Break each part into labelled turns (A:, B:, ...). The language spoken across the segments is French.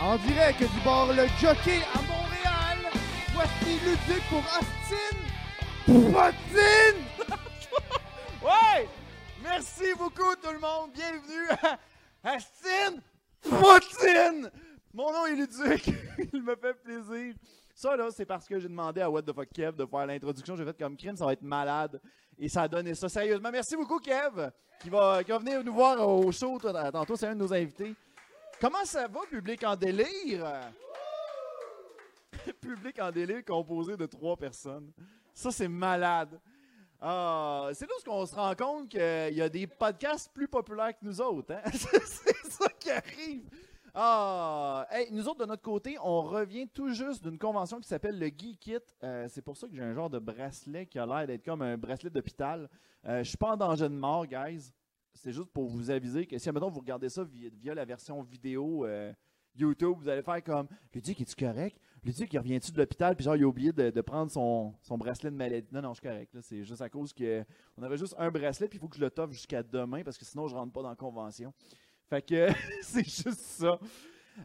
A: En direct du bar Le Jockey à Montréal, voici Luduc pour Austin. Poutine!
B: Ouais! Merci beaucoup tout le monde. Bienvenue à Astine Poutine! Mon nom est Luduc. Il me fait plaisir. Ça, là, c'est parce que j'ai demandé à What the fuck Kev de faire l'introduction. J'ai fait comme crime, ça va être malade. Et ça a donné ça. Sérieusement, merci beaucoup, Kev, qui va, qui va venir nous voir au show. t- Tantôt, c'est un de nos invités. Comment ça va, public en délire? public en délire composé de trois personnes. Ça, c'est malade. Ah, c'est là où on se rend compte qu'il y a des podcasts plus populaires que nous autres. hein? c'est ça qui arrive. Ah, hey, nous autres, de notre côté, on revient tout juste d'une convention qui s'appelle le Geek Kit. Euh, c'est pour ça que j'ai un genre de bracelet qui a l'air d'être comme un bracelet d'hôpital. Euh, Je suis pas en danger de mort, guys. C'est juste pour vous aviser que si, maintenant vous regardez ça via, via la version vidéo euh, YouTube, vous allez faire comme Ludic, es-tu correct? Ludic, il revient-tu de l'hôpital? Puis genre, il a oublié de, de prendre son, son bracelet de maladie. Non, non, je suis correct. là. C'est juste à cause que on avait juste un bracelet, puis il faut que je le toffe jusqu'à demain parce que sinon, je rentre pas dans la convention. Fait que c'est juste ça.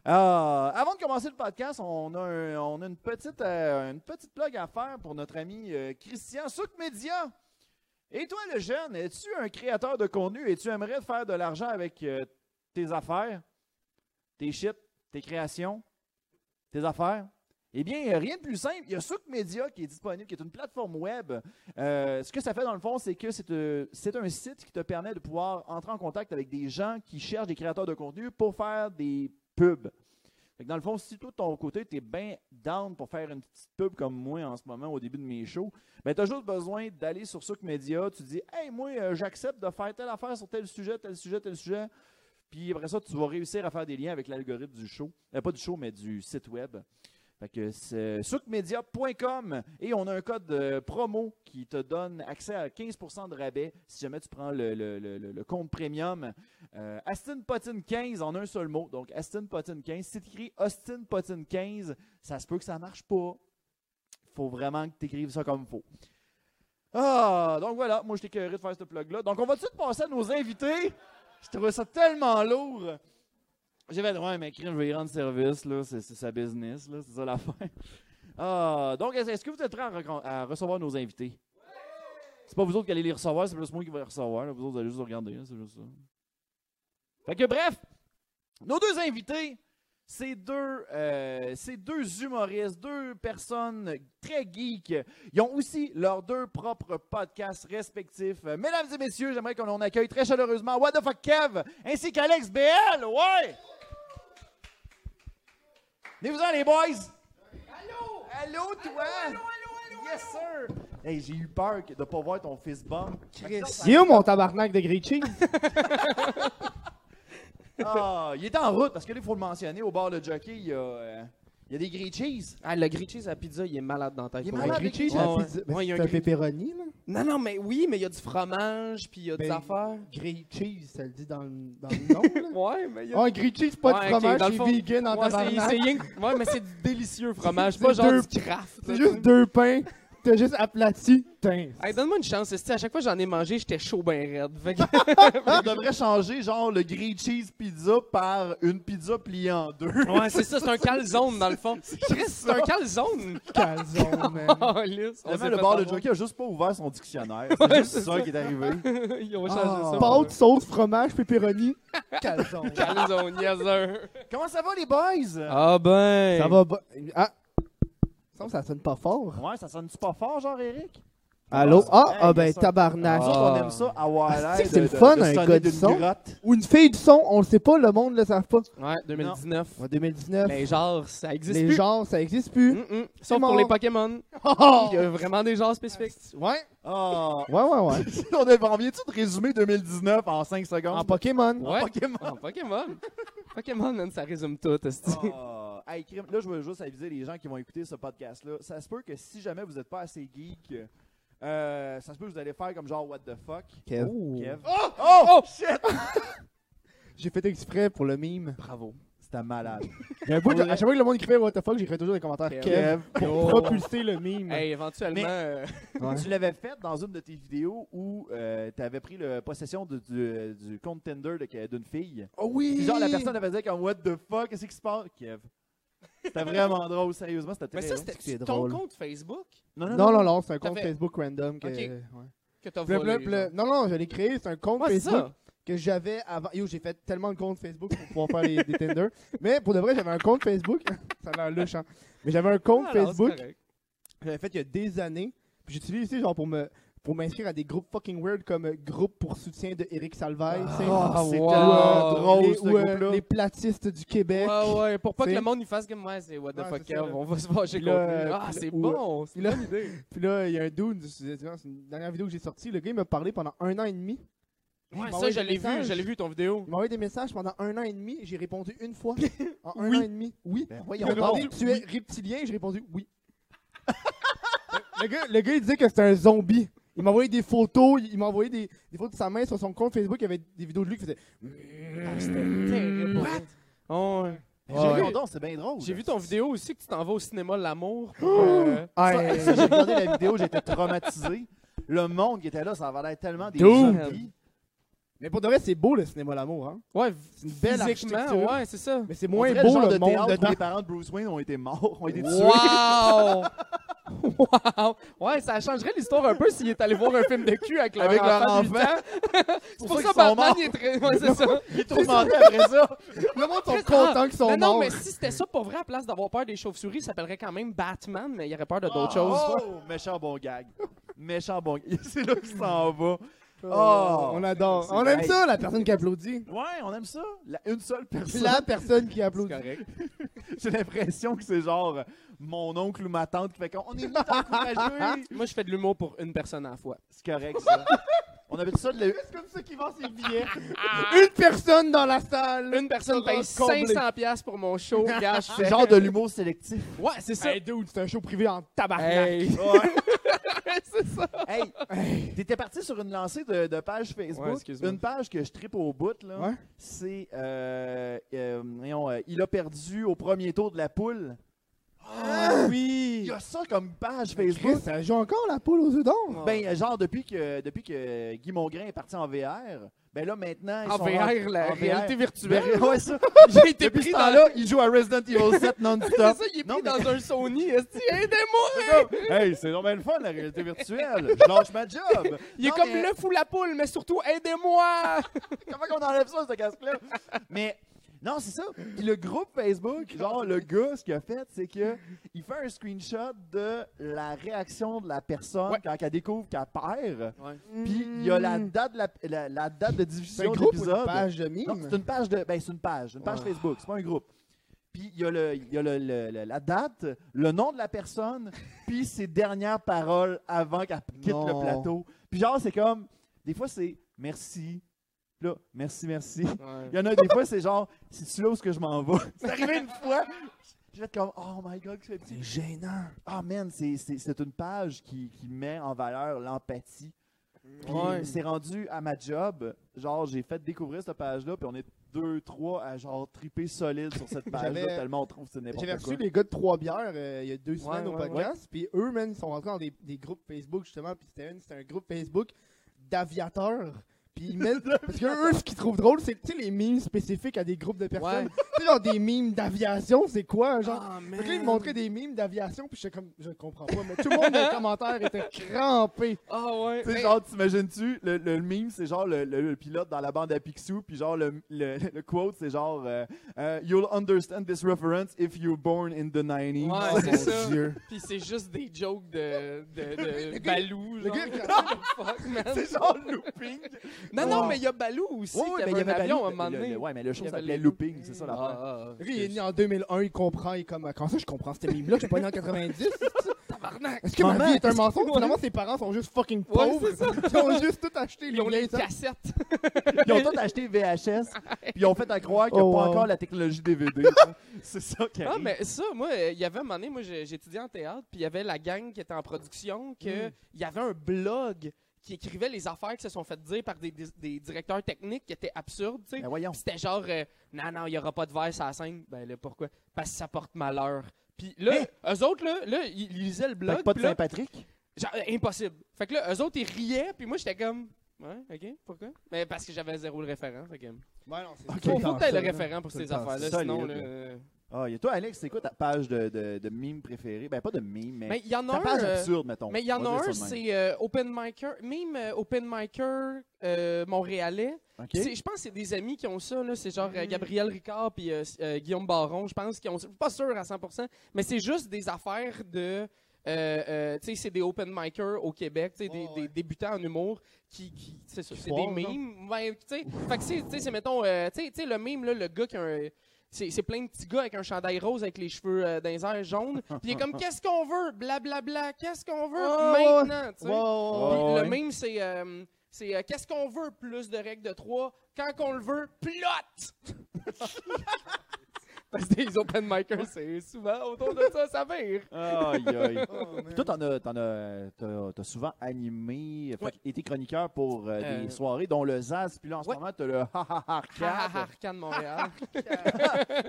B: Ah, avant de commencer le podcast, on a, un- on a une, petite, euh, une petite plug à faire pour notre ami euh, Christian Souk Média. Et toi, le jeune, es-tu un créateur de contenu et tu aimerais faire de l'argent avec euh, tes affaires, tes shit, tes créations, tes affaires? Eh bien, euh, rien de plus simple, il y a Souk Media qui est disponible, qui est une plateforme web. Euh, ce que ça fait dans le fond, c'est que c'est euh, c'est un site qui te permet de pouvoir entrer en contact avec des gens qui cherchent des créateurs de contenu pour faire des pubs. Fait que dans le fond, si toi, de ton côté, tu es bien down pour faire une petite pub comme moi en ce moment au début de mes shows, ben, tu as juste besoin d'aller sur Souk Media, tu dis Hey, moi, euh, j'accepte de faire telle affaire sur tel sujet, tel sujet, tel sujet. Puis après ça, tu vas réussir à faire des liens avec l'algorithme du show. Euh, pas du show, mais du site web. Fait que c'est soukmedia.com et on a un code euh, promo qui te donne accès à 15% de rabais si jamais tu prends le, le- le- le- le compte premium. Euh, Aston Potin 15 en un seul mot. Donc Aston Potin 15. Si tu écris Austin Potin 15, ça se peut que ça marche pas. Faut vraiment que tu écrives ça comme faut. Ah, donc voilà, moi je t'ai de faire ce plug-là. Donc on va tout de suite passer à nos invités. Je trouvais ça tellement lourd. J'ai fait, ouais, mais crime, je vais y rendre service, là. C'est c'est sa business, là. C'est ça l'affaire. Ah, donc, est-ce est-ce que vous êtes prêts à, recon- à recevoir nos invités? C'est pas vous autres qui allez les recevoir, c'est plus moi qui vais les recevoir. là. Vous autres, vous allez juste regarder, hein, c'est juste ça. Fait que, bref, nos deux invités, c'est deux, euh, c'est deux humoristes, deux personnes très geeks. Ils ont aussi leurs deux propres podcasts respectifs. Euh, Mesdames et messieurs, j'aimerais qu'on en accueille très chaleureusement What the fuck Kev ainsi qu'Alex BL. Ouais! Venez-vous-en, les boys! Allô! Allô, toi! Allô, allô, allô! Yes, sir! Hey, j'ai eu peur que- de pas voir ton fist bump.
A: Christian!
C: C'est où mon tabarnak de grilled cheese?
A: Ah, il était en route parce que là, il faut le mentionner. Au bar de jockey, il y a, euh, il y a des grilled cheese.
D: Ah, le grilled cheese à pizza, il est malade dans la tête.
A: Il est
D: pour
C: Un
A: malade.
D: vrai.
C: grilled cheese,
D: Ouais,
C: la
D: ouais.
C: pizza.
D: Ouais, il y a
C: Ben,
D: un
C: c'est un
D: grilled-
C: pepperoni, là.
D: Non, non, mais oui, mais il y a du fromage, puis il y a des
C: Ben-
D: affaires.
C: Grilled cheese, ça le dit dans le, dans le nom, là.
D: Ouais, mais il y
C: Ah, un grilled cheese, pas de
D: Ouais, ok,
C: fromage,
D: dans le
C: c'est
D: fond-
C: vegan en
D: Ouais, c'est-
C: tabarnak.
D: c'est rien que- ouais, mais c'est du délicieux fromage,
C: C'est
D: pas genre
C: deux-
D: du craft. là,
C: C'est
D: tu
C: juste
D: sais.
C: deux pains, t'as juste aplati. Tain.
D: Hey, donne-moi une chance, c'est à chaque fois que j'en ai mangé, j'étais chaud ben raide. Fait que-
A: On devrait changer genre le grilled cheese pizza par une pizza pliée en deux.
D: ouais, c'est ça, c'est un calzone dans le fond. Chris, c'est un calzone.
C: Calzone, man.
D: Oh, lisse. On
A: Finalement,
D: s'est
A: le
D: fait
A: bar de
D: avoir.
A: jockey a juste pas ouvert son dictionnaire. C'est juste ça qui est arrivé.
D: Ils ont
C: Ah,
D: changé ça.
C: Pâte, sauce, fromage, pepperoni. Calzone.
D: Calzone, yes sir.
A: Comment ça va les boys?
D: Ah ben.
C: Ça va ba- Ah! Ça, ça sonne pas fort.
A: Ouais, ça sonne-tu pas fort genre Eric?
C: Allô? Ah,
A: Hey,
C: ah ben,
A: yes, sir.
C: tabarnak.
A: Nous autres, on aime ça avoir
C: Ah,
A: l'air
C: c'est
A: de,
C: que c'est le
A: de-
C: fun,
A: de
C: un
A: sonner
C: gars
A: d'une
C: du son.
A: grotte.
C: Ou une fille du son, on le sait pas, le monde le savent pas.
D: Ouais, 2019.
C: En 2019,
D: Les genres, Ben, ça existe
C: les
D: plus. Hmm.
C: genres, ça existe plus.
D: Mm-mm.
C: C'est Oh!
D: Sauf pour
C: mort.
D: les Pokémon. Il y a vraiment des genres spécifiques.
C: Ouais,
A: Ah.
C: ouais, ouais, ouais.
A: on est- on vient-tu de résumer 2019 en 5 secondes?
C: En Pokémon.
A: En
D: Ouais.
A: Pokémon.
D: Ah, Pokémon. Pokémon, man, ça résume tout.
C: Oh.
D: esti.
A: Ah, hey, crime. Là, je veux juste aviser les gens qui vont écouter ce podcast-là. Ça se peut que si jamais vous n'êtes pas assez geek, euh, ça se peut que vous allez faire comme genre What the fuck.
C: Kev.
A: Kev.
D: Oh!
C: J'ai fait exprès pour le mime.
D: Bravo.
B: c'était malade.
C: Il y a un bout de- à chaque fois que le monde écrivait What the fuck, j'écris toujours des commentaires
D: Kev.
C: Kev pour propulser le meme.
D: Hey, éventuellement.
B: Mais-
D: euh,
C: Ouais.
B: Tu l'avais fait dans une de tes vidéos où tu avais pris le possession de- du, du compte Tinder de- d'une fille.
C: Oh oui!
B: Puis genre, la personne avait dit comme What the fuck, qu'est-ce qui se passe? Kev. C'était vraiment drôle, sérieusement, c'était
D: Mais
B: très
D: ça,
B: drôle.
D: c'était
C: c'est
D: ton
C: drôle.
D: compte Facebook
C: Non, non, non, c'est un
D: T'as
C: compte
D: fait-
C: Facebook random. Que...
D: Ok.
C: ouais.
D: que t'as
C: Bleu, bleu,
D: volé. Ah,
C: bleu. Non, non, je l'ai créé, c'est un compte
D: genre. Ouais, c'est
C: Facebook
D: ça.
C: que j'avais avant. Yo, j'ai fait tellement de comptes Facebook pour pouvoir faire les- des Tinder. Mais pour de vrai, j'avais un compte Facebook. ça a l'air louche, hein. Mais j'avais un compte
D: Ah, non, c'est
C: Facebook
D: correct.
C: que j'avais fait il y a des années. Puis j'utilise ici, genre, pour me. Pour m'inscrire à des groupes fucking weird comme euh, groupe pour soutien de Eric Salvaille, tu sais.
D: Ah,
B: c'est
D: wow.
B: tellement drôle,
C: les,
B: ce
C: ou, euh,
B: groupe-là.
C: les platistes du Québec.
D: Ouais, ouais, pour pas que
C: T'sais.
D: le monde il fasse comme, ouais, c'est what the
C: Ouais,
D: fuck,
C: c'est ça,
D: Kev,
C: là.
D: on va se fâcher
C: Puis
D: contre
C: là,
D: lui. Ah,
C: puis là-
D: c'est
C: ou, euh,
D: bon, c'est
C: puis là-
D: une bonne idée.
C: Puis là, il y a un dude, c'est c'est une dernière vidéo que j'ai sortie, le gars il m'a parlé pendant un an et demi. Il m'a
D: Ouais, ça,
C: envoyé
D: je
C: bah des
D: l'ai vu,
C: messages.
D: je l'ai vu ton vidéo.
C: Il m'a envoyé des messages pendant un an et demi, j'ai répondu une fois. En un
D: Oui.
C: an et demi, oui.
B: Ben
C: Il
B: voyons
C: m'a demandé,
B: donc.
C: tu es reptilien, j'ai répondu oui. le, gars, le gars, il disait que c'était un zombie. Il m'a envoyé des photos, il m'a envoyé des, des photos de sa main sur son compte Facebook, il y avait des vidéos de lui qui faisaient
D: Ah, c'était terrible. pour vrai. Oh, ouais.
B: Ben,
D: Ouais.
B: voyons donc, c'est bien drôle.
D: J'ai vu ton vidéo aussi que tu t'en vas au cinéma de l'amour.
B: Ça,
D: Euh,
B: ça, Ah, j'ai regardé la vidéo, j'étais traumatisé. Le monde qui était là, ça avait l'air tellement des
C: Dude.
B: zombies.
C: Mais pour de vrai, c'est beau le cinéma l'amour, hein.
D: Ouais,
C: C'est une belle
D: physiquement,
C: architecture.
D: ouais, c'est ça.
C: Mais c'est
B: On
C: moins
B: dirait
C: beau
B: genre
C: le
B: de
C: monde
B: théâtre où
C: dedans.
B: les parents de Bruce Wayne ont été morts, ont été tués.
D: Wow! wow! Ouais, ça changerait l'histoire un peu s'il est allé voir un film de cul avec, leur
B: Avec leur
D: enfant de huit
B: enfant.
D: ans. C'est pour
B: ça
D: ça
B: qu'ils sont
D: Batman,
B: morts.
D: il est très... Ouais, c'est ça.
B: Ils est tourmenté après ça.
C: Le monde sont
D: Chris,
C: contents qu'ils sont
D: Mais non,
C: morts.
D: mais si c'était ça pour vrai, à place d'avoir peur des chauves-souris, il s'appellerait quand même Batman, mais il aurait peur de d'autres
B: Oh,
D: choses.
B: oh, méchant bon gag. Méchant bon gag. C'est là que ça s'en va.
C: Oh, on adore.
B: C'est
C: On aime
B: vrai.
C: ça, la personne qui applaudit.
B: Ouais, on aime ça. La- une seule personne.
C: La personne qui
D: C'est
C: applaudit.
D: correct.
B: J'ai l'impression que c'est genre euh, mon oncle ou ma tante qui fait qu'on on est venu t'encourager.
D: Ah, Moi, je fais de l'humour pour une personne à la fois.
B: C'est correct, ça. On avait tout ça de la...
C: C'est comme ça qu'il vend ses billets. Une personne dans la salle.
D: Une personne paye
C: Comblé.
D: 500$ piastres pour mon show. Gars, je
B: C'est
D: fais...
B: Ah, genre de l'humour sélectif.
D: Ouais, c'est ça.
C: Hey dude, c'est un show privé en tabarnak.
D: Hey. c'est ça.
B: Hey, t'étais parti sur une lancée de, de page
D: Ouais,
B: Facebook.
D: excuse-moi.
B: une page que je tripe au bout, là.
C: Ouais.
B: C'est. euh, euh, voyons, euh, il a perdu au premier tour de la poule. Il Ah
D: oui.
B: y a ça comme page
C: Ah. Chris,
B: Facebook.
C: ça joue encore la poule aux œufs d'or.
B: Ben, euh, genre, depuis que, depuis que Guy Mongrain est parti en VR, ben là, maintenant. Ils
D: En
B: sont
D: VR, la
B: en VR.
D: réalité virtuelle.
B: Ben, ouais, ça.
D: J'ai été
B: Depuis ce
D: pris dans
B: temps-là, il joue à Resident Evil 7 non-stop.
D: C'est ça, il est
B: Non,
D: pris
B: mais-
D: dans un Sony. Esti, aidez-moi!
B: hey, c'est normal le fun, la réalité virtuelle. Je lâche ma job.
D: Il est
B: Non,
D: comme
B: mais-
D: le fou la poule, mais surtout, aidez-moi!
B: Comment qu'on enlève ça, ce casque-là? Mais non, c'est ça. Puis le groupe Facebook, genre le gars, ce qu'il a fait, c'est que il fait un screenshot de la réaction de la personne
D: Ouais.
B: quand elle découvre qu'elle perd.
D: Ouais.
B: Mm. Puis il y a la date de, la, la- la date de
C: c'est
B: diffusion
C: un
B: de
C: groupe ou une
B: l'épisode.
C: page de
B: Non,
C: mime.
B: c'est une page de. Ben, c'est une page. Une page
C: Ouais.
B: Facebook, c'est pas un groupe. Puis il y a, le, il y a le- le- le- la date, le nom de la personne, puis ses dernières paroles avant qu'elle quitte
C: Non.
B: le plateau. Puis genre, c'est comme. Des fois, c'est merci. Là, merci, merci. Il y en a des fois, c'est genre, si tu là où est-ce que je m'en vais. C'est arrivé une fois. Je vais être comme, oh my god, que c'est petit.
C: gênant.
B: Ah man, c'est- c'est c'est une page qui, qui met en valeur l'empathie. Puis
D: Ouais.
B: c'est rendu à ma job. Genre, j'ai fait découvrir cette page-là, puis on est deux, trois à genre triper solide sur cette page-là,
C: J'avais-
B: tellement on trouve que c'est
C: J'avais
B: n'importe
C: reçu
B: quoi.
C: les gars de Trois Bières euh, il y a deux semaines
D: ouais,
C: au podcast. Puis eux, man, ils sont rentrés dans des, des groupes Facebook, justement. Puis c'était une- c'était un groupe Facebook d'aviateurs. Puis ils mettent. parce que eux, ce qu'ils trouvent drôle, c'est tu sais, les mimes spécifiques à des groupes de personnes.
D: Ouais.
C: Tu sais, genre des mimes d'aviation, c'est quoi, genre.
D: Ah, man.
C: Fait que là, ils me montraient des mimes d'aviation, puis j'étais comme, je comprends pas, mais tout le monde dans les commentaires était crampé.
D: Ah, ouais.
B: Tu sais,
D: Mais-
B: genre, t'imagines-tu, le, le meme, c'est genre le, le- le pilote dans la bande à Picsou, puis genre, le, le- le quote, c'est genre euh, euh, You'll understand this reference if you're born in the Oh, 90s.
D: Ouais, c'est ça.
C: Mon Dieu.
D: Puis c'est juste des jokes de, de, de
C: Le gars-
D: Balou.
C: le
D: genre.
C: gars, il
D: Fuck, man.
B: C'est genre looping.
D: Non, non,
B: Ouais.
D: mais il y a Balou aussi.
B: Ouais,
D: qui
B: ouais,
D: avait
B: mais il y
D: un
B: avait
D: avion
B: Balou-
D: à un moment
B: le- le-
D: donné.
B: Ouais, mais le show
D: Il y avait
B: s'appelait
D: le-
B: Looping, c'est ça la
D: Ah, ah,
C: Le gars, il est né en 2001, il comprend, il est comme, comment ça je comprends cette mime-là, je suis pas né en 90?
D: tabarnak.
C: Est-ce que
B: Maman,
C: ma vie est un mensonge? Finalement, ses parents sont juste fucking
D: Ouais,
C: pauvres.
D: c'est ça.
C: Ils ont juste tout acheté,
D: Ils ont
C: vieilles
D: les cassettes.
B: Ils ont tous acheté VHS, puis ils ont fait à croire qu'il n'y a
C: Oh,
B: pas
C: wow.
B: encore la technologie DVD. c'est ça qui
D: Ah,
B: arrive.
D: mais ça, moi, euh, il y avait un moment donné, Hmm. moi, j'ai- j'étudiais en théâtre, puis il y avait la gang qui était en production, qu'il il y avait un blog qui écrivaient les affaires qui se sont faites dire par des, des- des directeurs techniques qui étaient absurdes, tu sais.
B: Ben voyons.
D: Puis C'était genre, euh, non, non, il n'y aura pas de verre sur la scène. Ben là, pourquoi? Parce que ça porte malheur. Puis là, eux autres, là, là, ils ils lisaient le
B: Fait
D: blog.
B: que pas de
D: puis là,
B: Saint-Patrick?
D: genre, euh, impossible. Fait que là, eux autres, ils riaient, puis moi, j'étais comme, ouais, ok, pourquoi? Mais parce que j'avais zéro le référent. Fait que,
C: Ouais, non, c'est
B: Ok.
D: faut, faut que t'aies le
B: Solide.
D: référent pour
B: Tout
D: ces
B: le temps.
D: affaires-là,
B: Solide,
D: sinon,
B: là.
D: là, euh,
B: Ah, et toi, Alex, c'est quoi ta page de, de, de mime préférée? Ben, pas de mime, mais.
D: Mais il y en a
B: ta
D: un.
B: page
D: euh,
B: absurde, mettons.
D: Mais il y en
B: On va
D: a
B: dire
D: un,
B: ça de même.
D: c'est euh, Open Micer, même euh, Open Micer euh, montréalais.
B: Ok.
D: Puis c'est- Je pense que c'est des amis qui ont ça, là. C'est genre euh, Gabriel Ricard puis euh, euh, Guillaume Baron, je pense qu'ils ont ça. Je suis pas sûr à 100%, mais c'est juste des affaires de. euh, euh, tu sais, c'est des open micers au Québec, tu sais, des,
C: Ouais,
D: des
C: ouais.
D: débutants en humour qui, qui c'est ça,
C: Qui
D: c'est
C: foirent,
D: des mimes. Ouais, tu sais, fait que c'est, tu sais, c'est mettons, euh, tu sais- tu sais, le mime, là, le gars qui a un, c'est c'est plein de petits gars avec un chandail rose avec les cheveux euh, d'un air jaune. Puis il est comme qu'est-ce qu'on veut, blablabla, qu'est-ce qu'on veut
C: Ah, ouais.
D: maintenant. tu sais.
C: Ouais, ouais, ouais.
D: Puis
B: Ah, ouais.
D: Le même c'est euh, c'est euh, qu'est-ce qu'on veut plus de règles de 3 quand qu'on le veut plot. Parce que les open micers c'est souvent autour de ça ça vire.
B: Aïe, aïe.
C: Oh,
B: Puis
C: man.
B: toi, t'en as, t'en as, t'as, t'as souvent animé, fait
D: Ouais.
B: que- et t'es chroniqueur pour euh,
D: Euh.
B: des soirées, dont le Zaz, puis là, en ce
D: Ouais.
B: moment, t'as le Ha Ha Ha
D: Ha, ha, ha,
B: Arcade.
D: Ah, Arcane Montréal.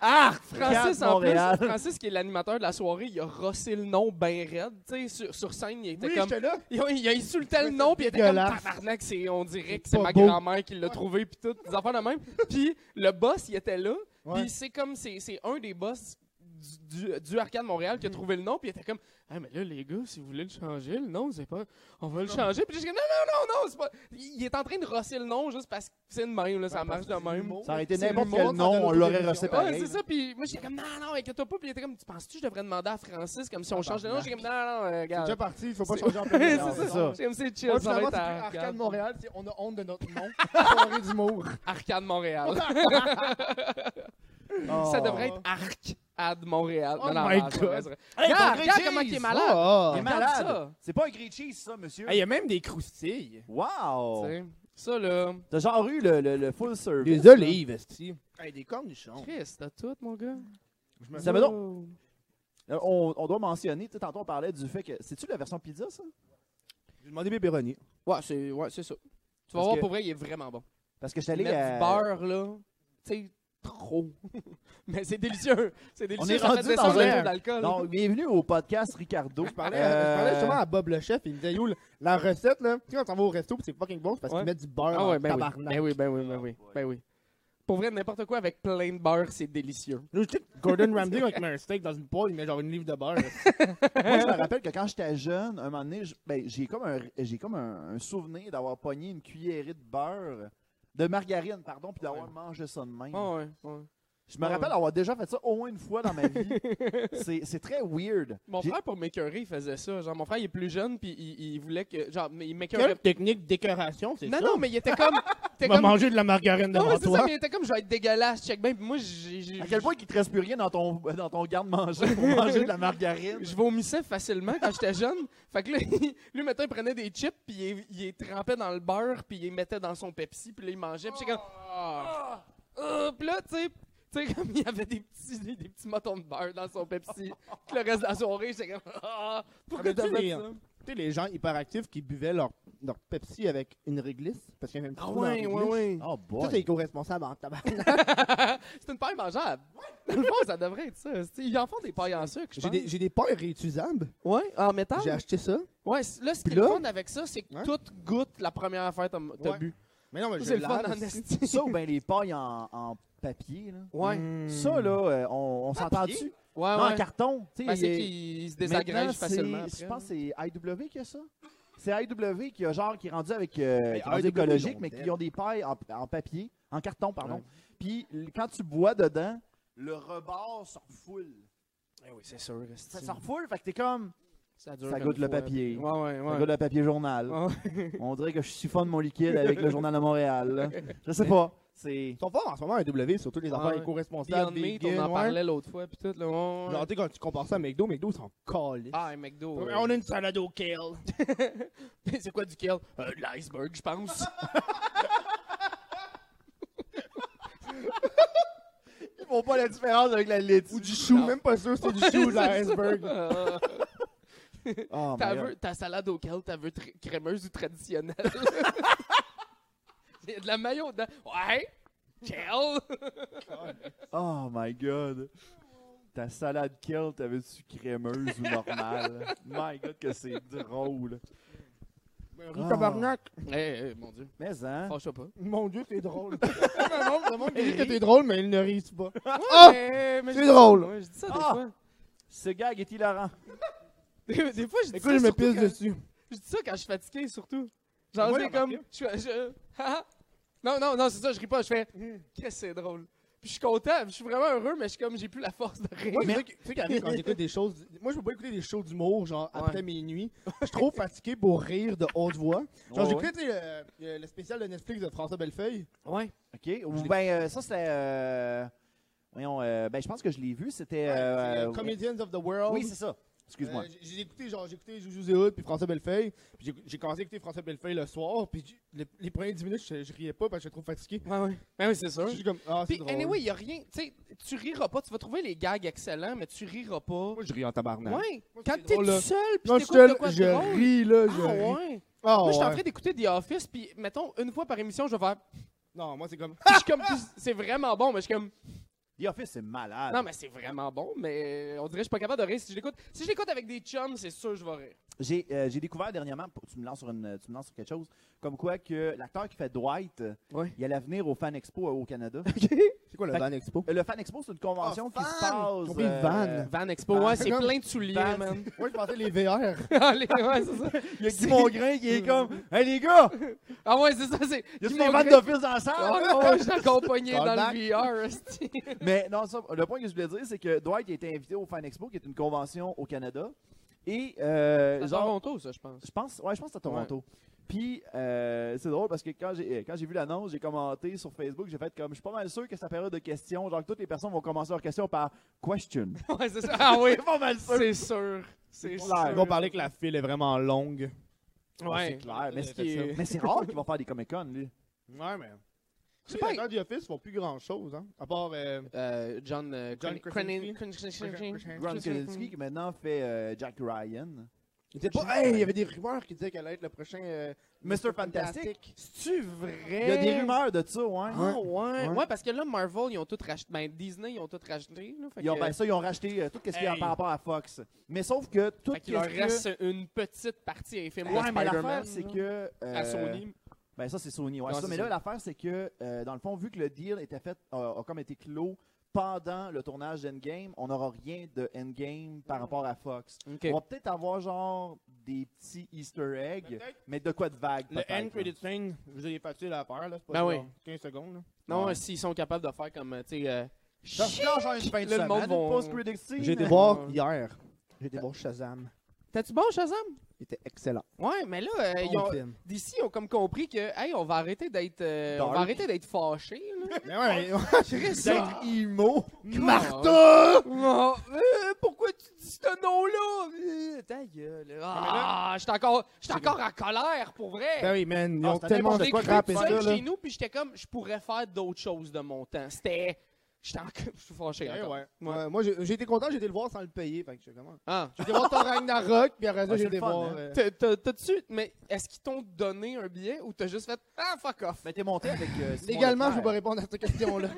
B: Ah!
D: Francis,
B: Arcade
D: en plus,
B: Montréal.
D: Francis qui est l'animateur de la soirée, il a rossé le nom ben raide. Tu sais, sur, sur scène, il était
C: Oui,
D: comme.
C: j'étais là.
D: Il a, il a insulté le
C: Oui,
D: nom,
C: c'est
D: puis il était comme
C: dégueulasse.
D: tabarnak, c'est- on dirait que
C: C'est
D: c'est
C: pas
D: ma
C: beau.
D: grand-mère qui l'a trouvé, puis tout, des affaires de même. Puis le boss, il était là,
C: Ouais.
D: puis c'est comme, c'est c'est un des boss du, du- du Arcade Montréal
C: Mm.
D: qui a trouvé le nom, puis il était comme, ah, mais là, les gars, si vous voulez le changer, le nom, c'est pas, on va le changer. Puis j'ai dit, non, non, non, non, c'est pas, il est en train de rosser le nom juste parce que c'est de même, là, ça
C: Ouais,
D: marche
C: parce
D: de
C: que c'est
D: même.
C: l'humour.
B: Ça aurait été
D: C'est
B: n'importe
D: l'humour,
B: quel
C: ça
B: nom,
C: donne
B: on l'aurait
C: l'autorisation.
B: recé
D: Ouais,
B: pareil.
D: c'est ça. Puis moi, j'étais comme, non, non, inquiète-toi pas. Puis il était comme, tu penses-tu, que je devrais demander à Francis, comme si on change de nom? J'ai comme, non, non, euh,
C: C'est
D: regarde.
C: déjà parti, il faut pas
D: C'est-
C: changer en plein
D: Ouais,
C: milieu.
B: c'est
C: Non,
B: ça.
C: non.
D: J'ai comme, c'est chill,
C: Ouais,
D: ça va
C: finalement,
D: être
C: c'est
D: à
C: Arcade
D: Arcade.
C: Montréal, c'est- on a honte de notre nom. Soirée d'humour.
D: Arcade Montréal.
B: Oh.
D: Ça devrait être Arcade Montréal.
C: Oh
D: non, non,
C: my
D: non, c'est
C: God.
D: pas vrai, c'est vrai.
B: Hey, ton
D: regarde,
B: grilled
D: regarde comment
B: cheese!
D: il est malade.
C: Ah,
B: Il est
D: Regarde
B: malade.
D: ça.
B: C'est pas un grilled cheese, ça, monsieur.
C: y a même des croustilles.
B: Wow!
D: Tu sais, Ça, là.
B: T'as genre eu le, le, le full service.
C: Des olives, esti. des cornichons.
D: Chris, t'as tout, mon gars.
B: Ça veut donc- Euh, on, on doit mentionner, tu sais, tantôt on parlait du fait que. C'est-tu la version pizza, ça?
C: J'ai demandé pepperoni.
D: Ouais, c'est ouais, c'est ça. Tu vas
B: Parce
D: voir,
B: que-
D: pour vrai, il est vraiment bon.
B: Parce que je suis allé euh,
D: Mettre
B: à.
D: du beurre, là. Tu sais, trop. Mais c'est délicieux. C'est délicieux.
B: est
D: ça fait
B: rendu
D: descendre
B: dans
D: le
B: un-
D: taux d'alcool.
B: Donc, bienvenue au podcast Ricardo.
C: Je parlais,
B: Euh,
C: je parlais justement à Bob le chef, il me disait Yo, la recette, là, tu sais, quand t'en vas au resto, pis c'est fucking bon, c'est parce
D: Ouais.
C: qu'ils mettent du beurre
D: Ah ouais,
C: en
D: ben oui.
C: tabarnak.
D: Ben oui, ben oui, ben oui. Ben oui. Pour vrai, n'importe quoi avec plein de beurre, c'est délicieux.
C: Là, je sais que Gordon Ramsay, quand il met un steak dans une poêle, il met genre une livre de beurre.
B: Moi,
D: Hein?
B: je me rappelle que quand j'étais jeune, un moment donné, je- ben, j'ai comme, un, j'ai comme un, un souvenir d'avoir pogné une cuillerée de beurre, de margarine, pardon, puis d'avoir mangé ça de même.
D: Ah ouais, ouais.
B: je me
D: ouais.
B: rappelle avoir déjà fait ça au moins une fois dans ma vie. c'est, c'est très weird.
D: Mon
B: J'ai-
D: frère, pour m'écœurer, il faisait ça. Genre, mon frère, il est plus jeune, puis il, il voulait que. Genre, mais il m'écœurait.
C: Quelle technique d'écœuration, c'est
D: Non,
C: ça?
D: non, mais il était comme. il
C: tu
D: était
C: vas
D: comme...
C: manger de la margarine
D: Non,
C: devant
D: mais c'est ça,
C: toi.
D: mais il était comme, je vais être dégueulasse, check bien. Puis moi, j'ai. j'ai-
B: À quel point qu'il te reste plus rien dans ton, dans ton garde-manger pour manger de la margarine?
D: Je vomissais facilement quand j'étais jeune. Fait que là, il- lui, maintenant, il prenait des chips, puis il, il les trempait dans le beurre, puis il les mettait dans son Pepsi, puis là, il mangeait, puis j'étais comme. Ah! Ah! Puis là, tu sais. Tu sais, comme il y avait des petits, des, des petits motons de beurre dans son Pepsi. Puis le reste de la soirée, j'étais comme. Ah! Pourquoi
C: Ah, mais
D: t'as
C: tu
D: fait
C: les-
D: ça?
C: Tu sais, les gens hyperactifs qui buvaient leur, leur Pepsi avec une réglisse, parce qu'il y avait un petit
D: Ah
C: trou dans la
D: ouais, ouais,
C: réglisse.
D: ouais.
B: Oh
C: Ça, c'est
B: boy!
C: éco-responsable en tabarnak.
D: C'est une paille mangeable. Dans le fond, ça devrait être ça. C'est- Ils en font des pailles en sucre, je
C: J'ai
D: pense.
C: des, j'ai des pailles réutilisables.
D: Ouais, en métal.
C: J'ai acheté ça.
D: Ouais, c- là, ce qui
C: Puis
D: est le
C: là-
D: fun avec ça, c'est que
C: Ouais.
D: tout goûte la première affaire que t'as- t'as
C: Ouais.
D: bu.
C: Mais non, mais
D: Ça,
C: je
D: C'est le fun
C: lave,
D: en
C: esti.
D: esti.
B: Ça ou bien les pailles en, en papier, là.
D: Ouais.
C: Mm.
B: Ça, là, euh, on, on s'entend-tu? Non,
D: Ouais,
B: en
D: Hmm. Ah ouais.
B: carton. tu sais,
D: Ben, c'est
B: il-
D: qu'ils se
B: Maintenant,
D: désagrègent
B: c'est-
D: facilement. après.
B: Je pense que c'est IW qui a ça. C'est IW qui a genre qui est rendu avec euh,
C: Mais
B: qui est rendu
C: IW,
B: écologique,
C: ils ont
B: mais
C: des-
B: qui ont des pailles en, en papier, en carton, pardon. Puis l- quand tu bois dedans, le rebord s'en refoule.
D: Eh oui, c'est sûr. esti.
B: Ça s'en refoule, fait que t'es comme.
D: dure
B: Ça
D: comme
B: goûte le
D: fois,
B: papier.
D: Ouais, ouais,
B: Ça goûte
D: ouais.
B: le papier journal.
D: Ah,
B: On dirait que je siphonne mon liquide avec le journal de Montréal. là. Je sais pas. C'est.
C: Ils sont forts en ce moment, à W, surtout les affaires
D: Ouais. Beyond
C: éco-responsables.
D: Meat,
C: vegan,
D: on en
C: ouais.
D: parlait l'autre fois, puis tout, là, ouais, ouais.
C: Genre, tu sais, quand tu compares ça à McDo, McDo, ils sont calés.
D: Ah, et McDo. ouais.
C: On a une salade au kale.
D: c'est quoi du kale? Euh, de L'iceberg, je pense.
B: Ils font pas la différence avec la laitue.
C: Ou du chou,
D: Non. Euh,
C: même pas sûr si c'est du chou ou de l'iceberg.
D: Ah.
B: Oh,
D: Ta,
B: my God.
D: veu- ta salade au kale, ta veu tr- crémeuse ou traditionnelle. Il y a de la mayo dedans. Ouais! Kale!
B: Oh my god. Ta salade kale, t'avais-tu crémeuse ou normale? my god, que c'est drôle.
C: Riz tabarnak.
D: Eh, eh, mon Dieu.
B: Mais hein?
D: Fâche-toi pas.
C: Mon dieu, t'es drôle. le monde, le monde dit que t'es drôle, mais il ne rit pas.
D: Ah! Eh, mais
C: c'est
D: je-
C: drôle.
D: ouais, je dis ça des
B: Ah!
D: fois.
B: Ce gag est hilarant.
D: Des, des fois, je dis
C: Écoute,
D: ça.
C: je me
D: surtout
C: pisse
D: quand-
C: dessus.
D: Je dis ça quand je suis fatigué, surtout. Genre,
C: Moi,
D: c'est
C: j'ai
D: comme.
C: remarqué.
D: Je, fais- je- Ah, ah. non, non, non, c'est ça, je ris pas. Je fais. Qu'est-ce que c'est drôle. Puis je suis content, puis je suis vraiment heureux, mais je suis comme, j'ai plus la force de rire.
C: Moi, c'est ça qui- c'est ça qui arrive quand on écoute des choses. Moi, je peux pas écouter des shows d'humour, genre après minuit. Je suis trop fatigué pour rire de haute voix. Genre,
B: Ouais,
C: j'écoutais tu sais, euh, euh, le spécial de Netflix de François Bellefeuille.
D: Ouais.
B: OK? Ou ben, euh, ça, c'était... euh, Voyons, euh, ben, je pense que je l'ai vu, c'était...
C: C'est,
B: euh,
C: euh,
B: euh,
C: Comedians of the World.
B: oui, c'est ça. Excuse-moi.
C: Euh, j'ai- j'ai écouté, genre, j'ai écouté Joujou Zéhoud puis François Bellefeuille. Puis J'ai j'ai commencé à écouter François Bellefeuille le soir, puis j'ai- les, les premières 10 minutes, je, je riais pas parce que j'étais trop fatigué.
D: Ouais, ouais. Ben oui, c'est sûr.
C: Je suis comme, ah, c'est
D: Puis,
C: drôle.
D: anyway, il n'y a rien. Tu sais, tu riras pas. Tu vas trouver les gags excellents, mais tu riras pas.
C: moi, je ris en tabarnak.
D: Ouais.
C: Moi,
D: Quand
C: c'est
D: t'es
C: drôle,
D: tout
C: là.
D: seul, puis
C: Non, je
D: t'écoutes de
C: te-
D: quoi de
C: je
D: drôle.
C: ris, là, je
D: Ah,
C: ris.
D: ouais.
C: Ah,
D: Moi, je suis en
C: ouais.
D: train d'écouter The Office, puis mettons, une fois par émission, je vais faire.
C: Non, moi, c'est comme...
D: Puis je suis comme, puis c'est vraiment bon, mais je suis comme.
B: The Office, c'est
C: Ah.
B: malade.
D: Non, mais c'est vraiment bon, mais on dirait que je suis pas capable de rire si je l'écoute. Si je l'écoute avec des chums, c'est sûr que je vais rire.
B: J'ai euh, j'ai découvert dernièrement, p- tu me lances sur, une, tu me lances sur quelque chose, comme quoi que l'acteur qui fait Dwight, euh,
D: Ouais.
B: il a l'avenir au Fan Expo euh, au Canada.
C: C'est quoi le
B: Fait-
C: Van Expo?
B: Euh, Le Fan Expo, c'est une convention
C: Ah,
B: qui se
C: fan!
B: passe. euh,
C: Compris, Ah. van.
D: Van Expo,
B: Van-
D: ouais, c'est
C: Comme-
D: plein de souliers,
B: Van-
D: man.
C: Moi, je pensais les VR.
D: Allez, ouais, c'est ça.
B: Il y a Guy Mongrain qui est comme Hey les gars,
D: Ah ouais, c'est ça, c'est.
B: il y a
D: Guy
B: des vannes
D: Mongrain-
B: d'office dans la salle.
D: Ah, ouais, je suis accompagné dans
C: Callback.
D: le VR, esti.
B: Mais non, ça, le point que je voulais dire, c'est que Dwight a été invité au Fan Expo, qui est une convention au Canada. Et euh,
D: C'est à
B: genre,
D: Toronto, ça, je pense.
B: je pense, ouais, je pense que c'est à Toronto. Puis euh, c'est drôle parce que quand j'ai euh, quand j'ai vu l'annonce, j'ai commenté sur Facebook, j'ai fait comme je suis pas mal sûr que c'est la période de questions, genre que toutes les personnes vont commencer leurs questions par question.
D: Ouais, c'est ça. Ah oui,
B: C'est pas mal sûr.
D: c'est sûr. C'est
B: clair.
D: sûr.
C: Ils vont parler que la file est vraiment longue. Ah,
D: Ouais.
B: C'est clair, mais
D: Ce
B: c'est
D: qui est-
B: mais c'est rare qu'il va faire des Comic Con lui.
C: Euh, Ouais, mais.
D: sais
C: Je sais
D: pas,
C: pas. Les acteurs du Office font plus grand chose, hein. À part. euh,
D: Euh, John. euh,
C: John Krasinski.
D: Krasin- Krasin-
B: Ron Kolinsky
D: Krasinski.
B: qui maintenant fait euh, Jack Ryan.
C: Il était pas. Hey, il y avait des rumeurs qui disaient qu'elle allait être le prochain. euh,
B: Mr. Fantastic.
D: C'est-tu vrai?
B: Il y a des rumeurs de ça, ouais.
D: Ah
C: Ouais.
D: ouais. Ouais, parce que là, Marvel, ils ont tout racheté. Ben, Disney, ils ont tout racheté. Là, fait
B: Ils ont,
D: que-
B: ben ça, ils ont racheté euh, tout ce qui a
C: Hey.
B: par rapport à Fox. Mais sauf que tout
D: Fait
B: ce
D: qu'il leur
B: qui
D: reste une petite partie à les films de
B: Ouais, mais
D: Spider-Man.
B: l'affaire, c'est
D: là.
B: que. euh,
D: À Sony.
B: Ben, ça, c'est Sony. Ouais,
D: Ouais,
B: ça.
D: c'est
B: Mais
D: ça.
B: là, l'affaire, c'est que, euh, dans le fond, vu que le deal était fait, a, a comme été clos pendant le tournage d'Endgame, on n'aura rien de Endgame par rapport à Fox.
D: Ok.
B: On va peut-être avoir, genre, des petits Easter eggs,
C: Peut-être.
B: mais de quoi de vague.
C: Le
B: peut-être,
C: end credit scene, je vous ai facile à faire, là. C'est pas
D: Ben
C: genre 15 secondes, là.
D: Non,
B: Ouais.
D: s'ils sont capables de faire comme, euh, tu sais. euh,
B: Ça se lâche en une fin de
D: Le monde
B: semaine,
D: vont-
B: une post-credit scene.
C: J'ai été
B: Euh,
C: voir hier. J'ai été voir Shazam.
D: T'as-tu bon, Shazam?
C: Il était excellent.
D: Ouais, mais là, euh, ils
C: Bon
D: ont-
C: film.
D: d'ici, ils ont comme compris que, hey, on va arrêter d'être. euh, on va
B: Dark.
D: arrêter d'être fâchés, là.
C: Mais ouais,
D: Chris, ça.
B: D'être emo.
D: Martha! Oh, euh, pourquoi tu dis ce nom-là? Euh, ta gueule. Ah, j'étais encore, j'étais encore en colère, pour vrai.
C: Ben oui, man, ils
B: Ah,
C: ont
B: c'est
C: tellement
B: n'importe
C: de
D: J'ai
C: quoi
D: écrit
C: rapper
D: tout
C: ça,
D: seul
C: là.
D: chez nous, puis j'étais comme, je pourrais faire d'autres choses de mon temps. C'était... J'étais en... Je suis fâché
C: Eh Ouais,
D: encore.
C: ouais. Ouais, Moi, j'ai j'ai été content, j'ai été le voir sans le payer. Fait que j'ai comment?
D: Ah.
C: J'ai été voir Thor Ragnarok, puis après
B: Ouais,
C: ça, j'ai
B: c'est le
C: été
B: fun,
C: voir.
B: hein.
C: euh,
D: T'as- t'as- T'as-tu... Mais est-ce qu'ils t'ont donné un billet ou t'as juste fait « Ah, fuck off
B: Mais t'es monté avec. euh, Simon
C: Légalement, je
B: Leclerc.
C: peux pas répondre à cette question-là. ».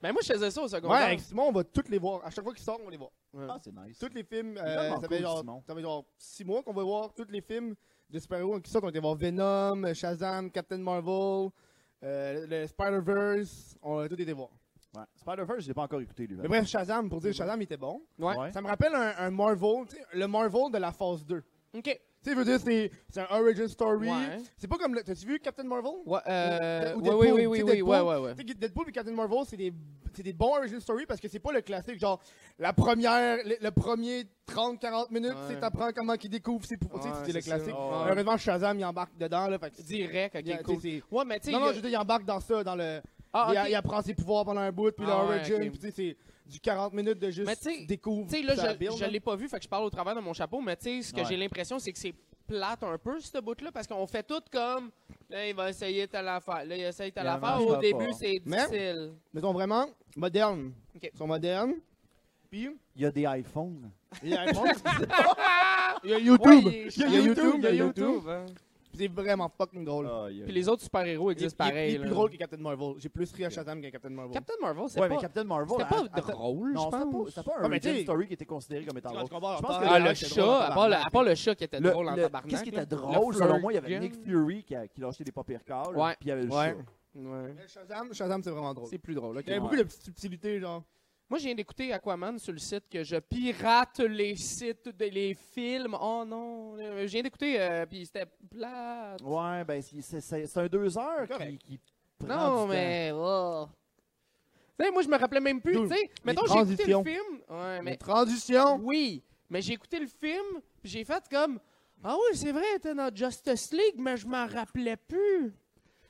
D: Ben moi, je faisais ça au secondaire.
C: Ouais, avec Simon, on va toutes les voir. À chaque fois qu'ils sortent, on va les voir.
B: Ah, c'est nice.
C: Tous les films, euh,
B: vraiment
C: ça,
B: cool,
C: fait
B: Simon.
C: genre, ça fait genre six mois qu'on va voir tous les films de super-héros qui sortent. On était voir Venom, Shazam, Captain Marvel, euh, le Spider-Verse. On a tout été voir.
B: Ouais. Spider-Verse, je l'ai pas encore écouté, lui.
C: Mais bref, Shazam, pour dire Shazam, il était bon.
D: Ouais.
B: Ben Ouais.
C: Ça me rappelle un, un Marvel, tu sais, le Marvel de la phase 2.
D: OK.
C: Tu sais, je veux dire, c'est- c'est un origin story.
D: Ouais.
C: C'est pas comme. le- T'as-tu vu Captain Marvel?
D: Ouais, euh...
C: Ou Deadpool,
D: ouais, ouais, ouais,
C: tu
D: ouais,
C: sais,
D: ouais,
C: Deadpool.
D: ouais, ouais, ouais.
C: Tu sais, Deadpool et Captain Marvel, c'est des, c'est des bons origin story parce que c'est pas le classique, genre, la première, le, le premier 30-40 minutes,
D: Ouais.
C: c'est t'apprends comment qu'il découvre ses pouvoirs, tu sais,
D: Ouais,
C: c'est le
D: c'est ça.
C: classique.
D: Ouais.
C: Heureusement, Shazam, il embarque dedans, là, fait que-
D: Direct, OK,
C: il y a-
D: cool.
C: c'est- c'est-
D: Ouais, mais tu sais...
C: Non, non,
D: il y
C: je
D: a-
C: veux dire, il embarque dans ça, dans le...
D: Ah,
C: il, a-
D: ok.
C: il apprend ses pouvoirs pendant un bout, puis
D: Ah, ouais,
C: l'origin,
D: ok.
C: puis tu sais, c'est du 40 minutes de
D: Mais
C: juste
D: tu sais-
C: découvre.
D: Tu sais, là,
C: ça
D: je,
C: build,
D: je
C: là.
D: l'ai pas vu, fait que je parle au travers de mon chapeau, mais tu sais, ce que
B: Ouais.
D: j'ai l'impression, c'est que c'est plate un peu, ce bout-là, parce qu'on fait tout comme, là, il va essayer telle affaire, là, il essaye telle
B: Il en
D: affaire,
B: marche
D: au
B: pas.
D: début, c'est
C: Mais-
D: difficile.
C: Ils sont vraiment modernes.
D: Ok.
C: Ils sont modernes. Puis,
B: Il y a des iPhones.
C: il y a un monde,
D: Il y a
C: YouTube.
D: Il y a YouTube. Il y a YouTube. Ah. hein.
C: c'est vraiment fucking drôle.
D: Puis les autres super-héros
C: Il- il-
D: existent pareil.
C: Il est plus
D: là.
C: drôle que Captain Marvel. J'ai plus ri à Shazam qu'à Captain Marvel.
D: Captain Marvel, c'est
B: Ouais, mais
D: pas...
B: Captain Marvel. hein,
D: C'était pas
B: attends-
D: drôle,
B: Non,
D: je
B: c'était
D: pense.
B: pas, c'était pas un
C: Ouais, mais
B: origin
C: t'sais-
B: story qui était considéré comme étant
C: Tu
B: drôle.
C: vois, on
B: Je
C: parle-
B: pense que
D: Ah,
B: le-
D: le
C: Ouais, c'est drôle en
D: chat, à part le- à part le chat qui était
B: le-
D: drôle en
B: le-
D: tabarnak.
B: Qu'est-ce qui
D: là.
B: était drôle, selon moi, il y avait
D: flirt
B: Nick
D: game.
B: Fury qui, a- qui lâchait des papiers cales,
D: Ouais.
B: puis il y avait le
D: Ouais.
B: chat.
D: Ouais.
C: Mais Shazam, Shazam c'est vraiment drôle.
D: C'est plus drôle. ok.
C: Il y a beaucoup de petites subtilités, genre.
D: Moi, je viens d'écouter Aquaman sur le site que je pirate les sites, des les films. Oh non, Euh, je viens d'écouter, euh, puis c'était plat.
B: Ouais, ben c'est- c'est c'est- c'est un deux heures qui,
C: Correct.
B: qui prend
D: Non,
B: du
D: mais. oh. Tu sais, moi, je me rappelais même plus.
C: Dude,
D: Tu sais, mettons, j'ai écouté le
C: transitions.
D: film. Ouais, mais.
C: Transition!
D: Oui, mais j'ai écouté le film, puis j'ai fait comme. Ah oui, c'est vrai, elle était dans Justice League, mais je m'en rappelais plus.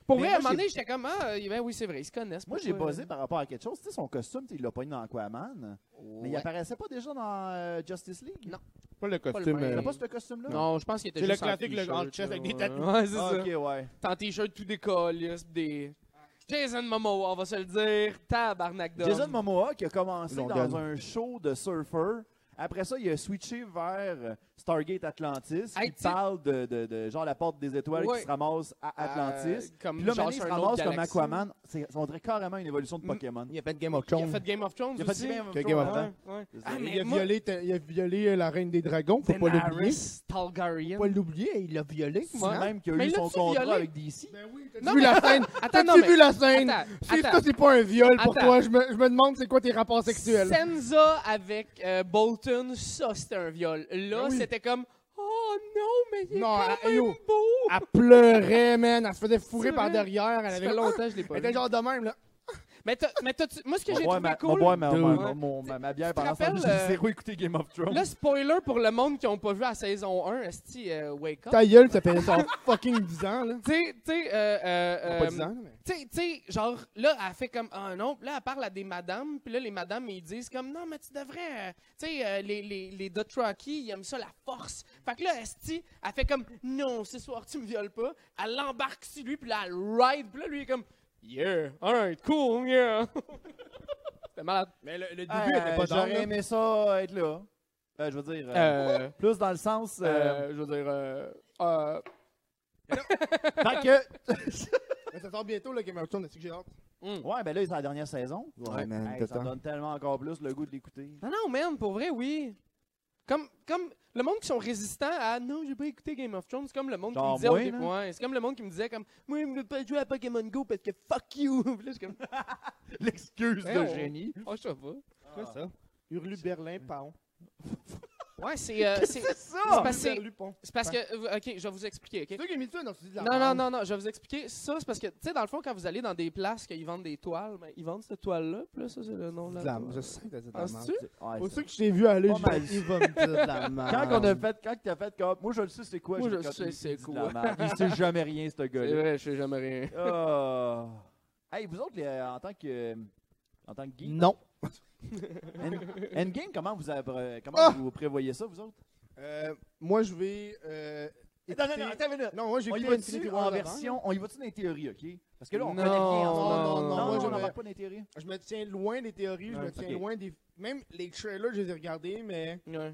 D: Pour
B: Mais
D: vrai,
B: moi,
D: à un moment
B: j'ai-
D: donné, j'étais comme. Ah, euh, ben oui, c'est vrai, ils se connaissent.
B: Moi, j'ai
D: pourquoi?
B: basé par rapport à quelque chose. Tu sais, son costume, tu sais, il l'a pas dans Aquaman. Mais il
D: Ouais.
B: apparaissait pas déjà dans euh, Justice League?
D: Non.
C: Pas le euh,
D: costume, Pas le
B: Il
D: même.
B: a pas ce costume-là?
D: Non, je pense qu'il était
C: C'est
D: juste
C: le classique, le- en
D: t-shirt,
C: chest avec
D: là,
C: des
D: ouais.
C: tatous.
D: Ouais, c'est
B: Ah,
D: ça.
B: ok, ouais.
D: T'as un t-shirt tout décollé, c'est des... Jason Momoa, on va se le dire. Tabarnak d'homme. Euh,
B: Jason Momoa qui a commencé
C: Ils l'ont
B: dans
C: gagné.
B: un show de surfer. Après ça, il a switché vers euh, Stargate Atlantis.
D: Hey,
B: il
D: tu sais-
B: parle de, de- de genre la porte des étoiles
D: Ouais.
B: qui se ramasse à Atlantis.
D: Euh, comme
B: Puis là,
D: genre
B: maintenant, il se
D: sur un autre
B: ramasse comme
D: galaxie.
B: Aquaman. C'est- On dirait carrément une évolution de
D: Mm.
B: Pokémon.
C: Il a fait Game of
D: Il a fait Game of Thrones
B: Il a pas
D: aussi.
B: dit même
C: Que
B: chose
C: Game of
B: avant.
C: Thrones.
D: Ouais, ouais.
B: Ah,
C: Il,
D: mais
C: a
D: moi- Ben
C: violé, ta- il a violé euh, la reine des dragons, faut pas l'oublier. Faut
D: Daenerys Targaryen.
C: pas l'oublier, hein, il l'a violé.
B: C'est
D: Ouais.
B: même qu'il a
D: Mais
B: eu
D: l'as-tu
B: son contrat
D: violé?
B: avec DC.
C: Ben oui,
D: Non,
C: t'as vu
D: mais-
C: la scène?
D: Attends, non,
C: T'as-tu vu
D: mais...
C: la scène?
D: Attends,
C: C'est
D: attends.
C: ça, c'est pas un viol pour
D: Attends.
C: toi. Je me, je me demande c'est quoi tes rapports sexuels.
D: Senza avec euh, Bolton, ça c'était un viol. Là,
C: Ben oui.
D: c'était comme Oh non, mais il est
C: Non, euh,
D: quand même
C: yo.
D: beau.
C: Elle pleurait, man. Elle se faisait fourrer
D: C'est
C: par
D: vrai.
C: derrière. Elle
D: Ça
C: avait
D: fait longtemps que je l'ai
C: Elle
D: pas
C: était
D: vu.
C: genre de même, là.
D: Mais, t'as- mais t'as-tu- moi, ce que
B: On
D: j'ai
B: boit
D: trouvé
B: ma, on
D: cool...
B: boit ma, ma-
D: Dude.
B: ma- mon- ma- ma bière
D: te
B: pendant ça.
D: rappelles,
B: J'ai
D: euh,
B: zéro écouté Game of Thrones.
D: Là, spoiler pour le monde qui n'a pas vu la saison 1, Esti, euh, Wake Up.
C: Ta gueule, ça fait genre fucking 10 ans, là.
D: Tu sais, tu sais, euh, euh,
C: Pas
D: euh,
C: 10 ans, mais.
D: Tu sais- tu sais, genre, là, elle fait comme, ah non, Puis là, elle parle à des madames, puis là, les madames, ils disent comme, non, mais tu devrais, euh, tu sais, euh, les, les, les Dothraki, ils aiment ça, la force. Fait que là, Esti, elle fait comme, non, ce soir, tu me violes pas. Elle l'embarque sur lui, puis là, elle ride, puis là, lui, il est comme, yeah, alright, cool, yeah. C'était malade.
C: Mais le,
B: Ah,
C: début était
B: euh,
C: pas
B: J'aurais aimé ça être là. Euh, je veux dire, euh,
D: Euh,
B: plus dans le sens. euh,
D: euh, je veux dire, euh, euh,
B: tant que.
C: Mais ça sort bientôt, là, Game of Thrones, c'est que j'ai hâte.
D: hmm.
B: Ouais, ben là, c'est la dernière saison.
C: Ouais, man,
B: Hey,
C: t'as
B: ça
C: tant.
B: donne tellement encore plus le goût de l'écouter.
D: Non, non, man, pour vrai, oui. Comme, comme le monde qui sont résistants à non, j'ai pas écouté Game of Thrones, c'est comme le monde qui
B: Genre
D: me disait. au
B: moi,
D: début- ouais, c'est comme le monde qui me disait, comme, moi, je veux pas jouer à Pokémon Go parce que fuck you. Puis là, je suis comme,
B: L'excuse
D: Ben, on- oh, je sais pas.
C: Quoi, ça? Hurlu Berlin, pardon.
D: Ouais, c'est. euh, c'est
B: C'est
D: c'est
B: ça!
D: parce que. c'est-
C: Hurlu Pont.
D: c'est parce que. euh, Ok, je vais vous expliquer, ok?
C: Ah, C'est toi qui as mis ça dans ce de la
D: Non, non,
C: merde.
D: non, non, je vais vous expliquer. Ça, c'est parce que, tu sais, dans le fond, quand vous allez dans des places qu'ils vendent des toiles, ben, ils vendent cette toile-là, puis là, ça, c'est le nom de
C: C'est
D: la
C: de la-
D: toile.
C: Je sais que t'as dit de la merde.
D: Penses-tu?
B: Ouais,
C: Pour
B: c'est-
C: ceux que je t'ai vu aller,
B: Pas
C: j'ai
B: mal.
C: fait, il va me dire de la merde.
B: Quand qu'on a fait, quand t'as fait comme, moi je le sais c'est quoi.
D: Moi,
B: j'ai
D: je
B: fait
D: sais
B: comme,
D: c'est
B: il dit de
D: quoi.
B: la merde. Il sait jamais rien ce
D: C'est
B: gars-là.
D: vrai, je sais jamais rien.
B: Ah. Hey, vous autres les- euh, en tant que euh, en tant que geek,
C: Non.
B: en- Endgame, comment vous avez- euh, comment
C: Ah!
B: vous prévoyez ça vous autres
C: Euh, moi, je vais. Euh, écouter-
B: une minute.
C: Non, moi, j'ai
B: On y
C: écouté Infinity
B: va-tu
C: War
B: en
C: avant.
B: version, on y va-tu dans les théories, OK Parce que là on
D: Non,
B: connaît rien.
D: non,
B: ensemble.
D: non,
B: non, non,
D: non, moi,
B: on
D: je
B: n'en
D: me-
B: parle pas dans les théories.
C: Je me tiens loin des théories, je
D: Ouais,
C: me tiens
B: ok.
C: loin des. Même les trailers, je les ai regardés, mais.
D: Ouais.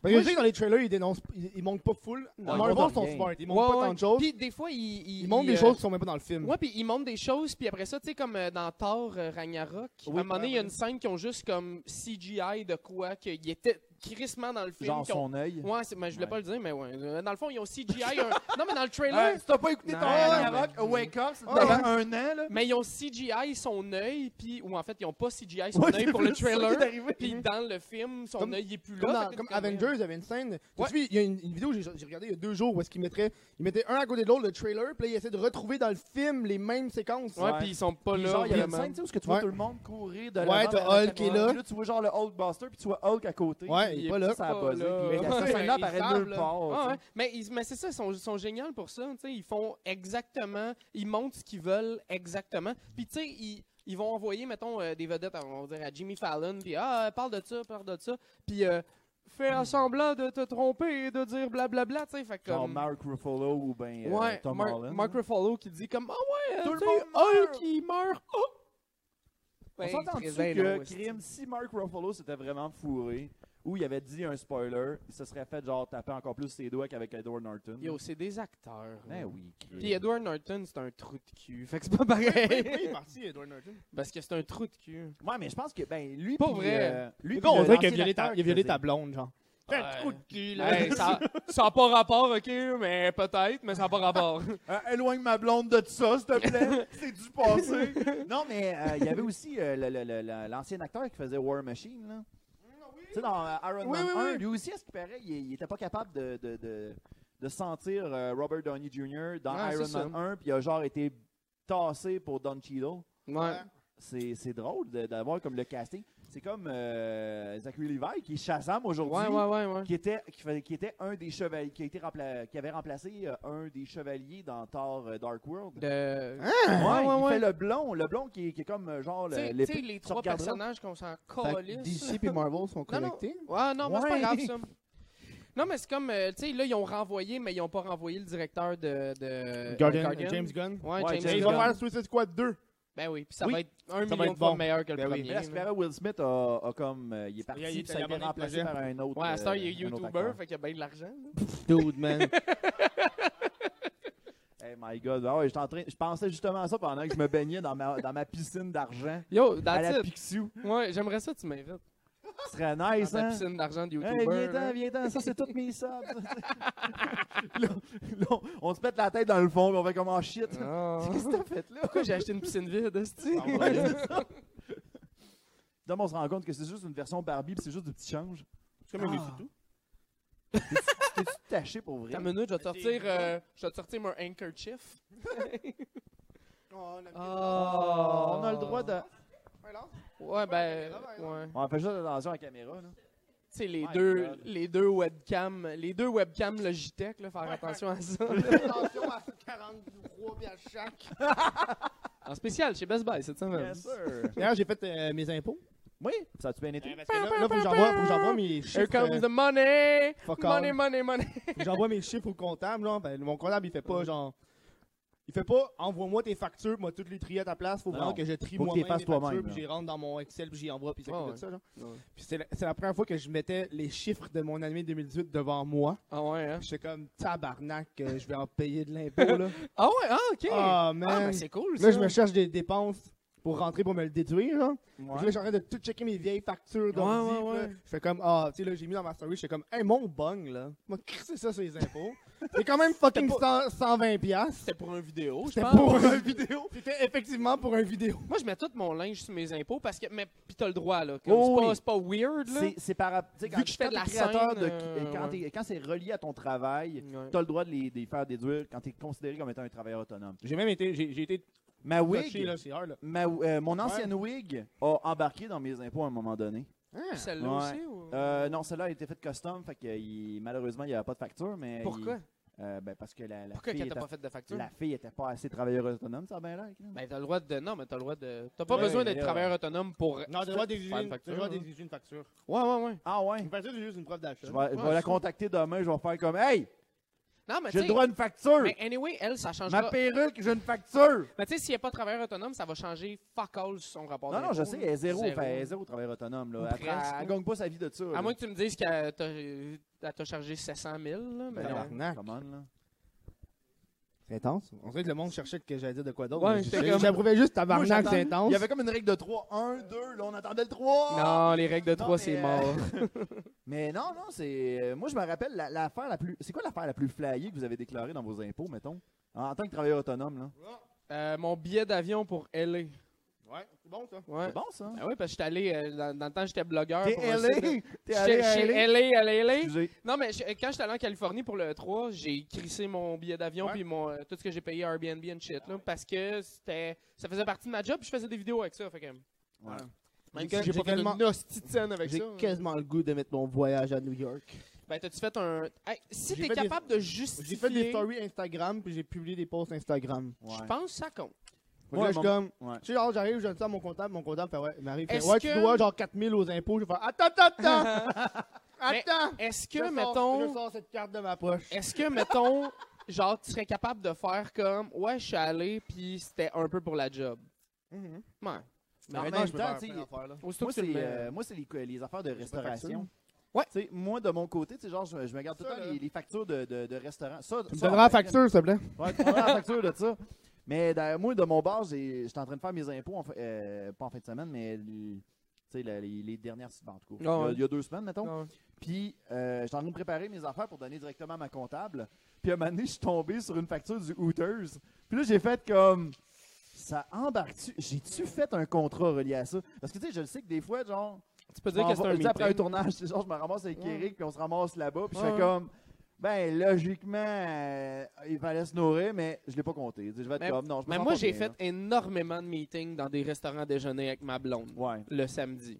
C: Parce que je sais que dans les trailers, ils dénoncent. Ils, ils montrent pas full.
B: Non, ils montrent
C: Marvel sont
B: rien.
C: smart, ils
D: Ouais,
C: montrent pas
D: ouais.
C: tant de choses.
D: Puis des fois, ils.
C: Ils montrent des
D: euh,
C: choses qui sont même pas dans le film.
D: Ouais, puis ils montrent des choses, puis après ça, tu sais, comme euh, dans Thor euh, Ragnarok,
C: Oui,
D: à un moment donné, il y a
C: ouais,
D: une scène qui ont juste comme CGI de quoi, qu'il était crissement dans le film.
B: Genre
D: qu'ils ont-
B: son œil.
D: Ouais, c'est- mais je voulais
B: Ouais.
D: pas le dire, mais ouais. Euh, Dans le fond, ils ont CGI. un- Non, mais dans le trailer,
B: Hey, si t'as pas écouté
D: Non,
B: ton
D: non,
B: Ragnarok, euh, Wake Up, c'est
C: Ah,
B: pendant un an là.
D: mais ils ont CGI son œil, puis. Ou en fait, ils ont pas CGI son
B: Ouais,
D: œil
B: j'ai
D: pour le
B: vu ça qui est
D: trailer,
B: arrivé.
D: puis dans le film, son
C: Comme-
D: œil il est plus
C: Comme,
D: là.
C: dans-
D: fait que euh,
C: comme
D: t'es
C: Avengers, il y avait une scène.
D: Ouais.
C: Tu sais, il y a une, une vidéo que j'ai j'ai regardée il y a deux jours où est-ce qu'ils mettraient, ils mettaient un à côté de l'autre le trailer, puis là, ils essaient de retrouver dans le film les mêmes séquences.
D: Ouais,
B: Ouais.
D: puis ils sont pas
B: Puis
D: là.
B: genre, il y a une
D: vraiment.
B: scène, tu sais, où ce que tu vois
C: Ouais.
B: tout le monde courir de
C: Ouais,
B: l'avant
C: t'as
B: vers la
C: Hulk qui est
B: caméra.
C: là.
B: Puis tu vois genre le Hulkbuster, puis tu vois Hulk à côté.
C: Ouais, il
D: il
C: est
D: est
C: pas là.
B: Ça a
D: Pas
B: buzzé,
D: là.
B: puis
D: Ouais,
B: la scène-là
D: ils
B: apparaît
C: savent,
B: nulle
C: là.
D: Ah
B: part.
D: ouais, mais, ils- mais c'est ça, ils sont, ils sont géniaux pour ça. tu sais, Ils font exactement, ils montrent ce qu'ils veulent exactement. Puis tu sais, ils, ils vont envoyer, mettons, euh, des vedettes, à- on va dire, à Jimmy Fallon, puis ah, parle de ça, parle de ça. Puis euh, fais
B: Hmm.
D: un semblant de te tromper et de dire blablabla, tu sais. Fait
B: Genre
D: comme.
B: Mark Ruffalo ou ben euh,
D: ouais,
B: Tom
D: Mar-
B: Holland.
D: Mark Ruffalo qui dit comme, ah ouais,
B: Tout
D: euh,
B: le
D: tu sais,
B: monde meurt.
D: Hulk, il meurt. Oh!
B: On s'entend-tu que crime, si Mark Ruffalo s'était vraiment fourré, ou il avait dit un spoiler, il se serait fait genre taper encore plus ses doigts qu'avec Edward Norton.
D: Yo, c'est des acteurs.
B: Ben oui, crime.
D: Puis Edward Norton, c'est un trou de cul. Fait que c'est pas pareil.
C: il est parti, Edward Norton.
D: Parce que c'est un trou de cul.
B: Ouais, mais je pense que, ben, lui.
D: Pas
B: puis,
D: vrai.
B: euh, lui, puis
C: Le gars, on
B: le-
C: dirait qu'il a
B: l'ancien
C: violé
B: acteur
C: ta- il a violé
B: faisait.
C: ta blonde, genre.
D: T'as
C: un
D: un
C: trou
D: trou
C: de
D: Hey, ça, ça a pas rapport, ok, mais peut-être, mais ça a pas rapport.
B: Euh, éloigne ma blonde de ça, s'il te plaît. C'est du passé. Non, mais euh, il y avait aussi euh, le- le- le- le- l'ancien acteur qui faisait War Machine. Là. Tu sais, dans euh, Iron
C: Oui,
B: Man
C: oui,
B: 1,
C: oui.
B: lui aussi, à ce qui paraît, il, il était pas capable de, de, de, de sentir euh, Robert Downey Jr. dans
D: Ouais,
B: Iron
D: c'est
B: Man
D: ça.
B: 1, puis il a genre été tassé pour Don Cheadle.
D: Ouais.
B: C'est c'est drôle de- d'avoir comme le casting. C'est comme euh, Zachary Levi qui est Shazam aujourd'hui
D: Ouais, ouais, ouais, ouais.
B: qui était qui, fa- qui était un des chevaliers qui a été rempla- qui avait remplacé euh, un des chevaliers dans Thor euh, Dark World.
D: De...
B: ouais,
D: ouais,
B: il
D: ouais.
B: fait le blond, le blond qui, est- qui est comme euh, genre
D: Hein? Tu
B: le- l'épée.
D: sais, tu sais, les trois
B: regarderas.
D: personnages qu'on s'en
C: Fait que
D: colisse.
C: DC et Marvel sont
D: Non, non.
C: connectés.
D: Ouais, non, mais c'est
B: Ouais.
D: pas grave, ça. Non, mais c'est comme, euh, tu sais, là, ils ont renvoyé, mais ils ont pas renvoyé le directeur de, de
C: Euh, Guardian,
D: de
C: James Gunn.
B: Ouais,
D: Ouais, James,
B: James
C: Il
D: Gunn.
C: va faire Suicide Squad 2.
D: Ben oui, puis ça
C: Oui.
D: va être un
C: va
D: million
C: être
D: de fois
C: bon.
D: meilleur que le
B: Ben oui, mais
D: premier.
B: là, ce qui
D: là.
B: paraît, Will Smith a, a comme euh, il est parti
C: Il a- il
B: puis ça
C: a
B: a été
C: abandonné le
B: remplacé
C: projet.
B: par un autre.
D: Ouais, à cette heure,
B: euh,
D: il est
B: un autre
D: YouTuber,
B: acteur.
D: fait qu'il y a bien de l'argent. là.
C: Dude, man.
B: Hey my God, ah ouais, j'étais en train- je pensais justement à ça pendant que je me baignais dans ma dans ma piscine d'argent
D: Yo,
B: à
D: that's
B: la
D: it.
B: Pixiou.
D: Ouais, j'aimerais ça, tu m'invites.
B: Ce serait
D: Dans
B: nice
D: ta
B: hein.
D: piscine d'argent de YouTuber.
B: Hey, viens-t'en,
D: là.
B: viens-t'en, ça c'est toutes mes subs. là, là, on se pète la tête dans le fond, puis on fait comme en shit.
D: Ah.
B: Qu'est-ce que t'as fait là?
D: Pourquoi j'ai acheté une piscine vide, esti?
B: Ah, Donc, on se rend compte que c'est juste une version Barbie, puis c'est juste du petit change.
C: C'est comme un
B: Ah. T'es-tu taché pour vrai?
D: T'as une minute, je vais te
C: Des
D: sortir, euh, je vais te sortir mon handkerchief.
C: Oh,
B: Ah, On a le droit de.
D: Ouais, ben,
C: caméra, par
D: ouais.
B: On fait juste attention à la caméra. Là.
D: Tu sais, les
B: My
D: deux,
B: God.
D: les deux webcams, les deux webcams Logitech, là, faire attention à ça.
C: Attention à 43 à chaque.
D: en spécial, chez Best Buy cette semaine.
B: sûr.
C: D'ailleurs, j'ai fait euh, mes impôts.
B: oui, ça a-tu bien été?
C: Parce que là, là, faut que j'envoie- faut que j'envoie mes
D: Here
C: chiffres.
D: comes
C: euh,
D: the money!
C: fuck all.
D: Money, money, money!
C: Faut que J'envoie mes chiffres au comptable. Là. Ben, mon comptable, il fait pas genre. Il fait pas envoie-moi tes factures, moi toutes les trier à ta place. Faut
B: Non.
C: vraiment que je trie
B: Faut que
C: moi-même
B: t'y fasses
C: mes
B: toi-même,
C: factures,
B: là.
C: puis j'y rentre dans mon Excel, puis j'y envoie, puis ça,
D: Ah
C: puis
D: ouais.
C: tout ça. Genre.
D: Ouais.
C: Puis c'est la, c'est la première fois que je mettais les chiffres de mon année 2018 devant moi.
D: Ah ouais, hein?
C: J'étais comme tabarnak, euh, je vais en payer de l'impôt là.
D: Ah ouais, ah, ok!
C: Ah
D: Ah,
C: man.
D: ben, c'est cool, ça.
C: là, je me cherche des dépenses pour rentrer pour me le déduire. Genre. Puis Là, je suis en train de tout checker mes vieilles factures. d'ordi,
D: Ouais, ouais,
C: puis là,
D: ouais.
C: Je fais comme, ah, tu sais, là, j'ai mis dans ma story, je fais comme, hey, mon bong, là, m'a crissé ça sur les impôts. C'est quand même fucking 100 120$. piastres.
D: C'était pour une vidéo, je
C: C'était
D: pense.
C: pour un vidéo. C'était effectivement pour un vidéo.
D: Moi, je mets tout mon linge sur mes impôts parce que. Mais, pis t'as le droit, là. Comme,
B: Oh
D: c'est, pas,
B: oui.
D: c'est pas weird, là.
B: C'est- C'est par. tu sais,
D: Vu
B: quand-
D: que je fais
B: quand
D: de la
B: t'es créateur
D: scène,
B: de-
D: euh,
B: quand
D: ouais.
B: t'es- Quand c'est relié à ton travail,
D: Ouais.
B: t'as le droit de les, de les faire déduire quand t'es considéré comme étant un travailleur autonome.
C: J'ai même été, j'ai j'ai été
B: Ma
C: touché,
B: wig,
C: là, c'est hard, là.
B: ma- euh, mon ancienne wig a embarqué dans mes impôts à un moment donné.
D: Puis Ah, Celle-là
B: Ouais.
D: aussi, ou.
B: Euh, non, celle-là a été faite custom, fait que il- malheureusement, il n'y avait pas de facture. Mais
D: Pourquoi?
B: il- euh, ben, Parce que la, la
D: Pourquoi
B: fille
D: quand
B: était,
D: t'as pas fait de facture?
B: la fille était pas assez travailleur autonome, ça a bien l'air. là.
D: Ben, t'as le droit de. Non, mais t'as le droit de. T'as pas
B: Ouais,
D: besoin d'être
B: là.
D: travailleur autonome pour. Ouais,
C: Non, t'as le droit d'exiger
D: Faire une
C: une- t'as
D: facture,
C: le droit
D: hein.
C: d'exiger une facture.
D: ouais, ouais.
B: Ah ouais?
C: Une facture, c'est juste une preuve d'achat.
B: Je vais, je vais
D: Ouais,
B: la
D: ça.
B: contacter demain, je vais faire comme Hey,
D: Non, mais Ben, tu
B: j'ai le
D: sais.
B: droit à une facture!
D: Mais anyway, elle, ça changera.
B: Ma perruque, j'ai une facture!
D: Mais tu sais, s'il n'y a pas de travailleur autonome, ça va changer fuck all sur son rapport
B: Non, non,
D: d'impôt,
B: je sais, elle est zéro,
D: Zéro.
B: fait, elle est zéro travailleur autonome.
D: Ou
B: Là. Elle,
D: presque,
B: elle,
D: là.
B: elle gagne pas sa vie de ça.
D: À
B: là.
D: moins que tu me dises qu'elle t'a- elle t'a chargé 700 000, là,
B: Ben
D: mais
B: non,
C: Tabarnak.
B: come on, là.
C: C'est intense. On dirait que le monde cherchait que j'allais dire de quoi d'autre.
D: Ouais,
C: mais
D: j'étais
C: j'ai-
D: comme-
C: J'approuvais juste
B: Moi,
C: tabarnak,
B: j'attends-
C: c'est intense.
B: Il y avait comme une règle de 3, 1, 2, là on attendait le 3!
D: Non, les règles de 3,
B: mais,
D: c'est
B: euh,
D: mort.
B: Mais non, non, c'est. euh, Moi, je me rappelle, la- l'affaire la plus. C'est quoi l'affaire la plus flyée que vous avez déclarée dans vos impôts, mettons? En, en tant que travailleur autonome, là.
D: Euh, mon billet d'avion pour LA.
C: Ouais, c'est bon, ça.
D: Ouais.
B: C'est bon, ça?
D: Ben oui, parce que j'étais allé, euh, dans, dans le temps, j'étais blogueur.
B: T'es
D: pour un site de-
B: allé? T'es allé
D: J'étais
B: à
D: chez
B: LA?
D: LA, à LA.
B: Excusez.
D: Non, mais je- quand j'étais allé en Californie pour le 3, j'ai crissé mon billet d'avion
C: Ouais.
D: puis mon, euh, tout ce que j'ai payé à Airbnb and shit, là, parce que c'était, ça faisait partie de ma job puis je faisais des vidéos avec ça. Fait que, Ah,
B: Ouais.
D: Même
C: J'ai-
D: que
C: j'ai
D: j'ai pas fait
C: tellement-
D: une hostie de scène avec ça. hein.
C: J'ai quasiment le goût de mettre mon voyage à New York.
D: Ben, t'as-tu fait un. Hey,
C: J'ai
D: si t'es
C: fait des-
D: capable de justifier.
C: J'ai fait des stories Instagram, puis j'ai publié des posts Instagram.
B: Ouais.
D: Je pense que ça compte.
C: Moi, je suis comme.
B: Ouais.
C: Tu sais, genre, j'arrive, je donne ça à mon comptable, mon comptable fait ouais, il m'arrive, il fait
D: Est-ce
C: ouais,
D: que-
C: tu dois genre 4000 aux impôts. Je vais faire attends, attends, attends,
D: Mais
C: attends.
D: Est-ce
C: Je
D: que,
C: sors- Je
D: mettons.
C: sors cette carte de ma poche.
D: Est-ce que, mettons, genre, tu serais capable de faire comme. Ouais, je suis allé puis c'était un peu pour la job.
C: Mhm.
D: Ouais.
B: Mais en
C: maintenant,
B: même
C: je peux
B: temps,
C: faire
B: tu sais,
C: plein d'affaires, là.
D: Aussitôt
B: Moi,
D: que tu le
B: c'est
D: mets,
B: euh, moi, c'est les, co- les affaires de
C: pas
B: restauration.
D: Ouais.
B: Tu sais, moi, de mon côté, tu sais, genre, je, je me garde tout le
C: Ça,
B: temps
C: là.
B: les, les factures de, de, de restaurant. Ça,
C: Tu me
B: ça,
C: donneras la
B: en fait,
C: facture, s'il te plaît.
B: Ouais, tu prendras la facture de ça. Mais derrière moi, de mon bar, j'ai- j'étais en train de faire mes impôts, en fin- euh, pas en fin de semaine, mais les, tu sais, la- les, les dernières, ben, en tout cas,
D: Ah
B: il, y a,
D: ouais.
B: il y a deux semaines, mettons.
D: non.
B: Puis, euh, j'étais en train de préparer mes affaires pour donner directement à ma comptable. Puis, à un moment donné, je suis tombé sur une facture du Hooters. Puis là, j'ai fait comme. Ça embarque-tu? J'ai-tu fait un contrat relié à ça? Parce que, tu sais, je le sais que des fois, genre.
D: Tu peux
B: Je
D: dire
B: m'en
D: que c'est
B: vais-
D: un
B: tu sais, après un
D: meeting.
B: tournage, c'est genre, je me ramasse avec
D: Ouais.
B: Eric, puis on se ramasse là-bas, puis je
D: Ouais.
B: fais comme, ben, logiquement, euh, il fallait se nourrir, mais je l'ai pas compté. Tu sais, Je vais être
D: Mais-
B: comme, non, je me
D: Mais
B: sens
D: moi,
B: pas
D: j'ai
B: bien,
D: fait énormément de meetings dans des restaurants déjeuner avec ma blonde
B: là. Ouais.
D: le samedi.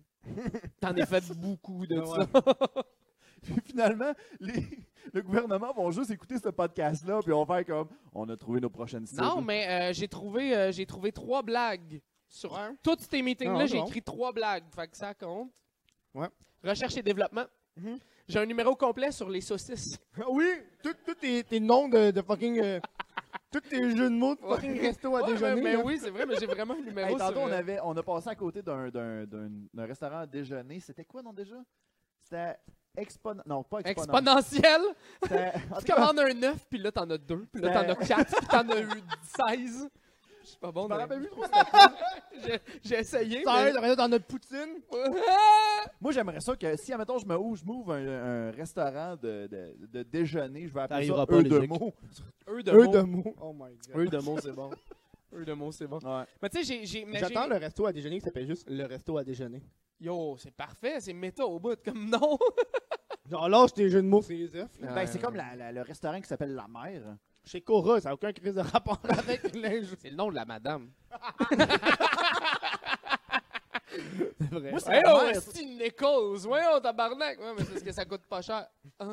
D: T'en as fait beaucoup de
B: Ouais,
D: ça.
B: Puis finalement, les- le gouvernement vont juste écouter ce podcast-là, puis on va faire comme, on a trouvé nos prochaines cibles.
D: Non, mais euh, j'ai trouvé, euh, j'ai trouvé trois blagues. Sur tous
C: Non,
D: ces
B: Ah,
D: meetings-là,
C: c'est
D: j'ai
C: bon.
D: écrit trois blagues. Fait que ça compte.
C: Ouais.
D: Recherche et développement.
C: Mhm.
D: J'ai un numéro complet sur les saucisses.
C: Oui, tous tous tes, tes noms de, de fucking. euh, tous tes jeux de mots de fucking resto à
D: Ouais,
C: déjeuner.
D: mais, mais
C: là.
D: oui, c'est vrai, mais j'ai vraiment un
B: hein. Hey,
D: numéro
B: tantôt,
D: sur...
B: on,
D: euh,
B: avait, on a passé à côté d'un, d'un, d'un, d'un restaurant à déjeuner. C'était quoi, non, déjà? C'était Exponent. Non, pas Exponent.
D: Exponentiel.
B: C'était- en tout
D: Tu
B: cas,
D: commandes un 9, puis là, t'en as deux, puis là, t'en as 4, puis t'en as eu 16. Je suis pas bon.
B: je me
D: dans-
B: rappelle plus trop
D: J'ai- J'ai essayé.
C: Ça
D: mais-
C: aide, regarde, dans notre poutine.
B: Moi, j'aimerais ça que si, admettons, je me ouvre, je m'ouvre un, un restaurant de, de, de déjeuner, je vais appeler ça
E: T'arriveras pas,
B: eux
E: les
B: de
E: mecs.
B: mots.
D: Eux de
C: Eux
D: mots.
C: de mots. Oh my god.
E: Eux de mots, c'est bon.
D: Eux de mots, c'est bon.
B: Ouais.
D: Mais tu sais, j'ai- j'ai. mais
C: J'attends
D: j'ai-
C: le resto à déjeuner qui s'appelle juste le resto à déjeuner.
D: Yo, c'est parfait, c'est méta au bout, comme non.
C: Genre, lâche tes jeux de mots, c'est les œufs. là.
B: Ben, c'est comme la- la- le restaurant qui s'appelle La Mer.
C: Chez Cora, ça n'a aucun crise de rapport avec le jeu.
D: C'est le nom de la madame.
C: C'est vrai.
B: Moi, c'est
D: Ouais,
B: la
D: oh,
B: mer.
D: c'est une Nichols. Ouais, oh, tabarnak. Ouais, mais c'est parce que ça coûte pas cher.
B: Ah,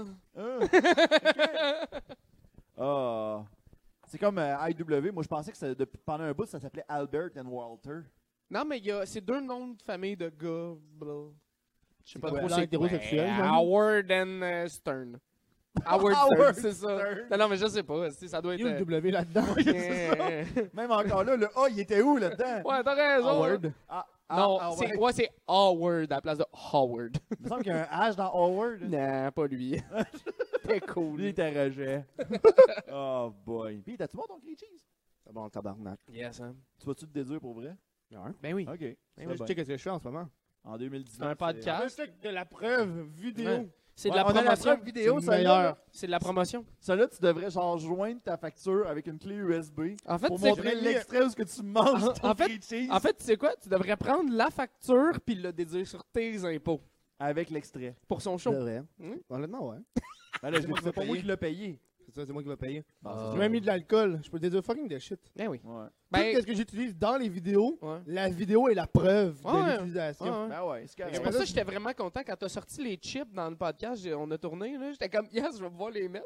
B: ok. Ah. C'est comme euh, IW. Moi, je pensais que ça- depuis- pendant un bout, ça s'appelait Albert and Walter.
D: Non, mais il y a. C'est deux noms de famille de gars. blah. Je sais pas
C: quoi,
D: trop
C: l'air
D: c'est quoi.
C: hétérosexuel,
D: Ouais,
C: genre?
D: Howard and euh, Stern. Howard,
B: Howard
D: Stern, c'est ça.
B: Stern.
D: Non, non, mais je sais pas. si Ça doit
C: Il y a eu le
D: être.
C: W là-dedans.
D: euh,
B: Même encore là, le A, il était où là-dedans?
D: Ouais, t'as raison.
C: Howard.
B: Ah, ah,
D: Non,
B: ah, ouais.
D: c'est ouais, c'est Howard à la place de Howard.
B: Il me semble qu'il y a un H dans Howard.
D: non, pas lui. T'es
B: Lui, il
D: cool.
B: était rejet. oh boy. Puis, t'as-tu bon ton grilled cheese?
C: C'est bon, tabarnak.
D: Yes, hein.
B: Tu vas-tu te déduire pour vrai?
D: Ben oui.
B: Ok.
C: Moi,
B: C'est
C: je
B: bien.
C: check ce que je fais en ce moment.
B: En 2019.
D: C'est un
B: c'est-
D: podcast.
C: Je check de la preuve vidéo.
D: Ouais. C'est de
B: Ouais,
D: la
B: on a la
D: promotion.
B: preuve vidéo,
C: C'est
B: ça là.
C: meilleur.
D: C'est de la promotion.
B: Ça là, tu devrais genre joindre ta facture avec une clé USB
D: En fait,
B: pour
D: c'est
B: montrer l'extrait où ce que tu manges
D: En-
B: ton
D: en fait-
B: grilled cheese
D: En fait, tu sais quoi? Tu devrais prendre la facture puis le déduire sur tes impôts
B: avec l'extrait.
D: pour son
C: C'est
D: show.
C: vrai.
D: Hmm?
C: Honnêtement, ouais.
B: Ben là,
C: C'est moi qui
B: c'est
C: vais
B: pas moi
C: payer.
B: qui l'ai payé.
C: C'est ça, c'est moi qui vais payer.
B: Ah,
D: Euh,
C: J'ai même mis de l'alcool. Je peux déduire fucking de shit.
D: Ben oui.
B: Ouais.
D: Ben,
C: Tout ce que j'utilise dans les vidéos,
D: ouais.
C: la vidéo est la preuve
D: Ouais.
C: de l'utilisation.
D: Ouais, ouais.
B: Ben ouais, c'est
D: C'est
B: correct.
D: pour ça que j'étais vraiment content quand t'as sorti les chips dans le podcast, j'ai- on a tourné, là. J'étais comme, yes, je vais pouvoir les mettre.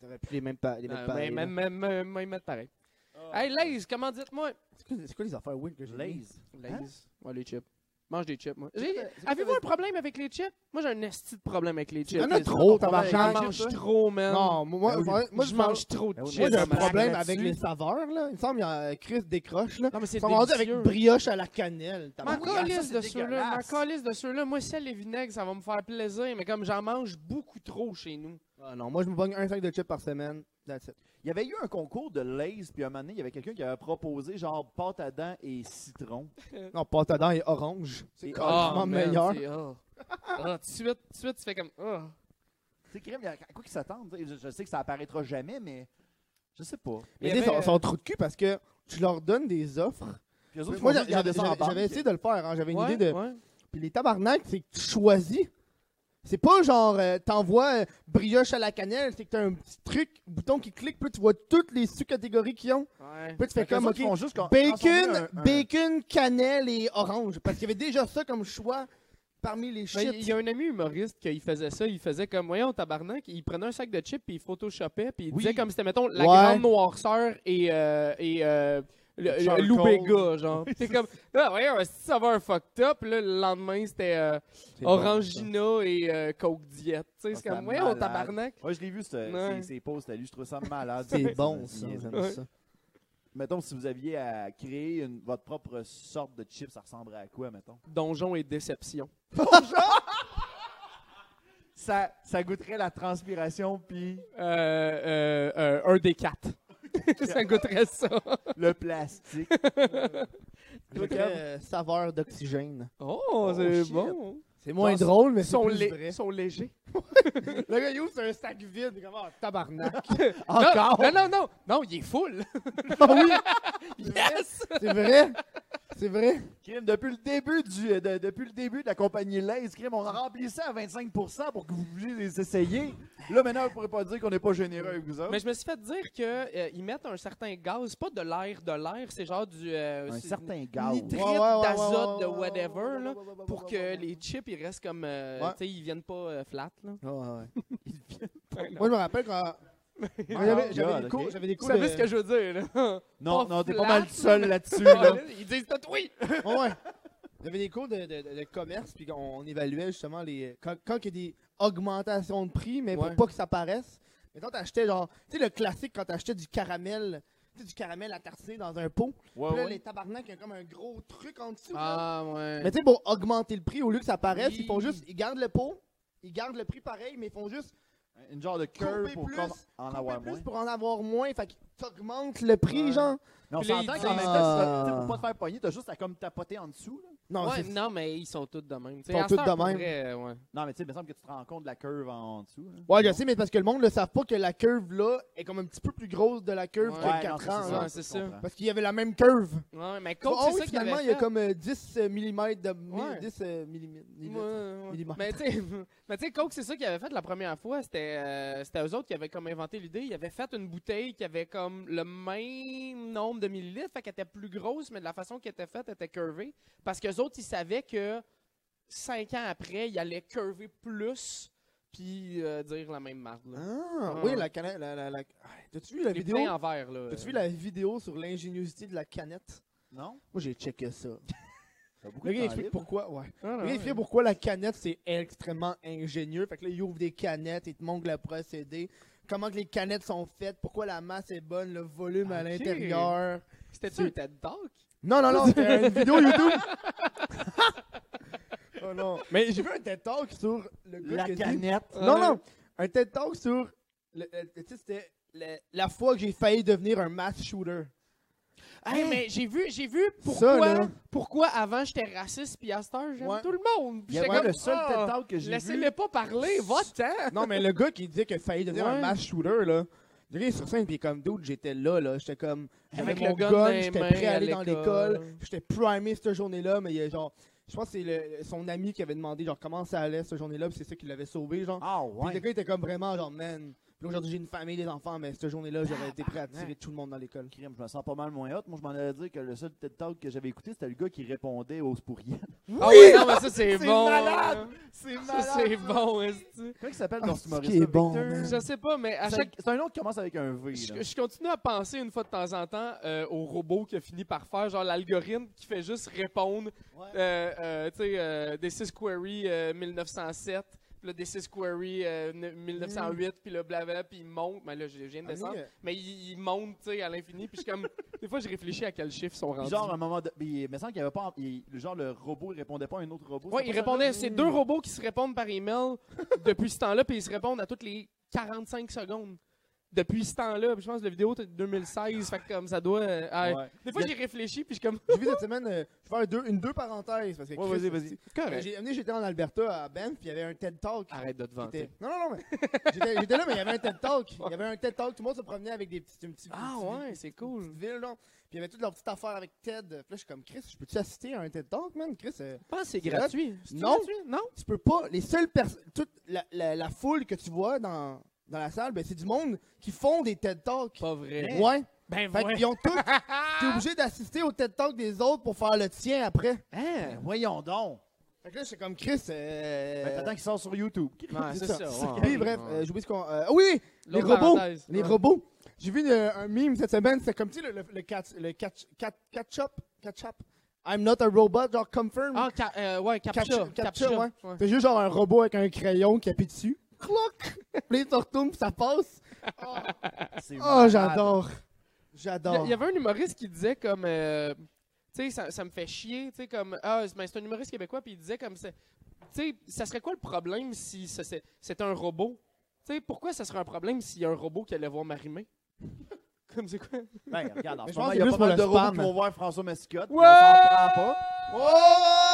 C: T'aurais pu les mêmes pas. les
D: Euh,
C: mêmes
D: mais- mais- mais- mais- mais mettre pareil.
B: Ah.
D: Hey, Lays, comment dites-moi?
C: C'est quoi- c'est quoi les affaires weird que j'ai mis?
B: Lays.
D: Lays. Ouais, les chips. Mange des chips, moi. J'ai-
B: quoi ta- c'est quoi
D: Avez-vous
B: ta-
D: un problème avec les chips? Moi, j'ai un esti de problème avec les
C: Il
D: chips.
C: y en a
B: c'est ça
C: trop,
B: ton problème
D: J'en
B: avec
C: tabarnak.
B: les
D: mange trop, man.
C: Non, moi,
B: Ben oui.
C: moi, moi,
D: moi, je mange trop de
B: Ben oui,
C: Moi,
D: chips.
C: j'ai un
D: ça me
C: problème
D: craque
C: avec
D: là-dessus.
C: les saveurs, là. Il me semble qu'il y a Chris décroche, là.
D: Non, mais c'est
C: Ils sont rendus avec
D: délicieux.
C: brioche à la cannelle.
D: Ma
C: tabarnak.
B: oui, ah, ça,
D: calisse
B: c'est
D: de ceux-là, ma
B: dégueulasse.
D: calisse de ceux-là, moi, sel et vinaigre, ça va me faire plaisir, mais comme j'en mange beaucoup trop chez nous.
C: Ah non, moi, je me pogne un sac de chips par semaine. That's it.
B: Il y avait eu un concours de Lays, puis un moment donné, il y avait quelqu'un qui avait proposé genre pâte à dents et citron.
C: Non, pâte à dents et orange. C'est
B: Et-
C: carrément
D: man,
C: meilleur.
D: c'est- oh. Ah, tout de suite, tout de suite, tu fais comme. ah.
B: C'est crème, il y a- à quoi qu'ils s'attendent? tu sais? Je, je sais que ça apparaîtra jamais, mais je sais pas.
C: Mais
D: Il y
C: tu sais,
D: avait,
C: ils
B: euh,
C: sont trop de cul parce que tu leur donnes des offres.
B: Puis eux autres, ils font
C: Moi, j'a-
B: juste garder
C: j'avais
B: ça en
C: j'avais-
B: banque.
C: j'avais essayé de le faire. hein. J'avais une
D: Ouais,
C: idée de.
D: ouais.
C: Puis les tabarnak, c'est que tu choisis. C'est pas genre, euh, t'envoies euh, brioche à la cannelle, c'est que t'as un petit truc, bouton qui clique, puis tu vois toutes les sous-catégories qu'ils ont.
D: Ouais.
C: Puis tu fais
B: Fait que
C: comme,
B: eux
C: ok,
B: autres, ils font juste con- transformer
C: bacon,
B: un- un-
C: bacon, cannelle et orange. Parce qu'il y avait déjà ça comme choix parmi les
D: Mais
C: shit.
D: Ben, Il y a un ami humoriste qui faisait ça, il faisait comme, voyons, tabarnak, il prenait un sac de chips, puis il photoshopait, puis il
B: Oui.
D: disait comme c'était, mettons, la
C: Ouais.
D: grande noirceur et, euh, et euh, le, le-
B: Charcoal.
D: l'oubéga, genre. c'est comme, ah, voyons, si ça va un fucked up, là, le lendemain, c'était euh, Orangina et euh, Coke Diet. Tu sais,
B: Ah,
D: c'est
B: c'est
D: comme, voyons,
B: malade.
D: tabarnak.
B: Ouais, je l'ai vu, ce-
D: Ouais.
B: ces ces posts, à lui, je trouve ça malade.
C: C'est bon, ça.
B: Niaiseux.
C: j'aime ça.
B: mettons, si vous aviez à créer une- votre propre sorte de chip, ça ressemblerait à quoi, mettons?
D: Donjon et déception.
B: Ça, ça goûterait la transpiration puis
D: Euh, euh, euh, un des quatre. ça goûterait ça.
B: le plastique.
C: Je dirais, euh, saveur d'oxygène.
D: Oh,
C: c'est
D: c'est
C: shit.
D: bon.
C: C'est moins drôle, mais
D: Ils
C: c'est
D: sont,
C: plus
D: lé-
C: vrai.
D: sont légers.
C: Le gars, il ouvre, c'est un sac vide. Comment, oh, tabarnak.
B: Encore?
D: Non, non, non. Non, il est full. yes!
C: c'est vrai. C'est vrai.
B: Crime, depuis le début du, euh, de- depuis le début de la compagnie Lays, Crime, on a rempli ça à 25% pour que vous puissiez les essayer. Là, maintenant, vous pourrez pas dire qu'on n'est pas généreux avec vous autres.
D: Mais je me suis fait dire qu'ils mettent un certain gaz, pas de l'air, de l'air, c'est genre du euh,
B: un
D: c'est-
B: certain gaz.
D: nitrite
C: Ouais, ouais, ouais,
D: d'azote,
C: ouais,
D: de
C: ouais, ouais,
D: whatever, là,
C: ouais, ouais, ouais,
D: pour
C: ouais,
D: que
C: ouais,
D: les chips, ils restent comme, euh,
C: Ouais.
D: tu sais, ils viennent pas euh, flat, là.
C: Ouais, ouais, ouais. Moi, je me rappelle quand.
B: Ah,
C: J'avais j'avais
B: God,
C: des cours.
B: ok.
C: J'avais des
D: Vous
C: cours.
D: savez
C: de-
D: ce que je veux dire, là?
B: Non,
D: pas
B: non, t'es pas
D: flat,
B: mal seul là-dessus.
D: Ah,
B: là.
D: là, Ils disent tout oui!
C: Ouais, ouais. J'avais des cours de, de- de- de commerce, puis on, on évaluait justement les. Quand, quand il y a des augmentations de prix, mais
D: Ouais.
C: pour pas que ça paraisse. Mais quand t'achetais, genre. Tu sais, le classique quand t'achetais du caramel. Tu sais, du caramel à tartiner dans un pot.
B: Ouais,
C: Puis là,
B: ouais.
C: les tabarnak, il y a comme un gros truc en dessous. là.
D: Ah, ouais.
C: Mais tu sais, pour augmenter le prix, au lieu que ça paraisse,
D: Oui.
C: ils font juste. Ils gardent le pot, ils gardent le prix pareil, mais ils font juste
B: Une genre de curve
C: Couper
B: pour
C: plus,
B: comme en
C: couper
B: avoir
C: plus
B: moins.
C: pour en avoir moins. Fait que t'augmentes le prix,
D: Ouais.
C: genre.
B: Mais on
D: Puis là, il
B: s'entend
D: dit-
B: qu'en même temps,
C: Ah.
B: si t'as- tu sais, pour pas te faire pogner, t'as juste à comme tapoter en dessous. là.
C: Non,
D: ouais,
C: c'est-
D: non, mais ils sont tous de même. Ils
C: Ils sont tous de même.
D: ouais.
B: Non, mais tu sais, il me semble que tu te rends compte de la curve en dessous. là.
C: Ouais, je sais, mais parce que le monde ne savent pas que la curve là est comme un petit peu plus grosse de la curve
D: Ouais,
C: que
D: non,
C: 4
B: ça,
C: ans.
B: ça,
D: c'est
C: là.
D: Ouais, c'est
B: je
D: ça.
B: comprends.
C: Parce qu'il y avait la même curve.
D: Ouais, mais
C: Oh,
D: comme c'est
C: oui,
D: ça qu'il
C: finalement,
D: avait
C: il y a
D: fait.
C: comme euh, 10 mm de. mi-
D: Ouais.
C: 10 euh, millimètres.
D: Ouais, ouais.
C: millimètres.
D: Mais tu sais- mais tu sais, Coke, c'est ça qu'ils avaient fait la première fois. C'était euh, c'était eux autres qui avaient comme inventé l'idée. Ils avaient fait une bouteille qui avait comme le même nombre de millilitres. Fait qu'elle était plus grosse, mais de la façon qu'elle était faite, elle était curvée. Parce qu'eux autres, ils savaient que cinq ans après, ils allaient curver plus puis euh, dire la même marque. là.
C: Ah,
D: Ouais.
C: oui, la canette. La, la, la... Ah, T'as-tu vu la
D: Les
C: vidéo?
D: pleins en verre, là.
C: T'as-tu vu la vidéo sur l'ingéniosité de la canette?
B: Non?
C: Moi, j'ai checké ça.
B: T'as beaucoup
C: Le
B: de
C: gars
B: temps
C: explique
B: libre.
C: pourquoi, ouais.
D: Ah,
C: Le
D: ouais.
C: gars explique pourquoi la canette, c'est extrêmement ingénieux. Fait que là, il ouvre des canettes, il te montre le procédé, comment que les canettes sont faites, pourquoi la masse est bonne, le volume à
D: Ok.
C: l'intérieur.
D: C'était-tu un TED Talk?
C: Non, non, non, c'était une vidéo YouTube. oh non. Mais j'ai vu un TED Talk sur le gars qui
B: La
C: a dit-
B: canette.
C: Non, non. Un TED Talk sur. le- le- Tu sais, c'était le- la fois que j'ai failli devenir un mass shooter.
D: Hey, mais j'ai vu, j'ai vu
C: Ça,
D: pourquoi,
C: là.
D: pourquoi avant j'étais raciste puis à cette heure j'aime
C: Ouais.
D: tout le monde.
B: Il
D: Puis
B: y a
D: j'étais
B: moi,
D: comme,
B: le seul
D: ah,
B: TED Talk que j'ai vu.
D: Laissez-les pas parler, va-t'en!
C: Non, mais le gars qui dit qu'il a failli devenir un
D: Ouais.
C: mass shooter, là. Le gars est sur scène, puis il est comme d'autres, j'étais là, là. J'étais comme. J'avais
D: Avec le
C: mon
D: gun
C: gun,
D: dans les
C: j'étais
D: mains
C: prêt à
D: à
C: aller dans
D: l'école.
C: l'école. J'étais primé cette journée-là, mais il y a genre. Je pense que c'est le- son ami qui avait demandé, genre, comment ça allait cette journée-là, puis c'est ça qui l'avait sauvé, genre.
B: Ah
C: Puis le
B: ouais.
C: gars était comme vraiment, genre, man. Puis aujourd'hui, j'ai une famille, des enfants, mais cette journée-là, j'aurais été prêt à tirer tout le monde dans l'école.
B: Crime, je me sens pas mal moins hot. Moi, je m'en allais dire que le seul TED Talk que j'avais écouté, c'était le gars qui répondait aux pourriels.
D: Ah ouais, non, mais ça c'est
B: C'est
D: bon!
B: malade.
D: hein.
B: C'est
D: Ça c'est bon, esti.
B: Comment il s'appelle
C: Ah,
B: dans
C: c'est
B: ce humoriste
C: qui est bon, man.
D: Je sais pas, mais à
B: C'est
D: chaque.
B: c'est un nom qui commence avec un V.
D: Je,
B: là.
D: je continue à penser une fois de temps en temps euh, au robot qui a fini par faire, genre l'algorithme qui fait juste répondre, euh, euh, tu sais, euh, des 6 query euh, 1907, puis là des 6 query euh, ne- 1908, puis là blablabla, puis il monte, mais là je je viens de
C: Ah,
D: descendre,
C: mais, euh,
D: mais il, il monte, tu sais, à l'infini, puis je suis comme, des fois je réfléchis à quel chiffre ils sont
B: Puis
D: rendus.
B: Genre, à un moment de... mais il me semble qu'il y avait pas. il- Genre, le robot il répondait pas à un autre robot.
D: Ouais,
B: C'est
D: ils
B: pas ça,
D: répondaient.
B: là?
D: C'est deux robots qui se répondent par email depuis ce temps-là, puis ils se répondent à toutes les 45 secondes. Depuis ce temps-là, Puis je pense que la vidéo est de 2016, fait que comme ça doit. euh, ouais.
B: Ouais.
D: Des fois, j'y réfléchis, puis je suis comme.
C: J'ai vu cette semaine, euh, je vais faire deux- une deux parenthèses. Parce que
B: Ouais, vas-y,
C: Chris, euh,
B: vas-y.
D: C'est correct.
C: J'ai amené, j'étais en Alberta à Banff, puis il y avait un TED Talk.
D: Arrête de te
C: qui
D: vanter.
C: était- Non, non, non, mais j'étais j'étais là, mais il y avait un TED Talk. Il y avait un TED Talk, tout le monde se promenait avec des petites. une petite-
D: Ah
C: une petite-
D: ouais, c'est
C: une
D: cool.
C: petite ville, là. Puis il y avait toute leur petite affaire avec TED. Puis là, je suis comme, Chris, je peux-tu assister à un TED Talk, man? Chris, euh,
D: Je pense que c'est
C: gratuit.
D: gratuit. C'est-tu
C: Non.
D: gratuit? Non?
C: tu peux pas. Les seules personnes. Toute la, la- la foule que tu vois dans, dans la salle, ben, c'est du monde qui font des TED Talks.
D: Pas vrai.
C: Ouais.
D: Ben,
C: Fait qu'ils ont tous. T'es obligé d'assister au TED Talk des autres pour faire le tien après.
D: Hein?
B: Ben, voyons donc.
C: Fait que là, j'étais comme Chris. Euh...
B: Ben, T'attends qu'il sort sur YouTube.
D: Ouais, c'est
C: C'est
D: ça. ouais,
C: Oui,
D: ouais,
C: bref,
D: ouais.
C: euh, j'ai oublié ce qu'on. euh, ah oui, les
D: L'autre
C: robots.
D: parenthèse.
C: Les
D: Ouais.
C: robots. J'ai vu le- un meme cette semaine, c'est comme, tu sais, le, le, le catch, le catch, catch, catch up, catch up. I'm not a robot, genre confirm.
D: Ah, ca- euh, ouais,
C: Captcha,
D: captcha.
C: captcha, ouais.
D: ouais.
C: C'est juste genre un robot avec un crayon qui appuie dessus. Cloc! Puis là, il se retourne, puis ça passe.
B: C'est
C: Oh,
B: malade.
C: j'adore.
D: Il y a-
C: J'adore.
D: il y avait un humoriste qui disait comme. euh, tu sais, ça, ça me fait chier. Tu sais, comme. Ah, c'est- ben, c'est un humoriste québécois, puis il disait comme. c'est- Tu sais, ça serait quoi le problème si ça- c'est- c'était un robot? Tu sais, pourquoi ça serait un problème s'il y a un robot qui allait voir Marimé? comme c'est quoi?
B: Ben, regarde, en
C: Mais
B: ce
C: je pense
B: moment,
C: que
B: il y a pas
C: c'est plus pour
B: mal de
C: le
B: robots
C: spam.
B: qui vont voir François Mascotte. puis
D: Ouais!
B: On s'en prend pas.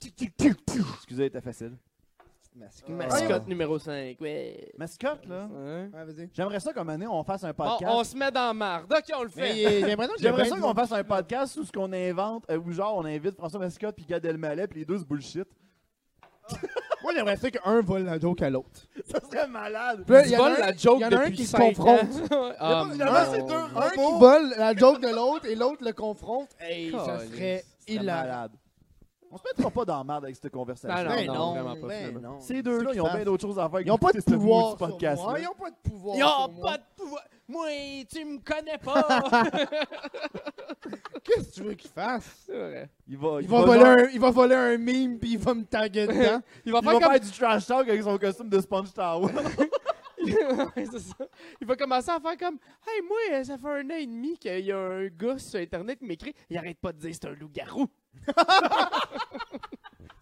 B: Excusez, c'était facile.
C: Mascotte.
D: Mascotte numéro 5, ouais.
B: Mascotte, là.
D: Hein?
C: Ouais, vas-y.
B: J'aimerais ça qu'un année, on fasse un
D: Bon,
B: podcast.
D: on se met dans la marde. OK, on le
C: Mais j'ai
D: fait.
C: l'impression que j'ai
B: J'aimerais
C: bien
B: ça
C: dit-
B: qu'on fasse un podcast où ce qu'on invente, euh, où genre on invite François Mascotte puis Gad Elmaleh puis les deux se bullshit.
C: Moi, j'aimerais ça qu'un vole la joke à l'autre.
B: Ça serait malade.
C: Puis là,
D: Tu
C: il y en a
D: voles
C: un-
D: la joke
C: il y en a un
D: depuis
C: qui se
D: cinq Oh.
C: confronte.
D: ans. Ah,
B: Il y en a, c'est
D: mon
B: deux
D: Dieu.
C: Un qui
B: robots.
C: vole la joke de l'autre et l'autre le confronte. Hey, ça
D: Colin.
C: serait
B: C'est
C: hilarant.
B: malade. On se mettra pas dans la merde avec cette conversation.
D: Non, non,
C: Ben
D: non,
C: non,
D: vraiment pas,
C: ben
D: finalement.
C: non.
B: Ces deux-là,
C: C'est
B: ils ont
C: qu'ils
B: bien d'autres choses à faire.
C: Ils n'ont pas de pouvoir sur
B: podcast.
C: moi. Ils n'ont pas de pouvoir
D: Y'a
C: sur moi.
D: pas de pouvoir. Moi, tu me connais pas.
C: Qu'est-ce que tu veux qu'ils fassent?
D: C'est vrai.
B: Il va,
C: Il va, voler un, il va voler un meme puis il va me taguer dedans.
D: Il va
B: il
D: faire
B: va
D: comme
B: faire du trash talk avec son costume de Sponge Tower.
D: Ouais, c'est ça. Il va commencer à faire comme Hey, moi, euh, ça fait un an et demi qu'il y a un gars sur Internet qui m'écrit Il arrête pas de dire c'est un loup-garou.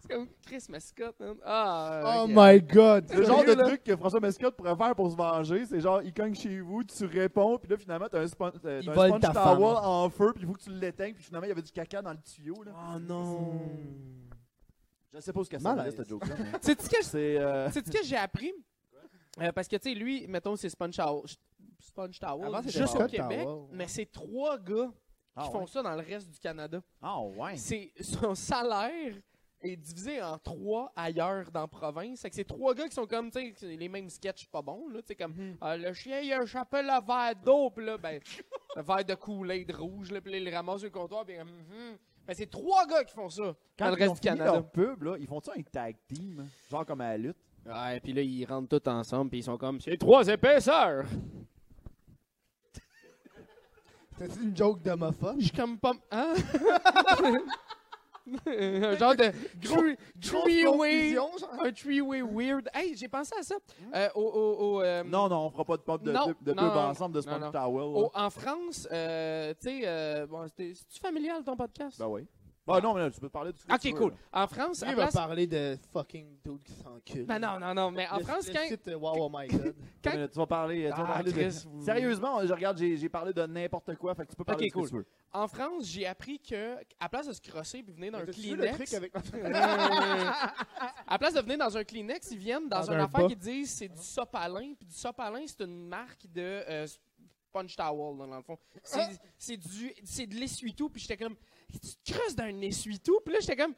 D: c'est comme Chris Mascotte. hein. Ah,
C: Oh
D: ok.
C: my god!
B: Le genre de
D: Sérieux, là?
B: truc que François Mascotte pourrait faire pour se venger, c'est genre, il cogne chez vous, tu réponds, puis là, finalement, t'as un, spon- euh,
C: Il
B: t'as un
C: vole
B: sponge
C: ta
B: towel
C: femme.
B: en feu, puis il faut que tu l'éteignes, puis finalement, il y avait du caca dans le tuyau. Là.
D: Oh non.
B: Je sais pas ce que ça
C: Malaise.
B: valait, cette joke-là. mais
D: Sais-tu que,
B: c'est. euh,
D: sais-tu que j'ai appris Euh, Parce que, tu sais, lui, mettons, c'est Sponge Tower. Sponge Tower,
B: Avant, c'était
D: juste au
C: Sponge
D: Québec,
C: Tower.
D: mais c'est trois gars
B: Ah,
D: qui font
B: ouais.
D: ça dans le reste du Canada.
B: Ah, ouais.
D: c'est son salaire est divisé en trois ailleurs dans la province. C'est que c'est trois gars qui sont comme, tu sais, les mêmes sketchs pas bons, là. Tu sais, comme,
B: Hmm.
D: Ah, le chien, il a échappé le verre d'eau, pis là, ben, le verre de Kool-Aid rouge, là, pis là, il le ramasse sur le comptoir, pis hum, hum. Ben, c'est trois gars qui font ça dans
B: Quand
D: le
B: ils ont
D: reste du
B: fini
D: Canada.
B: leur pub, là, ils font ça un tag team, genre comme à la lutte.
D: Ouais, pis là, ils rentrent tous ensemble, pis ils sont comme, c'est trois épaisseurs!
C: C'est une joke d'homophobe.
D: Je suis comme pas. Hein? Un genre de. Three- three-way-
C: confusion, Hmm? genre.
D: Un three-way weird. Hey, j'ai pensé à ça. Euh, au, au, au, euh,
B: Non, non, on fera pas de pub de,
D: Non,
B: de- de
D: non,
B: pub
D: non.
B: ensemble de
D: Non, non. Oh.
B: Sponge Towel. là.
D: au- en France, euh, tu sais, euh, bon, c'était- c'est-tu familial ton podcast? Ah,
B: Ben oui. Bah non, mais là, tu peux parler de tout ce que tu
D: ok,
B: veux,
D: cool.
B: là.
D: En France, à
C: Il va
D: place-
C: parler de fucking dude qui s'encule.
D: Ben non, non, non, mais en
C: Le-
D: France,
C: le
D: quand.
C: site, euh, wow, oh my god.
B: Non,
D: Quand-
B: mais là, Tu vas parler, tu vas
D: Ah,
B: parler de-
D: Chris, vous-
B: Sérieusement, je regarde, j'ai j'ai parlé de n'importe quoi, fait que tu peux parler
D: Ok,
B: de ce que
D: cool.
B: tu veux.
D: En France, j'ai appris que, à place de se crosser puis venir dans un
C: T'as-tu vu le
D: Kleenex.
C: truc avec
D: à place de venir dans un Kleenex, ils viennent dans
C: Dans
D: une
C: un
D: affaire
C: bas.
D: qui disent c'est du sopalin. Puis du sopalin, c'est une marque de euh, sponge towel, là, dans le fond. C'est- C'est du- c'est de l'essuie-tout. Puis j'étais comme, tu te creuses d'un essuie-tout. Puis là, j'étais comme,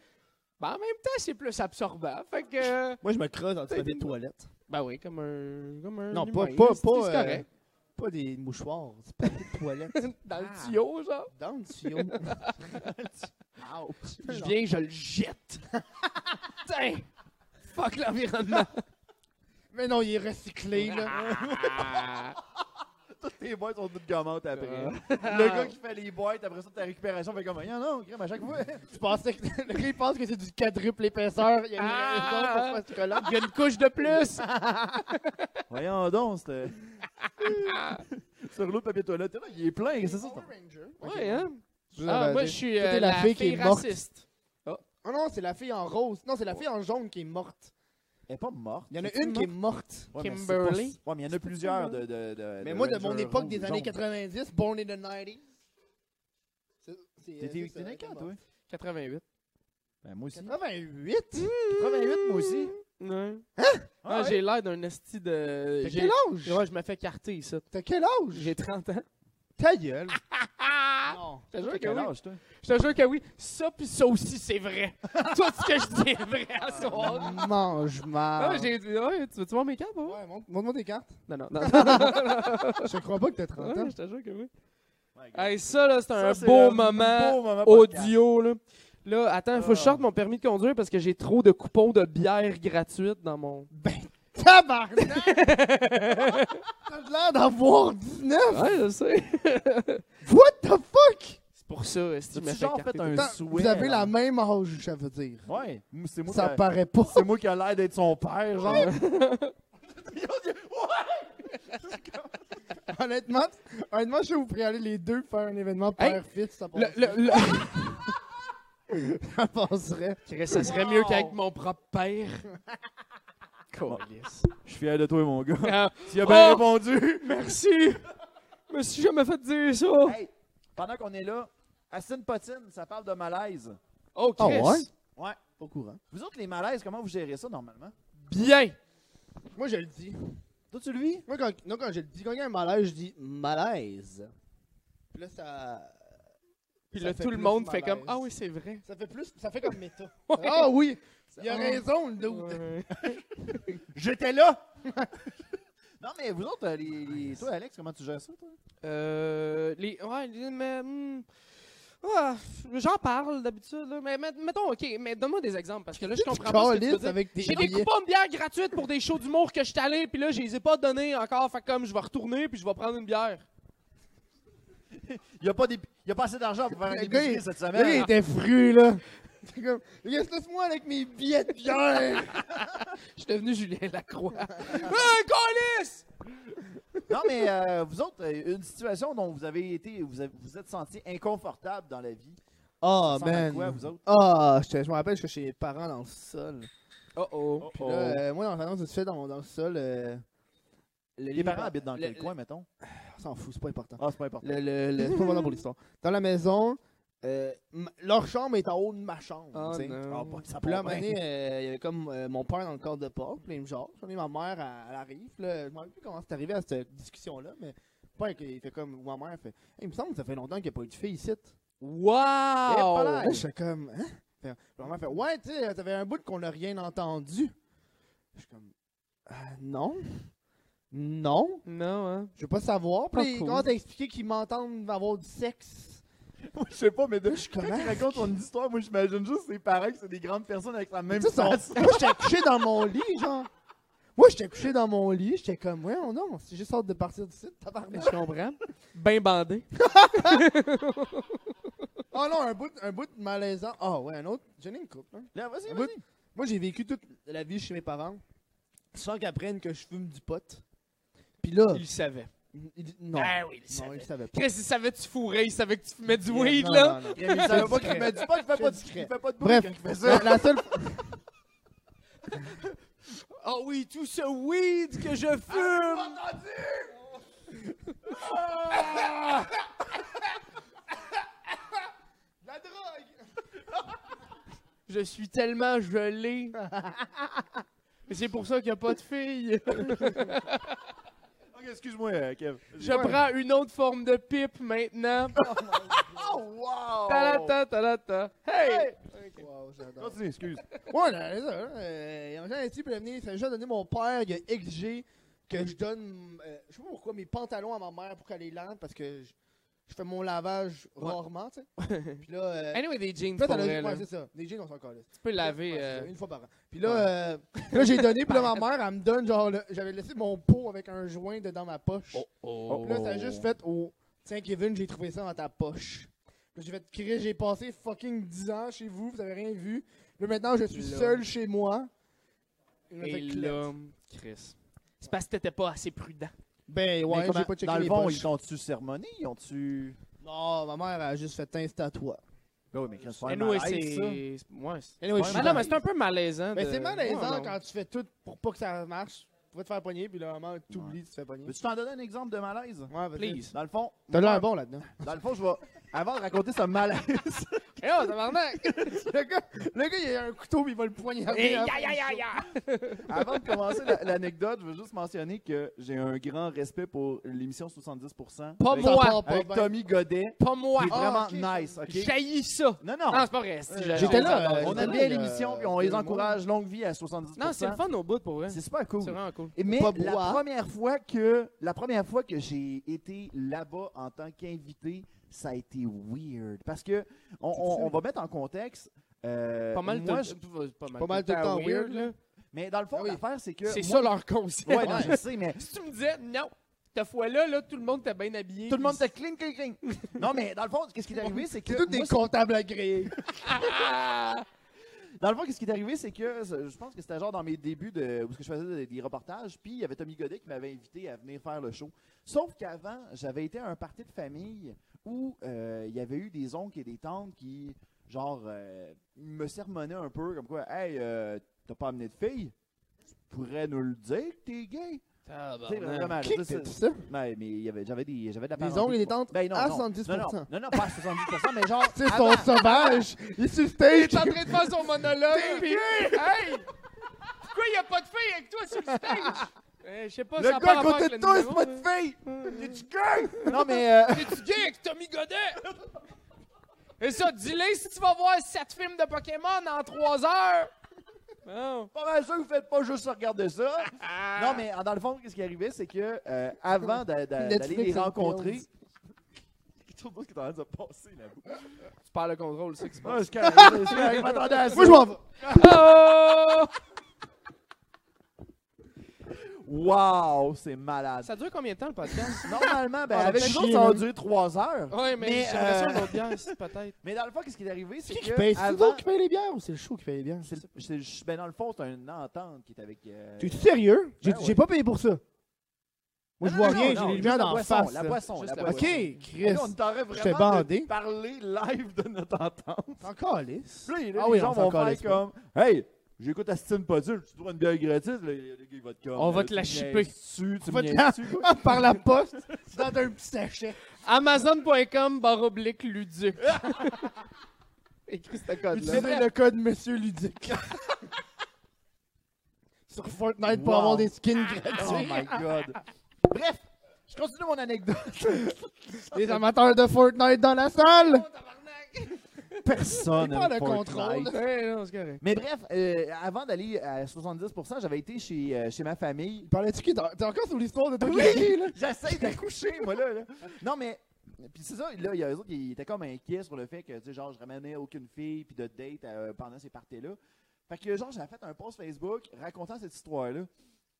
D: ben, en même temps, c'est plus absorbant. Fait que. euh,
C: Moi, je me creuse dans
D: T'as été-
C: des toilettes.
D: Ben oui, comme un. Comme un
C: Non, pas,
D: humain,
C: pas,
D: c'est-
C: pas,
D: C'est
C: euh,
D: correct.
C: pas des mouchoirs, c'est pas des toilettes.
D: Dans
C: ah.
D: le tuyau, genre.
C: Dans le tuyau.
D: Je viens, je le jette. Tiens! Fuck l'environnement!
C: Mais non, il est recyclé, là.
B: Toutes tes boîtes sont toutes gommantes après.
D: Ah.
B: Le gars qui fait les boîtes, après ça, ta récupération fait comme Non, non, crème à chaque fois.
C: tu pensais que... Le gars, il pense que c'est du quadruple épaisseur. Il y a une
D: Ah.
C: raison pour ce truc-là.
D: Il y a une couche de plus!
B: Voyons donc, c'était. Sur l'autre papier toilette, là, il est plein, c'est ça. ton-
D: Ouais, hein?
C: Je vous
D: Ah,
C: avais
D: moi,
C: dit.
D: je suis euh,
C: Tout est
D: la,
C: la fille
D: fille,
C: qui est morte.
D: raciste.
C: Oh non, c'est la fille en rose. Non, c'est la fille en jaune qui est morte.
B: Elle est pas morte.
C: Il y en a
B: C'est-tu
C: une qui est morte.
B: Ouais, mais c'est pas-
D: Kimberly.
B: Ouais, mais il y en a plusieurs de. de, de-
C: Mais moi, de mon
B: Ranger
C: époque
B: rouge,
C: des années
B: jaune.
C: 90, born in the 90s. c'est- c'est, euh,
B: T'étais
C: c'est ça,
B: t'étais quand,
C: mort.
B: toi
D: 88.
B: Ben, moi aussi.
C: 88?
B: 88, moi aussi.
D: Ouais.
B: Ah,
D: Ah, J'ai l'air d'un esti de.
C: T'as
D: j'ai-
C: quel âge?
D: Ouais, je me fais carter, ça.
C: T'as quel âge?
D: J'ai 30 ans.
C: Ta gueule!
D: Ah!
C: Non.
D: Je te
B: T'as
D: jure que
B: quel
D: oui.
B: âge, toi
D: Je te jure que oui. Ça pis ça aussi, c'est vrai. Tout ce que je dis est vrai à ce soir.
C: Mange
D: Ah,
C: mal.
D: j'ai dit, ouais, tu veux-tu voir mes cartes, moi?
C: Ouais, montre- montre-moi tes cartes.
D: Non, non, non. non,
C: Je crois pas que t'as 30
D: non,
C: ans.
D: je te jure que oui.
B: My God.
D: Hey, ça, là, c'est
B: Ça,
D: un
B: c'est
D: beau moment.
B: beau moment podcast.
D: audio, là. Là, attends, faut que je sorte mon permis de conduire parce que j'ai trop de coupons de bière gratuite dans mon.
C: Ben, Tabarnak! T'as l'air d'avoir 19!
D: Ouais, je sais.
C: What the fuck?
D: C'est pour ça, est-ce que tu
B: T'as-tu
D: m'as fait
B: genre fait
D: carter?
B: un
C: Attends,
B: souhait.
C: Vous avez
B: là?
C: la même âge, ça veut dire.
B: Ouais, m- c'est moi, qui
C: Ça
B: a-
C: paraît pas.
B: c'est moi qui a l'air d'être son père, genre.
C: honnêtement, honnêtement, je vous pourriez aller les deux faire un événement
D: Hey,
C: père fit ça
D: Le,
C: passerait.
D: le, le-
C: Ça passerait.
D: Chris, ça serait mieux qu'avec mon propre père. Câlisse.
B: Je suis fier de toi, mon gars.
D: Ah,
B: Tu as bien
D: Oh!
B: répondu.
D: merci! Je me suis jamais fait dire ça!
B: Hey, pendant qu'on est là, Astin Potine, ça parle de malaise.
D: Oh,
C: Ah
D: Chris!
C: ouais?
B: Ouais.
C: Pas au courant.
B: Vous autres, les malaises, comment vous gérez ça normalement?
D: Bien!
C: Moi, je le dis.
B: Toi, tu le vis?
C: Moi, quand, non, quand je le dis, quand il y a un malaise, je dis malaise. Puis là, ça.
D: Puis
C: Ça
D: là,
C: fait
D: tout le
C: plus
D: monde fait
C: malaise.
D: comme Ah oui, c'est vrai!
C: Ça fait plus. Ça fait comme méta.
D: Ouais.
C: Ah oui! Il a
D: Ah.
C: raison, le doute.
D: Ouais.
B: J'étais là! non, mais vous autres, euh, les, les- toi, Alex, comment tu gères ça, toi?
D: Euh. Les. Ouais, les- mais. hmm, ah, J'en parle d'habitude, là. Mais mais- mettons, ok, mais donne-moi des exemples parce que là, je comprends pas. ce que tu veux
C: Caliste
D: dire.
C: avec tes
D: J'ai des
C: billets.
D: coupons de bière gratuites pour des shows d'humour que je suis allé, puis là, je les ai pas donnés encore. Fait que comme je vais retourner, puis je vais prendre une bière.
B: Il n'y a, pas des- il y a pas assez d'argent pour faire un
C: Le gars,
B: épicerie
C: il-
B: cette
C: Là, il
B: semaine.
C: était fru, là. C'est comme, laisse-moi avec mes billets de bière.
D: Je suis devenu Julien Lacroix. Euh, hey, câlisse!
B: non, mais euh, vous autres, euh, une situation dont vous avez été, vous avez- vous êtes senti inconfortable dans la vie.
C: Oh,
B: Ça ressemble à quoi,
C: man.
B: vous autres?
C: Ah, je, te- je me rappelle, j'étais chez mes parents dans le sol.
D: Oh oh.
B: Oh,
C: Puis
B: oh.
C: là, euh, moi, dans l'annonce du fait, dans, dans le sol, euh, le-
B: les parents habitent dans
D: le-
B: quel
D: le-
B: coin, mettons?
C: On s'en fout, c'est pas important.
B: Ah, c'est pas important.
C: Le, le, le- c'est pas important pour l'histoire. Dans la maison, euh, m- leur chambre est en haut de ma chambre. tu sais.
B: Ah, pas- ça
C: Oh, Puis là, à
B: part
C: un moment
B: bien.
C: donné, euh, il y avait comme euh, mon père dans le corps de porte, puis là, il me genre, j'en ai ma mère, elle, elle arrive, puis là, je me rappelle plus comment c'est arrivé à cette discussion-là, mais pas il fait comme, ou ma mère elle fait, Hey, il me semble que ça fait longtemps qu'il n'y a pas eu de fille ici.
B: Eh, pas
D: Wow!
B: là.
C: Là, je suis comme, hein? Fait- puis ma mère fait, ouais, tu sais, ça fait un bout qu'on n'a rien entendu. Je suis comme, Euh, non, non,
D: Non, hein?
C: je veux pas savoir. Puis
D: Pas
C: là, il
D: cool.
C: commence à expliquer qu'ils m'entendent avoir du sexe.
B: Moi, je sais pas, mais de
C: Je suis comme,
B: Quand
C: Hein?
B: il raconte son histoire, moi j'imagine juste ses parents que c'est des grandes personnes avec la même
C: Tu sais, ça-
B: face.
C: Moi, j'étais couché dans mon lit, genre. Moi, j'étais couché dans mon lit, j'étais comme, ouais, oh non, c'est juste hâte de partir d'ici, tabarnak.
D: Je comprends. Ben bandé.
C: Oh non, un bout, un bout de malaisant. Ah ouais, un autre. J'en ai une couple, hein.
B: Là, vas-y,
C: Un
B: vas-y.
C: bout- Moi, j'ai vécu toute la vie chez mes parents sans qu'ils apprennent que je fume du pot. Puis là,
D: Il le savait.
C: il- il- non.
D: Ah oui, il
C: non,
D: le savait.
C: il savait pas.
D: Chris, il savait que tu fourrais, il savait que tu fumais du
C: Non,
D: weed,
C: non,
D: là.
C: non, non.
B: Il savait pas
C: discret.
B: qu'il me dit pas qu'il fait
C: Je
B: pas de-
C: discret.
B: il fait pas de bruit
C: Bref.
B: quand il fait ça.
C: La, la seule.
D: Ah oui, tout ce weed que je fume!
B: Ah!
C: La drogue!
D: Je suis tellement gelé. Mais C'est pour ça qu'il n'y a pas de filles.
B: Ok, excuse-moi, euh, Kev.
D: Je prends une autre forme de pipe maintenant.
B: Oh, wow!
D: Ta-la-ta, ta-la-ta. Hey!
C: Wow, j'adore.
B: Continue, excuse.
C: Ouais, là, c'est ça. hein. Euh, ils ont jamais dit, puis venir, c'est juste donné mon père, il a exigé que je donne, euh, je sais pas pourquoi, mes pantalons à ma mère pour qu'elle les lave, parce que je, je fais mon lavage
D: Ouais.
C: rarement, tu sais. puis là, euh,
D: Anyway, des jeans,
C: là,
D: pour
C: t'as
D: vrai,
C: le-
D: là.
C: ouais, c'est ça. Les jeans, on s'en calisse.
D: Tu peux
C: Ouais,
D: laver.
C: c'est ça,
D: euh,
C: une fois par an. Puis là, euh, là j'ai donné, puis là, ma mère, elle me donne, genre, le- j'avais laissé mon pot avec un joint dedans ma poche.
B: Oh,
C: Puis là, ça a juste fait, oh, tiens, Kevin, j'ai trouvé ça dans ta poche. Puis j'ai fait, Chris, j'ai passé fucking 10 ans chez vous, vous avez rien vu. Là, maintenant, je suis
D: Là.
C: seul chez moi. Il m'a fait
D: Et
C: clair.
D: là, Chris. C'est parce que t'étais pas assez prudent.
C: Ben
B: Mais
C: ouais,
B: comment-
C: j'ai pas checké
B: Dans le
C: les
B: fond,
C: poches.
B: ils t'ont-tu sermonné? Ils ont-tu.
C: Non, ma mère elle a juste fait tinsta toi.
B: Ben oui, mais Chris, c'est
D: Anyway,
B: malaise, ça.
D: c'est. Ouais, c'est-
C: Anyway, je suis
D: Ah non, mais
C: malaise.
D: c'est un peu malaisant.
C: Mais
D: de-
C: c'est malaisant
D: Ouais, non.
C: quand tu fais tout pour pas que ça marche. Tu vas te faire pogner, puis là, maman, t'oublies, tu te fais pogner.
B: Veux-tu t'en donner un exemple de malaise?
C: Ouais, vas-y.
D: Please.
B: Dans le fond,
C: T'as l'air bon là-dedans.
B: dans le fond, je vais. Avant de raconter ce malaise,
D: Eh oh, tabarnak!
C: le, gars, le gars, il a un couteau, mais il va le poignarder.
D: Eh, ya,
C: après
D: ya,
C: le
D: ya,
C: show.
D: ya.
B: avant de commencer la- l'anecdote, je veux juste mentionner que j'ai un grand respect pour l'émission 70%.
D: Pas
B: avec,
D: moi.
C: Ça part pas
B: Avec
C: bien.
B: Tommy Godet.
D: Pas moi!
B: qui est
C: Ah,
B: vraiment
C: ok. Ah,
B: nice, ok?
D: J'haïs ça!
B: Non, non. Euh,
D: Non, c'est pas vrai. si, je-
C: J'étais
D: je-
C: là,
D: je-
B: on
C: j'étais
B: aime
C: là,
B: bien
C: euh,
B: l'émission, puis on
C: deux
B: les
C: mois.
B: encourage. Longue vie à 70%.
D: Non, c'est le fun au bout pour vrai.
B: C'est super cool.
D: C'est vraiment cool.
B: Et Mais
C: Pas
B: la
C: boire.
B: première, fois que, la première fois que j'ai été là-bas en tant qu'invité, ça a été weird. Parce que on, on- on va mettre en contexte. euh,
D: Pas mal
B: moi,
D: tout-
B: je-
D: pas mal
C: pas mal tout le temps weird, là.
B: Mais dans le fond,
C: Ah oui.
B: l'affaire, c'est que.
D: C'est
B: moi-
D: ça leur concept.
B: Ouais, non, je sais, mais.
D: Si tu me disais, non, ta fois-là, là, tout le monde t'a bien habillé.
B: Tout le monde te cling, cling, cling. non, mais dans le fond, qu'est-ce qui est arrivé, c'est que.
C: C'est tous des
B: moi,
C: comptables agréés.
B: Dans le fond, qu'est-ce qui est arrivé, c'est que ça- je pense que c'était genre dans mes débuts de, où est-ce que je faisais des, des reportages, puis il y avait Tommy Godet qui m'avait invité à venir faire le show. Sauf qu'avant, j'avais été à un party de famille où euh, il y avait eu des oncles et des tantes qui, genre, euh, me sermonnaient un peu, comme quoi, hey, euh, t'as pas amené de fille, tu pourrais nous le dire que t'es gay. Tu sais, vraiment,
C: Qui
B: là,
C: que t'as
B: c'est-
C: dit ça?
B: Ouais, mais il y avait- j'avais des, j'avais de la
C: Les
B: parenté
C: ongles et les
B: qui-
C: tantes
B: Ben non,
C: à
B: non.
C: 70%.
B: Non, non, non, non, pas à 70%, mais genre.
C: Tu sais, son sauvage, il est sur le stage.
D: Il est en train de faire son monologue, puis... Hey! Pourquoi il y a pas de fille avec toi sur le stage? Eh, Je sais pas, ça a
A: Le
D: pas
A: gars à
D: rapport
A: côté
D: avec
A: de
D: le
A: toi, c'est
D: numéro,
A: pas de
D: hein.
A: fille! T'es-tu gay?
B: Non, mais. euh,
D: T'es-tu gay avec Tommy Godet? Et ça, dis-le si tu vas voir 7 films de Pokémon en 3 heures! Non.
B: pas mal sûr que vous faites pas juste regarder ça.
D: Ah.
B: non, mais euh, dans le fond, qu'est-ce qui arrivait, c'est que euh, avant d'a- d'a- d'aller
C: Netflix
B: les
C: and
B: rencontrer.
C: Pills.
B: Quelque chose d'autre qui est en train de se passer là-bas.
D: Tu perds le contrôle, c'est que c'est
B: Non, je suis correct, je suis correct, je m'attendais à ça.
C: Moi, je m'en vais.
D: Oh!
B: Wow, c'est malade.
D: Ça dure combien de temps le podcast?
B: Normalement, ben,
C: Ah,
B: avec
C: ça
B: nous autres,
C: chie,
B: ça a
C: hein.
B: duré 3 heures.
D: Ouais, mais,
B: Mais,
D: j'aimerais ça
B: euh,
D: une autre bière ici, peut-être.
B: Mais dans le fond, qu'est-ce qui est arrivé, c'est
C: Qui
B: que.
C: qui paye? C'est
B: avant-
C: donc qui paye les bières ou c'est le show qui paye les bières?
B: c'est le- c'est le- ben, dans le fond, c'est une entente qui est avec. euh,
C: T'es sérieux? J'ai
B: Ben
C: j'ai
B: ouais.
C: pas payé pour ça. Moi, je
B: Non,
C: vois
B: non,
C: rien,
B: non,
C: j'ai les
B: juste
C: lumières
B: la
C: d'en
B: boisson,
C: face.
B: La
C: là.
B: boisson,
D: Juste
B: la
D: la
B: boisson.
C: Ok, Chris.
B: Hey, On t'aurait
C: J'étais
B: vraiment
C: bandé.
B: parlé live de notre entente.
C: C'est encore lisse.
B: Puis là,
C: Ah
B: les
C: oui,
B: gens
C: on s'en
B: vont faire
C: calisse
B: comme Hey, j'écoute Astin Podule, tu dois une bière gratis. Le, le gars, il va te comme.
D: On va
B: euh,
D: te la
B: tu me
D: shipper.
B: niaises-tu, Tu me
C: On va te
B: niaises-tu,
C: la-
B: quoi?
C: Par la poste, dans un petit sachet.
D: Amazon.com baroblique ludique. Écris ce code-là.
C: Utilisez le code Monsieur Ludique. Sur Fortnite pour
B: Wow.
C: avoir des skins
B: Oh
C: gratuits.
B: my god. Bref, je continue mon anecdote.
C: les amateurs de Fortnite dans la salle.
B: Personne
C: Il parle
B: aime
C: de
B: Fortnite.
C: contrôle.
D: Ouais, non, c'est correct.
B: Mais bref, euh, avant d'aller à 70%, j'avais été chez, euh, chez ma famille.
C: Parlais-tu qui dans- T'es encore sur l'histoire de toi là?
B: J'essaie d'accoucher, moi, là. là. Non, mais. Puis c'est ça, là, il y a eux autres, ils étaient comme inquiets sur le fait que, tu sais, genre, je ramenais aucune fille, puis de date euh, pendant ces parties-là. Fait que, genre, j'avais fait un post Facebook racontant cette histoire-là.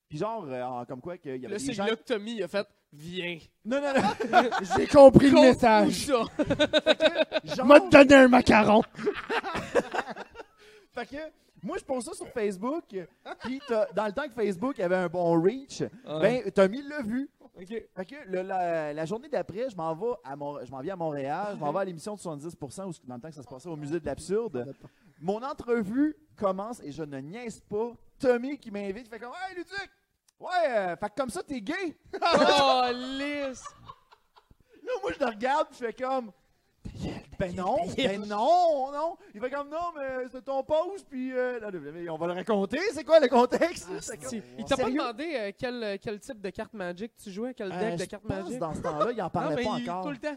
B: Puis, genre, euh, en- comme quoi, qu'il y avait
D: Là,
B: des
D: c'est
B: gens.
D: là que Tommy il a fait Viens.
B: Non, non, non.
C: J'ai compris le
D: Compte
C: message.
D: tout ça.
B: genre,
C: M'a donné un macaron.
B: fait que, moi, je pose ça sur Facebook. Puis, t'as- dans le temps que Facebook avait un bon reach, ben, Tommy l'a vu.
D: Ok.
B: Fait que le- la, la journée d'après, je m'en vais à Mon- je m'en viens à Montréal, je m'en vais à l'émission de 70% où, dans le temps que ça se passait au musée de l'absurde. Mon entrevue commence et je ne niaise pas. Tommy qui m'invite, il fait comme "Hey Luduc, ouais, euh, fait que comme ça t'es gay."
D: Oh, lisse.
B: Là moi je le regarde, puis je fais comme ben non, ben non, non. Il fait comme non, mais c'est ton pause, puis euh, là, là, on va le raconter. C'est quoi le contexte C'est comme-
D: Si. Ah, Il t'a pas
B: Sérieux?
D: demandé euh, quel, euh, quel type de carte Magic tu jouais, quel
B: Euh,
D: deck de
B: je
D: carte
B: pense
D: Magic.
B: dans ce temps-là, il en parlait
D: mais
B: pas
D: il-
B: encore.
D: tout le temps.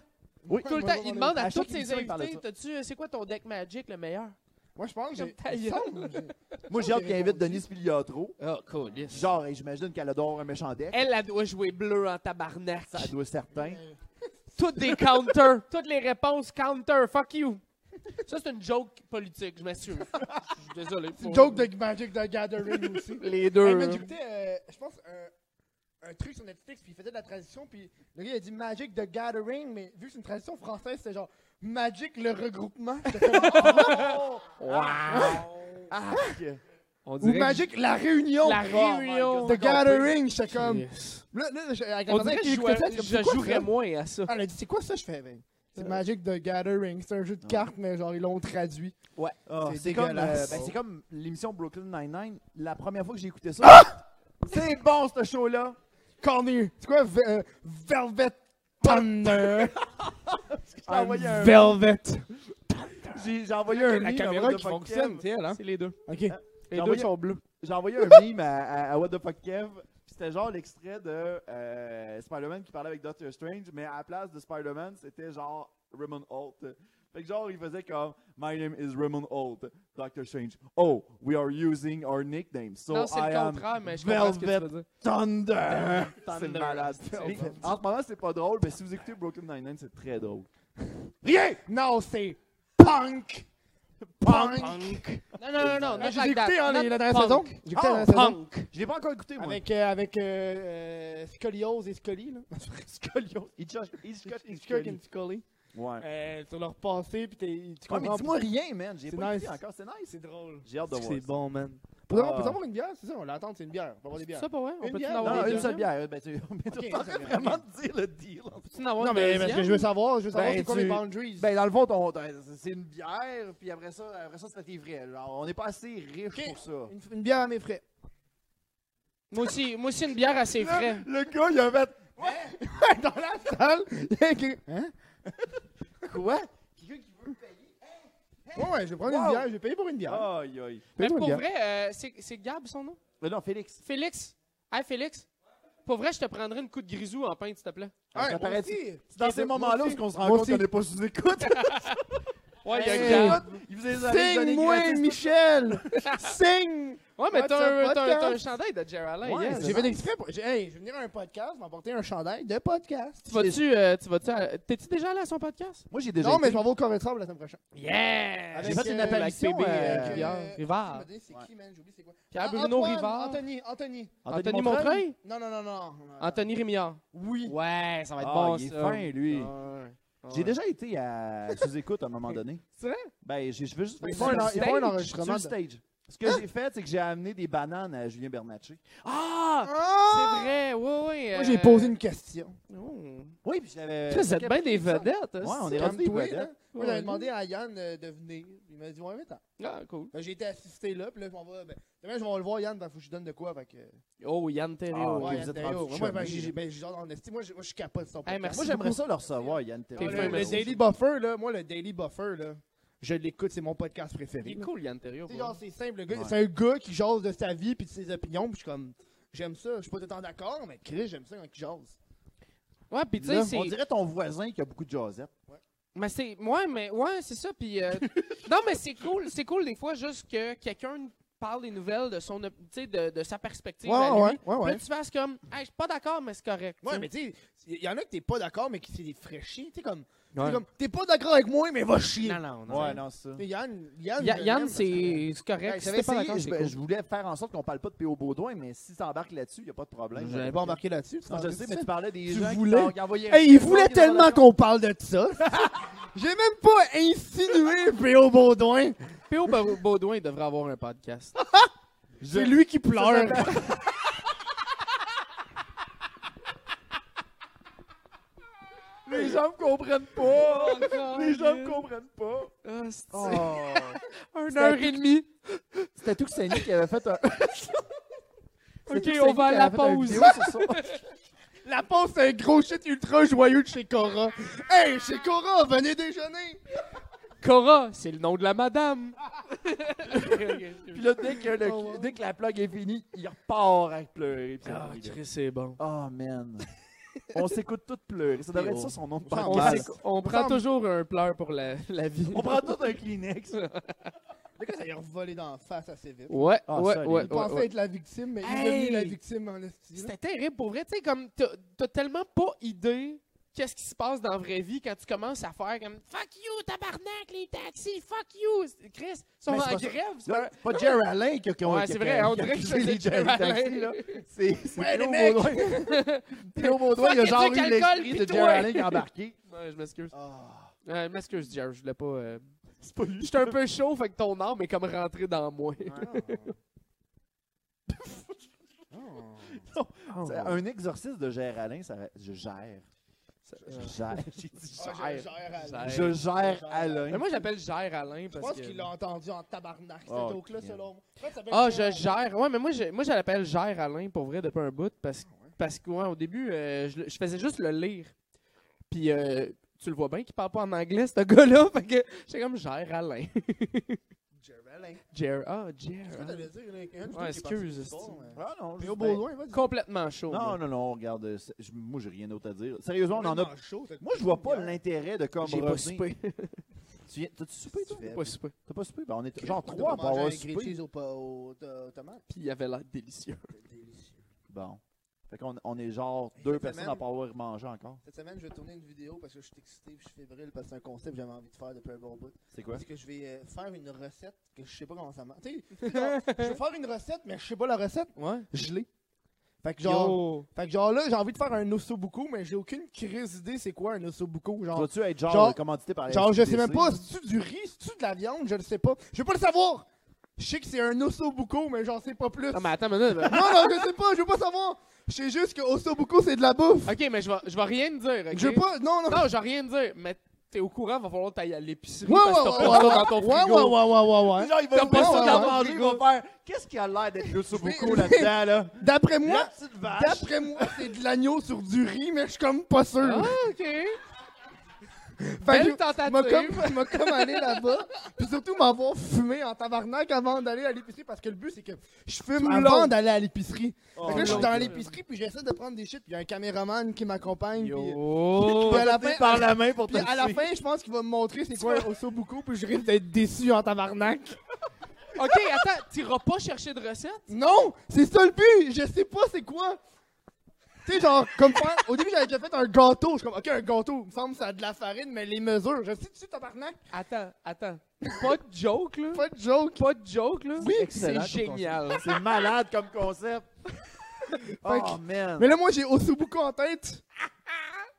B: Oui.
D: Tout le temps, il demande à,
B: À
D: tous
B: chaque
D: ses
B: émission, il parle de
D: invités T'as-tu, euh, c'est quoi ton deck Magic le meilleur
C: Moi, je pense que
D: Comme
C: j'ai-
D: ta
C: il
D: gueule.
C: semble que j'ai-
B: Moi, j'ai hâte qu'il invite Denise Filiatro.
D: Oh, cool,
B: Genre, hey, j'imagine qu'elle adore un méchant deck.
D: Elle, elle doit jouer bleu en tabarnak.
B: Ça doit être
D: euh,
B: certain.
D: Toutes des counters. Toutes les réponses counter. Fuck you. Ça, c'est une joke politique, je m'assure. Je suis désolé.
C: C'est
D: pour-
C: une joke de Magic the Gathering aussi.
D: Les
C: Hey,
D: deux.
C: man,
D: hein.
C: J'écoutais, euh, je pense, un, un truc sur Netflix, puis il faisait de la transition, puis le gars il a dit Magic the Gathering, mais vu que c'est une transition française, c'était genre Magic le regroupement. J'étais comme, oh,
D: On
C: Ou
D: dirait,
C: Magic la réunion.
D: La réunion.
C: The Gathering, j'étais
D: que-
C: comme. Là, là, j'ai- avec la
D: On
C: personne
D: dirait
C: qui
D: que je,
C: écoutait
D: jouais-
C: ça, c'est comme,
D: je
C: c'est quoi
D: jouerais
C: ça?
D: moins Euh. à ça.
C: Ah, Elle a dit c'est quoi ça, je fais ben, C'est Magic the Gathering, c'est un jeu
D: Ah.
C: de cartes, mais genre ils l'ont traduit.
B: Ah,
C: C'est
B: c'est comme,
C: dégueulasse.
B: euh, ben, c'est comme l'émission Brooklyn Nine-Nine. La première fois que j'ai écouté ça, c'est bon ce show-là.
C: Cornu, c'est quoi ve- euh, Velvet Thunder?
B: J'ai
D: Ah,
B: envoyé un,
C: Velvet.
B: j'ai, j'ai envoyé un meme à What the Fuck Kev.
D: c'est elle, hein? C'est les deux.
C: Ok.
D: Les
B: J'ai
D: deux
B: envoyé,
D: sont bleus.
B: j'ai envoyé un meme à, à, à What the Fuck Kev. Puis c'était genre l'extrait de euh, Spider-Man qui parlait avec Doctor Strange, mais à la place de Spider-Man, c'était genre Raymond Holt. Fait que genre, il faisait comme My name is Raymond Holt, Doctor Strange. Oh, we are using our nickname, so
D: non, c'est
B: I
D: le
B: am
D: contraire, mais je comprends ce que tu
B: Velvet
D: veux dire.
B: Thunder! C'est
D: Thunder.
B: malade.
D: C'est
B: Mais
D: bon.
B: En ce moment, c'est pas drôle, mais si vous écoutez Broken Nine-Nine, c'est très drôle.
C: Rien! Non, c'est punk! Punk!
D: Non, non, non, non. not
C: J'ai
D: like that,
C: écouté hein,
D: not
C: les- la dernière
D: punk.
C: saison. J'ai écouté la
B: Ah,
C: dernière saison.
D: Punk.
B: Je l'ai pas encore écouté, moi.
C: Avec, euh, avec euh, euh, Scoliose et Scully. Là.
B: Scoliose. Hitchcock. Hitchcock.
C: Hitchcock
B: Hitchcock.
C: and Scully.
B: Ouais.
C: euh, sur leur passé, puis t'es- tu
B: Ouais, mais
C: comprends.
B: dis-moi rien, man. J'ai
C: C'est
B: pas
C: nice.
B: écouté encore. C'est nice.
C: c'est drôle.
B: J'ai hâte de voir.
D: C'est
B: ça.
D: bon, man.
C: Pour de vrai,
B: Ah.
C: on peut avoir une bière, c'est ça, on l'attend, c'est une bière. On va avoir des
D: C'est
C: bières.
D: ça, pas vrai? On
C: Une
D: peut-tu
C: bière?
D: en
B: Non,
D: avoir
B: une
D: des
B: seule
D: deuxièmes?
B: bière. Ben, tu mais tu
C: Ok,
B: t'en
C: une seule
B: fais
C: bière.
B: vraiment te dire le deal. en plus.
D: Peux-tu en avoir
C: Non,
D: une
C: mais parce
D: deuxième?
C: que je veux savoir, je veux savoir
B: Ben,
C: c'est quoi
B: tu-
C: les boundaries.
B: Ben, dans le fond, ton- t'as- c'est une bière, puis après ça, après ça c'était vrai. Genre, on n'est pas assez riche
C: Ok.
B: pour ça.
C: une, une bière à mes frais.
D: Moi aussi, moi aussi, une bière assez frais.
B: Le gars, il a fait
C: Dans la salle, il y a quelqu'un- Hein?
B: quoi?
C: Ouais, ouais, je vais prendre une
B: Wow. Ah,
C: bière, je vais payer pour une bière.
B: Aïe, aïe.
C: Paye
D: Mais
C: pour
D: pour
C: une bière.
D: vrai, euh, c'est c'est Gab son nom?
B: Mais non, Félix.
D: Félix? Hey, Félix? Pour vrai, je te prendrais une coup de grisou en pinte, s'il te plaît.
C: Ouais,
B: Ça
C: moi
B: paraît-
C: aussi.
B: C'est dans ces
C: Moi
B: moments-là où
C: aussi.
B: on se rend
C: Moi
B: compte
C: aussi.
B: qu'on n'est pas sous écoute.
D: Ouais, Oh, il y a
C: Hey.
D: Gab.
B: Il faisait des oreilles données gratis,
C: Michel! Signe!
D: Ouais, mais
C: What's
D: t'as un,
C: up,
D: t'as un-
C: podcast?
D: t'as un chandail de Jerry Allen,
B: Ouais,
D: yes.
B: c'est
C: J'ai fait exprès pour. j'ai- Hey, je vais venir à un podcast, m'apporter un chandail de podcast.
D: Tu vas-tu, euh, tu vas-tu, à- t'es-tu déjà allé à son podcast?
B: Moi, j'ai déjà.
C: Non, mais je
B: été.
C: m'en vais au Corée de Sable la semaine prochaine.
D: Yeah!
C: J'ai fait une
B: apparition, euh,
C: Avec, euh,
D: Rivard.
C: tu m'as dit, C'est qui, man? J'ai oublié c'est quoi.
D: Pierre
C: Ah,
D: Bruno
C: Antoine,
D: Rivard.
C: Anthony, Anthony.
D: Anthony Montreuil?
C: Non, non, non, non.
D: Anthony Rémillard.
C: Oui.
D: Ouais, ça va
B: Ah, il est fin, lui. J'ai déjà été à sous-écoute à un moment donné.
D: C'est vrai?
B: Ben, j'ai- je veux juste
C: Il
B: faire
C: faut un, il faut un
B: sur
C: enregistrement.
B: le
C: de-
B: stage. Ce que j'ai fait, c'est que j'ai amené des bananes à Julien Bernatchez.
D: Ah!
C: Ah!
D: C'est vrai, euh, ouais, ouais.
C: Moi, j'ai posé une question.
D: une.
B: Oui, puis j'avais.
D: Vous êtes bien des vedettes. hein,
B: Ouais, on est rendu des
C: Calme-toi,
B: vedettes.
C: là. hein. Moi, j'avais demandé à Yann euh, de venir. Il m'a dit, ouais, mais attends.
D: Ah, cool.
C: Ben, J'ai été assisté là, puis là, je m'en vais. Ben, demain, je vais le voir, Yann, ben, faut que je lui donne de quoi. Fait que.
D: Oh, Yann
B: Ah,
D: Terrio.
B: ok,
C: Ouais,
B: vous
C: Yann
B: êtes
C: Théo.
B: rendu
C: Ouais, ben,
B: chummy,
C: j'ai-
B: là.
C: ben, j'ai- genre, en esti, moi, je moi, je suis capable de son podcast.
D: merci
B: Moi, j'aimerais
D: beaucoup.
B: ça le recevoir, Yann
C: Ah,
B: Terry.
D: T'es
C: le,
D: fin,
C: le
D: merci.
C: Daily Buffer, là, moi, le Daily Buffer, là, je l'écoute, c'est mon podcast préféré.
D: Il est
C: là.
D: cool, Yann Terrio.
C: Tu sais, genre, c'est simple, le gars,
B: Ouais.
C: c'est un gars qui jase de sa vie puis de ses opinions, puis je suis comme, j'aime ça, je suis pas tout le temps d'accord, mais Chris, j'aime ça quand il jase.
D: Ouais, pis tu sais,
B: Là,
D: c'est.
B: on dirait ton voisin qui a beaucoup de Josette.
D: Mais c'est. Ouais, mais ouais, c'est ça. Puis euh, non, mais c'est cool. C'est cool des fois juste que quelqu'un parle des nouvelles de son, op- tu sais, de, de sa perspective. à lui.
C: ouais,
D: Puis là, tu fasses comme, hey, je suis pas d'accord, mais c'est correct.
C: Ouais,
D: tu
C: mais
D: sais.
C: tu sais, il y en a que t'es pas d'accord, mais qui c'est des fraîchis, tu sais, comme, t'es
D: Ouais.
C: comme, t'es pas d'accord avec moi, mais va chier.
D: non, non, non.
B: Ouais, non, c'est ça.
C: Tu sais, Yann, Yann,
D: Ya-
C: je
D: Yann,
C: l'aime
D: c'est c'est correct.
B: Ouais,
D: Si
B: j'avais
D: t'es pas
B: essayé,
D: d'accord,
B: je,
D: c'est cool.
B: je voulais faire en sorte qu'on parle pas de P.O. Baudouin, mais si t'embarques là-dessus, y a pas de
C: parce
B: problème.
C: que- Je n'avais pas embarqué là-dessus. tu
B: Non, je
C: t'en
B: sais,
C: dis
B: mais
C: ça.
B: tu parlais des
C: Tu
B: gens qui
C: voulais-
B: t'en- qui envoyaient.
C: Hey,
B: qui
C: il voulait
B: envoyaient des
C: tellement
B: relations.
C: qu'on parle de ça. J'ai même pas insinué P.O. Baudouin.
D: P.O. Ba- Baudouin devrait avoir un podcast.
C: C'est lui qui pleure.
B: Les gens me comprennent
D: Oh,
B: pas. Les gens me
D: Ah,
B: comprennent pas.
D: c'est-
B: Oh.
D: Un heure et demie.
B: C'était tout Tuxeni qui avait fait un. C'était
D: Ok,
B: Tuxeni
D: on va à
B: qui
D: la
B: avait fait un
D: pause.
B: vidéo sur ça.
C: La pause, c'est un gros shit ultra joyeux de chez Cora. Hey, chez Cora, venez déjeuner.
D: Cora, c'est le nom de la madame.
B: Puis là, dès que, le-
C: Oh, wow.
B: dès que la plug est finie, il repart à pleurer. puis
D: Ah,
B: il rit.
D: Chris, c'est bon.
B: Oh, man. On s'écoute toutes pleurer. Ça devrait être ça son nom de
D: On,
B: podcast.
D: s'éc- on prend toujours un pleur pour la, la vie.
B: On prend tout un Kleenex.
C: Le gars, ça lui a revolé dans la face assez vite.
D: Ouais,
B: Ah,
D: ouais,
B: solide.
D: ouais,
C: Il
D: ouais,
C: pensait
D: ouais.
C: être la victime, mais il est
D: Hey!
C: devenu la victime en esti. là.
D: C'était terrible pour vrai. Tu sais, comme t'as t'as tellement pas idée qu'est-ce qui se passe dans la vraie vie quand tu commences à faire comme fuck you, tabarnak, les taxis, fuck you. Chris, ils sont
B: Mais c'est
D: en
B: pas ça.
D: grève. c'est
B: Là, c'est pas Jerry Allen qui a qui a-
D: Ouais,
B: qui a-
D: c'est vrai, on
B: qui a
D: dirait que
B: accusé
D: c'est
B: les Jerry
D: Jerry
B: Taxi,
D: Allen.
B: là. C'est
C: Ouais,
B: c'est
C: les
B: Théo
C: mecs!
B: Baudouin. Théo Baudouin, il a
D: Fuck,
B: genre eu
D: drink alcool,
B: l'esprit
D: puis
B: de
D: toi.
B: Jerry Allen qui a embarqué.
D: pas- Ouais, je m'excuse.
B: Ah,
D: Euh, je m'excuse, Jerry, je voulais pas. euh,
B: C'est pas lui.
D: J'étais un peu chaud, fait que ton arme est comme rentrée dans moi.
C: Ah,
B: Oh.
D: Oh,
B: C'est Un exorcisme de Jerry Allen, ça... je gère.
D: Ça-
B: Je gère. J'ai dit
C: Ah, je-
B: gère.
C: gère à
D: Gère.
B: Je
C: lui.
B: gère Alain.
D: Mais moi, j'appelle Gère Alain
C: Je
D: parce
C: pense
D: que.
C: qu'il l'a entendu en tabarnak, cette
B: Oh,
C: joke-là,
B: Christ.
C: selon moi. En fait, ça fait
D: Ah,
C: un
D: je
C: peu-
D: gère. Ouais, mais moi, je, moi, je l'appelle Gère Alain pour vrai depuis un bout parce, parce que, ouais, au début, euh, je, le- je faisais juste le lire. Puis, euh, tu le vois bien qu'il parle pas en anglais, ce gars-là. Fait que j'étais comme Gère Alain.
C: Jerry Allen.
D: Jer. Ah,
C: Je
D: Jer.
C: sais pas, hein. t'allais dire, là, qu'il y en a qui est parti
D: excuse,
C: du sport,
D: c'est-
C: ouais.
B: Ah non,
C: Mais
B: je-
C: au Baudouin, vas-y.
D: Complètement chaud.
B: Non,
D: moi.
B: non, non, regarde, euh, c'est- je- moi j'ai rien d'autre à dire. Sérieusement, on en a.
C: Complètement chaud, cette
B: Moi je vois pas
C: bière.
B: l'intérêt de comme.
D: J'ai pas
B: revenir.
D: soupé.
B: Tu viens- T'as-tu soupé toi
D: J'ai pas soupé.
B: T'as pas soupé Ben on est genre
C: On a
B: trois
C: pas
B: pour
C: mangé
B: avoir
C: un grilled
B: soupé.
C: cheese au pa- au to- tomate.
D: Puis il avait l'air délicieux.
B: Bon. Fait qu'on on est genre
C: Hey,
B: deux
C: cette
B: personnes
C: semaine-
B: à pas avoir mangé encore.
C: Cette semaine, je vais tourner une vidéo parce que je suis excité, puis je suis fébrile parce que c'est un concept que j'avais envie de faire depuis un bon bout.
B: C'est quoi
C: C'est que je vais euh, faire une recette que je sais pas comment ça marche. Tu sais, genre, je vais faire une recette, mais je sais pas la recette.
D: Ouais.
C: Je l'ai. Fait que genre, fait que genre là, j'ai envie de faire un ossobuco, mais j'ai aucune crise d'idée c'est quoi un ossobuco. Genre,
B: Vas-tu être genre,
C: Genre-
B: euh, commandité par la
C: genre je sais
B: SQDC?
C: même pas, c'est-tu du riz, c'est-tu de la viande, je le sais pas. Je veux pas le savoir! Je sais que c'est un ossobuco, mais j'en sais pas plus.
D: Non, Ah, mais attends une minute. là.
C: Non, non, je sais pas, je veux pas savoir! Je sais juste que ossobuco, c'est de la bouffe!
D: ok, mais je vais, je vais rien te dire. ok?
C: Je veux pas, non, non!
D: Non, je vais rien te dire. Mais t'es au courant, va falloir que t'ailles à l'épicerie.
C: Ouais,
D: parce que
C: ouais,
D: t'as
C: ouais,
D: pas ça dans ton
C: Ouais, ouais,
D: frigo.
C: ouais, ouais, ouais, ouais.
B: Genre, il
D: T'as
B: va
D: pas
B: pas
C: ça hein.
B: ça
C: dans
B: dans
C: le
B: manger, il va faire. Qu'est-ce qui a l'air d'être le
C: Je
B: soubouco
C: vais-
B: là-dedans, là?
C: D'après
B: La
C: moi,
B: petite vache.
C: d'après moi, c'est de l'agneau sur du riz, mais je suis comme pas sûr.
D: Ah, ok.
C: Fait
D: Belle
C: que je- m'a
D: tentative.
C: comme, m'a comme allé là-bas, puis surtout m'avoir fumé en tabarnak avant d'aller à l'épicerie, parce que le but c'est que je fume
D: Tout
C: avant
D: long. Oh,
C: d'aller à l'épicerie.
B: Oh,
C: Fait que là, je suis
D: long.
C: dans l'épicerie, puis j'essaie de prendre des shit, puis il y a un caméraman qui m'accompagne, puis,
D: Yo. Oh,
C: puis à la
B: T'es
C: fin,
B: par la main pour te
C: puis à la
B: tuer.
C: fin, je pense qu'il va me montrer c'est quoi un ossobuco, puis je risque d'être déçu en tabarnak.
D: ok, attends, t'iras pas chercher de recettes?
C: Non, c'est ça le but. Je sais pas c'est quoi. Tu sais, genre, comme faire- Au début, j'avais déjà fait un gâteau. Je suis comme, ok, un gâteau. Il me semble que ça a de la farine, mais les mesures. Je sais, tu sais, tabarnak.
D: Attends, attends. Pas de joke, là.
C: Pas de joke.
D: Pas de joke, là.
B: Oui, excellent
D: c'est
B: ton
D: génial.
B: C'est malade comme concept. Oh, man.
C: Mais là, moi, j'ai Osobuco en tête.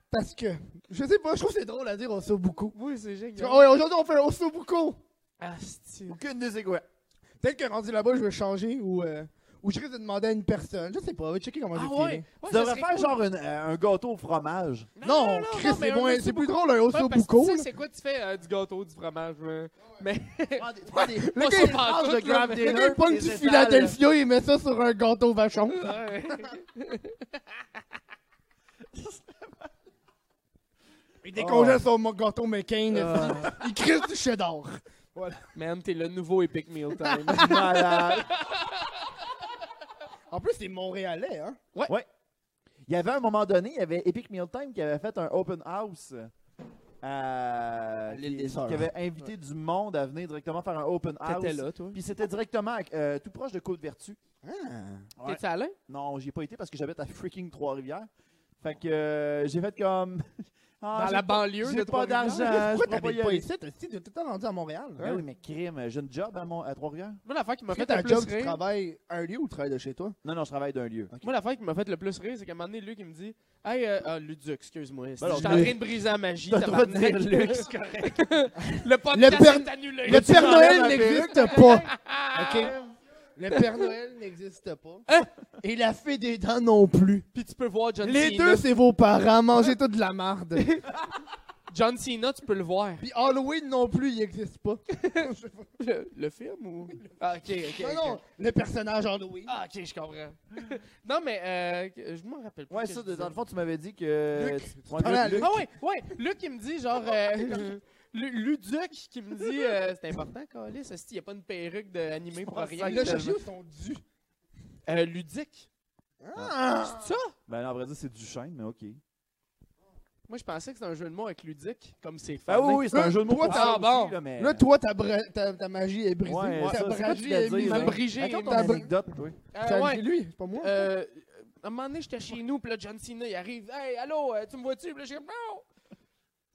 C: Parce que, je sais pas, je trouve que c'est drôle à dire Osobuco.
D: Oui, c'est
C: Tu
D: génial.
C: vois, Ouais, aujourd'hui, on fait un Osobuco.
D: Ah, Asti.
B: Aucune idée c'est quoi.
C: Peut-être que rendu là-bas, je vais changer ou, euh, ou je risque de demander à une personne. Je sais pas, va checker comment
D: Ah
C: j'ai
D: ouais?
C: feeling.
B: Tu
D: Ouais, ça
B: devrais
D: serait
B: faire
D: cool.
B: genre une- euh, un gâteau au fromage.
C: Non,
D: non, non,
C: Chris,
D: non,
C: c'est
D: mais un
C: moins- c'est
D: Osobuco-
C: plus drôle un
D: Ouais, parce que
C: Osobuco.
D: tu sais,
C: là.
D: c'est quoi tu fais euh, du gâteau, du fromage, là. Mais
B: Prends des- prends des-
C: Le
D: pas
C: gars,
D: ça
C: il
D: par
B: mange
D: tout,
B: de
D: là,
B: grave
D: mais-
B: des-
C: Le gars, il pogne du
B: étals.
C: Philadelphia et met ça sur un gâteau vachon.
D: Ouais.
C: Il
D: Oh.
C: décongèle son mo- gâteau McCain.
D: Ah.
C: Il crisse du cheddar.
D: Man, t'es le nouveau Epic Meal Time.
B: Malade.
C: En plus, c'est montréalais, hein?
B: Il y avait un moment donné, il y avait Epic Mealtime qui avait fait un open house. euh,
D: l'île
B: qui,
D: des Sœurs.
B: qui avait invité du monde à venir directement faire un open house.
D: T'étais là, toi.
B: Puis c'était directement euh, tout proche de Côte-Vertu. Ouais.
D: T'es-tu allé?
B: Non, j'y ai pas été parce que j'habite à freaking Trois-Rivières. Fait que euh, j'ai fait comme. Ah,
D: Dans
B: j'ai
D: la
B: pas-
D: banlieue de
B: J'ai pas
D: Trois-Rivières?
B: d'argent. je
C: Ah Pourquoi
B: pourrais pas y
C: t'habites pas
B: aller.
C: ici? T'as t'es tout le temps rendu à Montréal.
B: Ben oui, mais crime, j'ai une job à, mon- à Trois-Rivières.
D: Moi, l'affaire qui m'a
C: Fais
D: fait
C: ta
D: le plus
C: job, tu
D: rire...
C: travailles un lieu ou tu travailles de chez toi?
B: Non, non, je travaille d'un lieu.
D: Moi, l'affaire qui m'a fait le plus rire, c'est qu'à un moment donné, Luc, il me dit Hey, euh, ah, Luduc, excuse-moi.
B: Ben non,
D: J'étais en
B: Luc.
D: train de briser la magie.
B: T'as le droit de
D: tabarnak.
B: dire Luc,
D: le podcast
C: Le Père-
D: est annulé.
C: Le
B: tu
C: Père
B: t'enlèves la
C: Noël n'existe pas. OK? Le Père Noël n'existe pas.
D: Hein?
C: Et la fée des dents non plus.
D: Puis tu peux voir John
C: Les
D: Cena.
C: deux, c'est vos parents. Mangez tout de la marde.
D: John Cena, tu peux le voir.
C: Puis Halloween non plus, il n'existe pas.
D: Le, le film ou. Ah, ok, ok.
C: Non,
D: ok.
C: non, le personnage Halloween.
D: Ah, ok, je comprends. non, mais euh, je m'en rappelle plus.
B: Ouais,
D: que
B: ça,
D: je disais.
B: dans le fond, tu m'avais dit que.
C: Luc.
B: tu- tu prends-
C: Parle à Luc.
D: Ah, ouais, ouais. Luc, il me dit genre. euh, Lu- Luduc qui me dit euh, c'est important Calis, il n'y a pas une perruque d'animé pour rien.
C: Il a cherché où sont dus.
D: Euh, ludique.
C: Ah!
D: C'est ça?
B: Ben, non, à vrai dire, c'est du chêne, mais ok.
D: Moi je pensais que c'était un jeu de mots avec ludique, comme c'est
B: Ah oui,
D: fané.
B: oui, c'est un jeu de mots.
C: Toi,
B: pour
D: t'as-
B: ça
D: bon.
B: aussi, là, mais-
C: Là, toi, ta, bra- ta, ta magie est brisée.
B: Euh. Ouais,
C: ta
B: ça, c'est quoi que tu
C: magie
B: viens de
C: est
B: dire,
C: brisée.
D: Ma
B: là?
D: brigée.
B: Raconte ton
C: Ta-
B: anecdote, toi.
D: Euh,
C: C'est
D: ouais.
C: lui, c'est pas moi.
D: Euh, à un moment donné, j'étais chez nous, puis là, John Cena, il arrive. Hey, allô, euh, tu me vois-tu? Puis là, j'ai comme, non!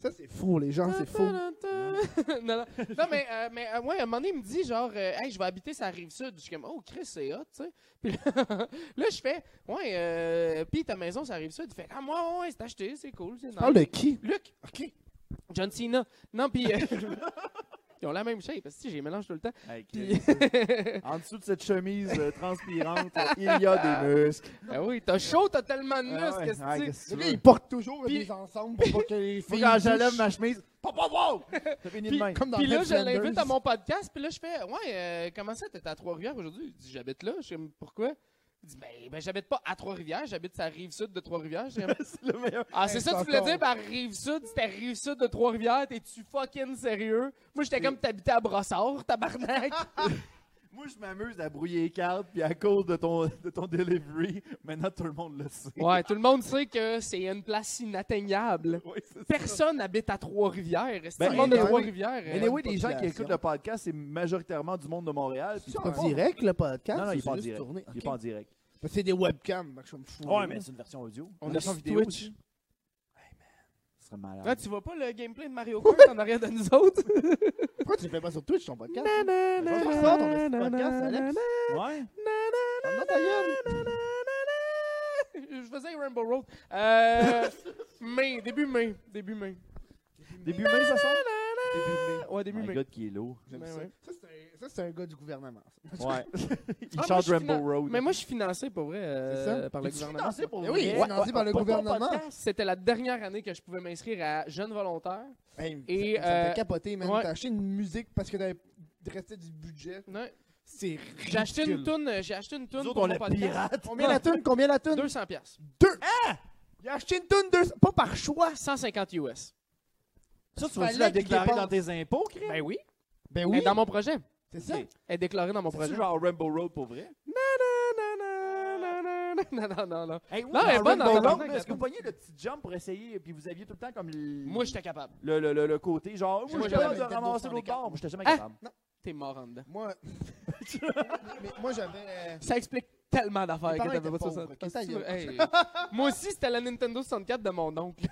C: Ça, c'est faux,
B: Ah,
C: les gens, c'est faux.
D: non, non. Non, mais, euh, mais euh, ouais, à un moment donné, il me dit, genre, euh, hey, je vais habiter sa rive sud. Je suis comme, oh, Chris, c'est hot, tu sais. Puis là, là, je fais, ouais, euh, puis ta maison, ça arrive sud. Il fait, ah, moi, ouais, ouais, c'est acheté, c'est cool. c'est nice.
C: Parle de qui?
D: Luc,
C: OK.
D: John Cena. Non, puis. euh, ils ont la même shape, parce que tu sais, je les mélange tout le temps.
B: Hey,
D: Puis-
B: En dessous de cette chemise euh, transpirante, euh, il y a des muscles.
D: ah oui, t'as chaud, t'as tellement de
B: Ah ouais,
D: muscles, qu'est-ce
B: ah,
D: que tu
B: qu'est-ce que
C: Le
B: tu
C: gars,
B: veux?
C: il porte toujours
D: Puis-
C: des ensembles pour pas que les
B: Faut
C: filles.
B: quand
C: touchent.
B: j'enlève ma chemise, papa wow! T'as fini de
D: Puis-
B: même.
C: Comme dans
D: Puis là, je
C: Headbenders.
D: l'invite à mon podcast. Puis là, je fais Ouais, euh, comment ça, t'es à Trois-Rivières aujourd'hui Il dit J'habite là. Je sais pourquoi Il dit Ben, ben j'habite pas à Trois-Rivières, j'habite sa rive sud de Trois-Rivières. J'ai comme,
B: C'est le meilleur.
D: Ah, c'est
C: Hey,
D: ça que
C: c'est
D: tu voulais
C: encore-
D: dire par rive sud C'était rive sud de Trois-Rivières, t'es-tu fucking sérieux Moi, j'étais comme t'habitais à Brossard, tabarnak.
B: Moi, je m'amuse à brouiller les cartes, puis à cause de ton, de ton delivery, maintenant tout le monde le sait.
D: ouais, tout le monde sait que c'est une place inatteignable.
B: Oui, c'est ça.
D: Personne n'habite à Trois-Rivières. C'est
B: Ben,
D: tout le monde de
C: anyway-
D: Trois-Rivières. euh,
B: Mais oui, les gens qui
C: population.
B: écoutent le podcast, c'est majoritairement du monde de Montréal. puis
C: C'est
B: peu
C: pas
B: importe.
C: direct, le podcast?
B: Non, non, il
C: ou
B: est
C: c'est
B: pas en
C: juste
B: direct.
C: tourné?
B: Il est
C: Ok.
B: pas en direct.
C: Parce que C'est des webcams, donc je me fous.
B: Ouais, mais c'est une version audio.
D: On
B: Une
D: a
B: version
D: sur
B: vidéo.
D: Twitch.
B: aussi. Hey, man, ce serait malade.
D: Ah, tu vois pas le gameplay de Mario Kart en arrière de nous autres
C: Pourquoi tu le fais pas sur Twitch, ton podcast?
D: na,
C: Faut faire ça, ton petit podcast, Alex.
B: Ouais.
C: Ah, non, ta gueule.
D: je faisais Rainbow Road. Euh, mai, début mai. Début mai.
B: Début mai, ça sort?
D: Début mai. Ouais, début
B: Un
D: mai.
B: gars qui est lourd.
C: J'aime
D: Ben
C: ça.
D: ouais.
C: Ça, c'est un- Ça, c'est un gars du gouvernement. ça.
B: Ouais. Il
D: Ah, moi,
B: chante
D: je suis
B: Rainbow
D: finan-
B: Road.
D: Mais moi, je suis financé, pour vrai, euh,
C: C'est ça?
D: par le
B: Es-tu
D: gouvernement.
B: financé pour
C: Eh oui,
B: vrai?
C: financé par le
B: Pour ton
C: gouvernement.
B: podcast?
D: C'était la dernière année que je pouvais m'inscrire à Jeunes Volontaires.
C: Hey,
D: Et,
C: ça, ça me
D: euh,
C: fait capoter, man.
D: ouais.
C: T'as acheté une musique parce que t'avais resté du budget.
D: Non,
C: C'est
D: J'ai acheté une
C: ridicule.
D: toune, euh, j'ai acheté une toune
B: Nous autres,
D: pour
B: on
D: mon
B: la
D: podcast.
B: pirate.
C: Combien la toune? Combien la toune?
D: 200 pièces.
C: Ah. Deux. Il a acheté une toune, deux. Pas par choix.
D: 150 US.
B: Ça, tu
C: Fallait
B: vas-tu la
C: qu'il
B: déclarer
C: dépense.
B: dans tes impôts, Chris?
D: Ben oui.
C: Ben
D: Elle est
C: oui.
D: dans mon projet.
C: C'est ça.
B: Ok.
D: Elle est déclarée dans mon
B: C'est
D: projet.
B: genre Rainbow Road pour vrai?
D: Non, non, non, non.
B: Hey, oui,
D: Non, elle est
B: dans
D: bonne,
B: Rainbow
D: en
B: Road,
D: tabarnak,
B: mais Est-ce que
D: la
B: vous preniez le petit jump pour essayer, puis vous aviez tout le temps comme le,
D: Moi, j'étais capable.
B: le, le, le, le côté genre,
C: Moi,
B: moi, je suis
C: j'avais
B: capable de
C: la Nintendo
B: ramasser l'autre
C: 64.
B: bord. Moi, j'étais jamais
D: Ah!
B: capable.
D: T'es mort en dedans.
C: Moi. Mais moi, j'avais. euh,
D: Ça explique tellement d'affaires
C: Mes
D: que
C: parents
D: t'avais
C: étaient
D: pas ça.
C: pauvres,
D: ça-
C: ok, ta gueule.
D: Hey. euh, Moi aussi, c'était la Nintendo 64 de mon oncle.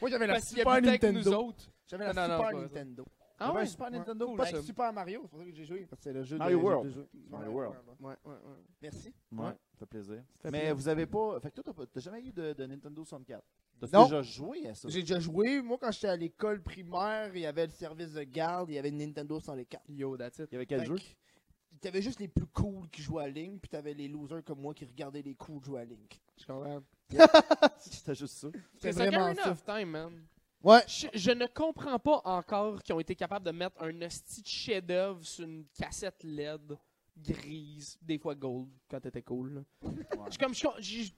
C: Moi, j'avais la
D: Parce qu'il
C: Super
D: habitait avec nous
C: Nintendo.
D: autres.
C: J'avais la
D: Non, non,
C: Super
D: non, pas ça.
C: Nintendo.
D: Ah
B: J'avais un
D: ouais?
B: Super
C: Ouais.
B: Nintendo.
D: Cool,
C: Pas
D: ça.
C: avec Super Mario, c'est pour ça que j'ai joué. Parce que c'est le jeu
B: Bah, Mario
C: de
B: World.
C: j'ai joué.
B: Mario World.
D: Ouais, ouais, ouais.
C: Merci.
B: Ouais,
D: Ouais.
B: ça fait plaisir.
D: fait
B: Mais
D: plaisir.
B: vous avez pas. Fait que toi, t'as pas- t'as jamais eu de, de Nintendo 64. T'as
C: Non.
B: déjà joué à ça.
C: J'ai déjà joué. Moi, quand j'étais à l'école primaire, il y avait le service de garde, il y avait une Nintendo sans les cartes.
D: Yo, that's it.
B: Il y avait quel
C: Fait
B: jeu?
C: que, T'avais juste les plus cools qui jouaient à Link, puis t'avais les losers comme moi qui regardaient les cools jouer à Link.
D: Je comprends.
B: C'était juste ça.
D: C'est
C: C'était vraiment
D: Ocarina of Time, man.
C: Ouais.
D: Je, je ne comprends pas encore qu'ils ont été capables de mettre un hostie de chef-d'œuvre sur une cassette LED grise, des fois gold, quand t'étais cool. là. Je suis comme, je, je-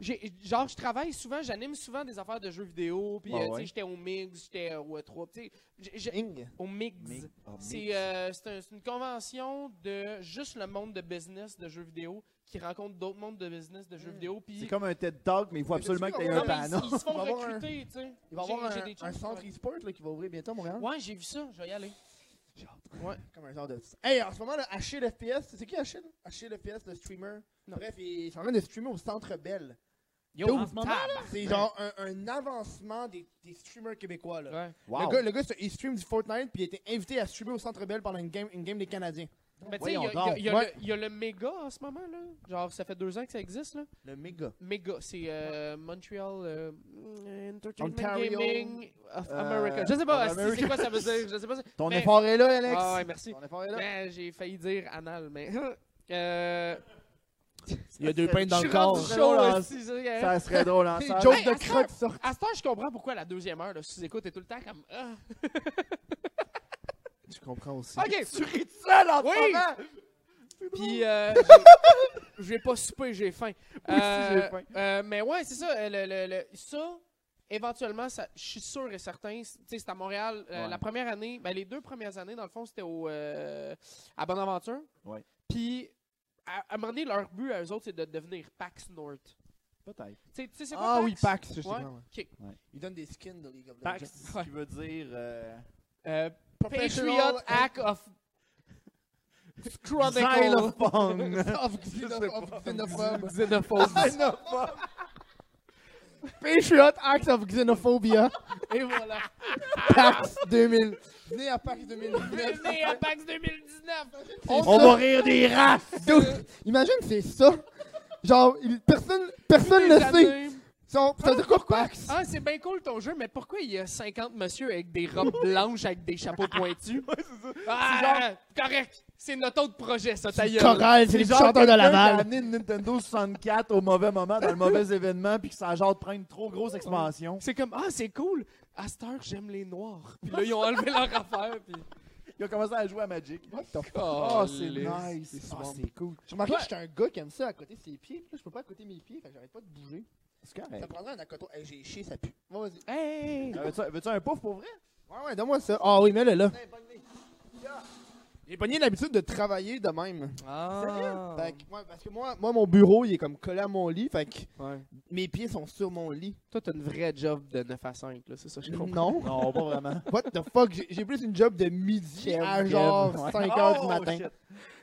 D: j'ai- genre, je travaille souvent, j'anime souvent des affaires de jeux vidéo, puis
B: Ouais,
D: euh, tu sais,
B: ouais.
D: j'étais au MIGS, j'étais euh, au E3, tu sais, j'ai- j'ai-
C: Ing.
D: au MIGS. C'est euh, c'est un- c'est une convention de juste le monde de business de jeux vidéo qui rencontre d'autres mondes de business de jeux
C: Mm.
D: vidéo. Puis
B: C'est comme un TED Talk, mais il faut
C: Mais
B: absolument
C: t'as-tu
B: que t'aies
C: vu
B: un
D: Non, mais ils-
B: panneau.
D: ils, se font
C: Il va y avoir un-
D: recruter, tu sais.
C: Il va y
D: J'ai-
C: avoir
D: j'ai
C: un,
D: des
C: un
D: chums
C: centre e-sport là, qui va ouvrir bientôt à Montréal.
D: Ouais, j'ai vu ça, je vais y aller.
C: J'ai hâte.
D: Ouais.
C: Comme un genre de. Hey, en ce moment, là, Achille FPS, c'est qui Achille Achille FPS, le streamer.
D: Non.
C: Bref, il est en train de streamer au Centre Bell.
D: Yo,
C: en ce moment, C'est
B: Ben.
C: genre un, un avancement des, des streamers québécois. Là.
D: Ouais.
B: Wow.
C: Le gars, le gars, c'est- il stream du Fortnite, puis il a été invité à streamer au Centre Bell pendant une game, une game des Canadiens.
D: Mais Ben, tu sais, il y a-
B: Voyons donc.
D: il y a- il y a
C: Ouais.
D: le- il y a le méga en ce moment, là. Genre, ça fait deux ans que ça existe, là.
C: Le méga.
D: Méga, c'est euh, Montreal euh, Entertainment
C: Ontario.
D: Gaming of
B: Euh,
D: America. Je sais pas,
B: of
D: c'est- c'est quoi ça veut dire. Je sais pas. c'est-
B: Ton
D: mais-
B: effort est là, Alex.
D: Ah ouais, merci.
B: Ton effort est là.
D: Ben, J'ai failli dire anal, mais. euh,
C: Il y a deux pains
D: je
C: dans
D: suis
C: le corps.
D: rendu
B: Ça
D: chaud,
B: serait
D: là,
B: drôle,
D: si c'est-
B: Ça serait drôle en
C: Des
B: salle.
C: jokes
D: Hey,
C: de
D: à ce
C: crotte sortent.
D: À ce temps, je comprends pourquoi la deuxième heure, là, si tu écoutes, t'es tout le temps comme. ah.
C: Tu comprends aussi.
D: Ok!
B: Tu ris de ça, là, en
D: Oui.
B: ce moment?
D: Puis, euh, j'ai- j'ai pas soupé, j'ai faim.
B: j'ai faim.
D: euh, mais ouais, c'est ça. euh, Le, le- le- ça, éventuellement, ça- je suis sûr et certain. c'est- Tu sais, c'est à Montréal. euh,
B: Ouais.
D: La première année, ben, les deux premières années, dans le fond, c'était au, euh, à Bonaventure.
B: Ouais.
D: Puis, à, à un moment donné, leur but à eux autres, c'est de devenir PAX North.
B: Peut-être.
D: Tu sais- tu sais, c'est quoi
C: Ah oui,
D: PAX?
C: Pax, je sais
D: Ouais.
C: pas, ouais.
D: Ok.
C: Il donne des skins de League of Legends.
B: Tax, ce qui veut dire. euh,
D: Euh,
C: Professional
D: Patriot Act of Chronicle.
B: Xylophone.
C: of xéno- of xénophobe.
D: Xénophobe.
B: Xylophone.
C: Patriot Act of Xenophobia.
D: Et voilà.
C: PAX 2000. Venez à PAX 2019.
D: Venez à PAX 2019.
B: On va rire des rats.
C: Dude, imagine, c'est ça. Genre, il- personne, personne
D: Des
C: le sait.
D: années.
C: Ça veut dire quoi, Pax?
D: Ah, c'est bien cool ton jeu, mais pourquoi il y a 50 monsieur avec des robes blanches avec des chapeaux pointus? Ah, correct. C'est notre autre projet, ça, ta gueule.
C: Corral, c'est les chanteurs de
B: la
C: Laval.
B: amené une Nintendo 64 au mauvais moment, dans le mauvais événement, puis que ça a genre de prendre une trop grosse expansion.
D: C'est comme, ah, c'est cool. À cette heure, j'aime les noirs. Puis là, ils ont enlevé leur affaire. Puis...
B: Il a commencé à jouer à Magic. Ah,
C: Ah,
D: Oh,
B: c'est
D: les-
B: nice. Ah, c'est cool.
C: J'ai remarqué
D: Ouais.
C: que j'étais un gars qui aime ça à côté de ses pieds. puis Là, je peux pas à côté de mes pieds, fait que j'arrête pas de bouger.
B: C'est correct.
C: Ça prendrait un accoton. Hey, j'ai chié, ça pue. Bon, vas-y.
D: Hey!
B: Euh, veux-tu- Veux-tu un pouf pour vrai?
C: Ouais, ouais, donne-moi ça. Ah oui, mets-le là. J'ai pogné l'habitude de travailler de même.
D: Ah!
C: Fait que, ouais, parce que moi, moi, mon bureau, il est comme collé à mon lit. Fait que
D: Ouais.
C: mes pieds sont sur mon lit.
D: Toi, t'as une vraie job de 9 à 5, là, c'est ça, je comprends.
C: Non.
B: Non, pas vraiment.
C: What the fuck? J'ai- J'ai plus une job de midi
D: Kev,
C: à
D: Kev.
C: genre
B: Ouais.
C: 5 h du
B: Oh,
C: matin.
B: shit.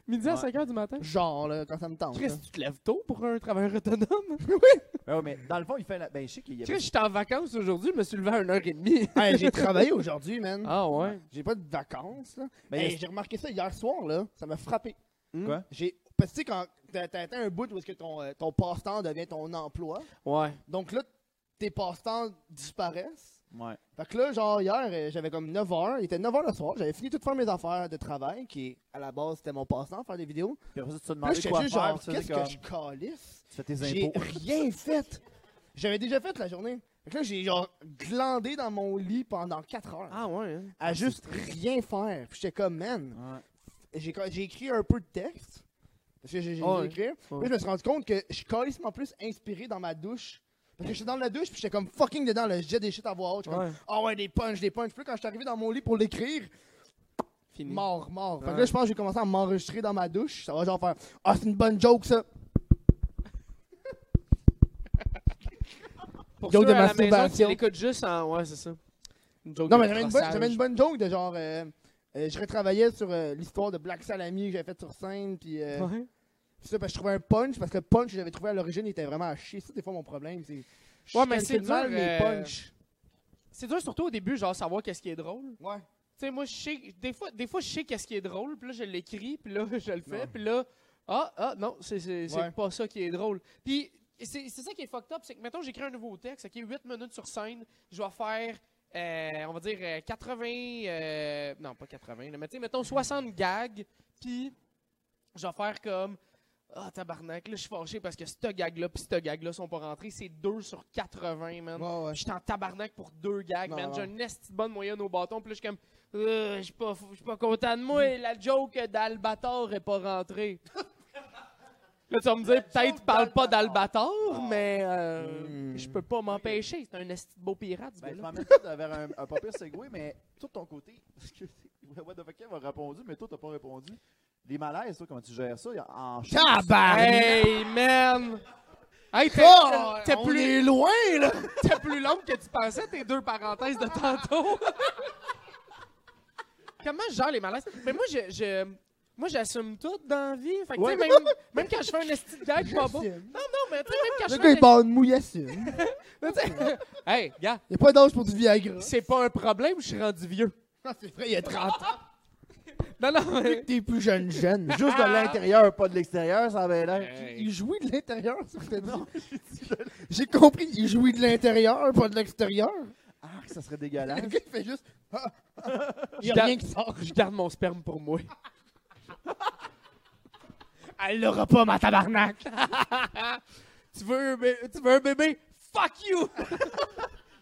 D: Midi à
B: Ouais.
D: 5 heures du matin?
C: Genre, là, quand ça me tente.
D: Chris, tu te lèves tôt pour un travailleur autonome?
B: Ouais, mais dans le fond, il fait la. Ben, je sais qu'il y a.
D: Chris, j'étais en vacances aujourd'hui, je me suis levé à 1h30.
C: là. Hey, j'ai travaillé aujourd'hui, man.
D: Ah ouais?
C: J'ai pas de vacances, là.
B: Ben, il y a-
C: Hey, j'ai remarqué ça hier soir, là. Ça m'a frappé.
D: Hmm?
B: Quoi?
C: J'ai Parce que tu sais, quand t'as t'as atteint un bout où est-ce que ton, euh, ton passe-temps devient ton emploi,
D: Ouais.
C: donc là, tes passe-temps disparaissent.
B: Ouais.
C: Fait que là, genre, hier, euh, j'avais comme 9h, il était 9h le soir, j'avais fini de faire mes affaires de travail, qui à la base c'était mon passe-temps, faire des vidéos.
B: Puis après ça, tu te
C: Puis là,
B: demandais
C: j'étais
B: quoi
C: juste
B: faire.
C: genre,
B: puis tu
C: qu'est-ce
B: faisais
C: que
B: comme-
C: je calisse?
B: Tu fais tes
C: J'ai
B: impôts.
C: rien fait. J'avais déjà fait la journée. Fait que là, j'ai genre glandé dans mon lit pendant 4 heures
D: Ah ouais. hein.
C: à juste rien faire. Puis j'étais comme, man,
B: Ouais.
C: j'ai j'ai écrit un peu de texte. Parce que j'ai j'ai
D: Ouais.
C: écrit. Puis là, je me suis rendu compte que je suis calissement plus inspiré dans ma douche. Parce que j'étais dans la douche, puis j'étais comme fucking dedans, le jet des shit à voix haute. J'étais
D: Ouais.
C: comme, ah ouais, des punches, des punches. Puis là, quand je suis arrivé dans mon lit pour l'écrire,
D: Fini.
C: mort, mort. Fait que
D: Ouais.
C: là, je pense que j'ai commencé à m'enregistrer dans ma douche. Ça va genre faire, ah, c'est une bonne joke, ça.
D: Pour
C: Joke de
D: ceux à la maison qui
C: masturbation.
D: l'écoutent juste en... Ouais, c'est ça. Une joke
C: Non,
D: de
C: mais j'avais une, bonne-
D: crossage.
C: j'avais une bonne joke de genre. euh, euh, je retravaillais sur euh, l'histoire de Black Salami que j'avais faite sur scène, puis euh,
D: Ouais.
C: puis ça, parce que je trouvais un punch, parce que le punch que j'avais trouvé à l'origine il était vraiment à chier. C'est ça, des fois, mon problème. C'est, je
D: Ouais, mais
C: calcule
D: c'est dur,
C: mal mes
D: euh,
C: punchs.
D: C'est dur surtout au début, genre savoir qu'est-ce qui est drôle.
C: Ouais.
D: Tu sais, moi, je sais, des fois, des fois, je sais qu'est-ce qui est drôle, puis là, je l'écris, puis là, je le fais, puis là, ah, ah, non, c'est c'est- c'est
C: Ouais.
D: pas ça qui est drôle. Puis, c'est c'est ça qui est fucked up, c'est que, mettons, j'écris un nouveau texte, ok, 8 minutes sur scène, je vais faire, euh, on va dire, euh, 80, euh, non, pas 80, là, mais tu sais, mettons, 60 gags, puis je vais faire comme, ah, tabarnak, là, je suis fâché parce que ce gag-là, puis ce gag-là sont pas rentrés, c'est 2 sur 80, man.
C: Ouais, ouais.
D: J'étais en tabarnak pour deux gags,
C: Non,
D: man.
C: non.
D: J'ai une esti de bonne moyenne au bâton. Puis là, je suis comme, Euh, je suis pas, fou- je suis pas content de moi. La joke d'Albator est pas rentrée. là, tu vas me dire, peut-être parle pas d'Albator, mais euh,
C: Ah. Hmm.
D: je peux pas m'empêcher. C'est un esti de beau pirate, ce
B: Ben, je
D: gars-là.
B: m'emmène tout vers un, un pas pire segway, mais tout ton côté. excusez, What the fuck, Kev a répondu, mais toi, t'as pas répondu. Les malaises, toi, comment tu gères ça en show,
D: Hey, man! Hey, t'es
C: Oh,
D: t'es
C: on
D: plus,
C: est loin, là!
D: t'es plus longue que tu pensais, tes deux parenthèses de tantôt. Comment je gère les malaises? Mais moi, je, je- moi, j'assume tout dans la vie. Fait que, tu sais,
C: Ouais.
D: même, même quand je fais un esti de gag pas bon. Non,
C: J'assume.
D: non, mais tu sais, même quand je
C: Le
D: fais
C: gars,
D: un
C: il parle de mouillassine.
D: hey, gars,
C: Il n'y a pas d'âge pour du Viagra.
D: c'est pas un problème, je suis rendu vieux.
C: Ah, c'est vrai, il y a 30 ans.
D: Non, non, mais...
C: T'es plus jeune, jeune.
B: Juste de l'intérieur, pas de l'extérieur, ça avait l'air.
D: Hey.
C: Il jouit de l'intérieur, c'est ce que t'as dit. J'ai compris, il jouit de l'intérieur, pas de l'extérieur.
B: Ah, que ça serait
C: Le
B: dégueulasse.
C: gars, il fait juste. ah, ah, Il y
D: Je
C: a rien
D: garde-
C: qui sort.
D: Je garde mon sperme pour moi.
C: Elle l'aura pas, ma tabarnak!
D: Tu veux un bébé? Tu veux un bébé? Fuck you!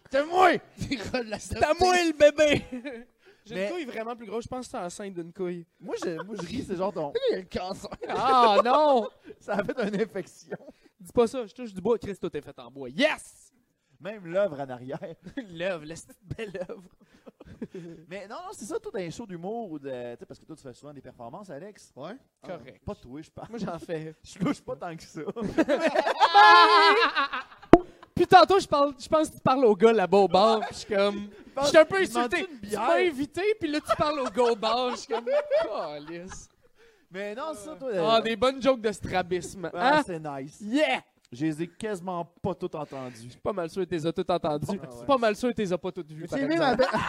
C: C'est moi! C'est
D: T'as moi le bébé! J'ai
B: Mais-
D: une couille vraiment plus grosse. Je pense que t'es enceinte d'une couille.
B: moi, je, moi, je ris, c'est genre ton.
C: Il y a le cancer.
D: Ah non!
B: Ça a fait une infection.
D: Dis pas ça. Je touche du bois. Christo, t'es fait en bois. Yes!
B: Même l'œuvre en arrière.
D: L'œuvre, la petite belle œuvre.
B: Mais non, non, c'est ça, tout un show d'humour. ou de- tu sais, Parce que toi, tu fais souvent des performances, Alex. Ah,
C: Ouais.
D: Correct.
B: Pas toi, je parle.
D: Moi, j'en fais.
B: Je louche pas tant que ça.
D: Puis tantôt, je, parle, je pense que tu parles au gars là-bas au bar. puis Je suis comme. Je suis un peu insulté.
B: Demande-tu une
D: Tu
B: bière?
D: m'as invité, puis là, tu parles au gars au bar. Je suis comme. Calisse.
B: Mais non, c'est ça, toi.
D: Ah,
B: euh,
D: des bonnes jokes de strabisme.
B: ah,
D: Hein?
B: c'est nice.
D: Yeah!
B: Je les ai quasiment pas toutes entendues.
D: Pas mal sûr que t'es toutes entendues.
B: Ah ouais.
D: Pas mal sûr que t'es pas toutes vues. par
C: J'ai aimé ma
D: exemple.
C: belle.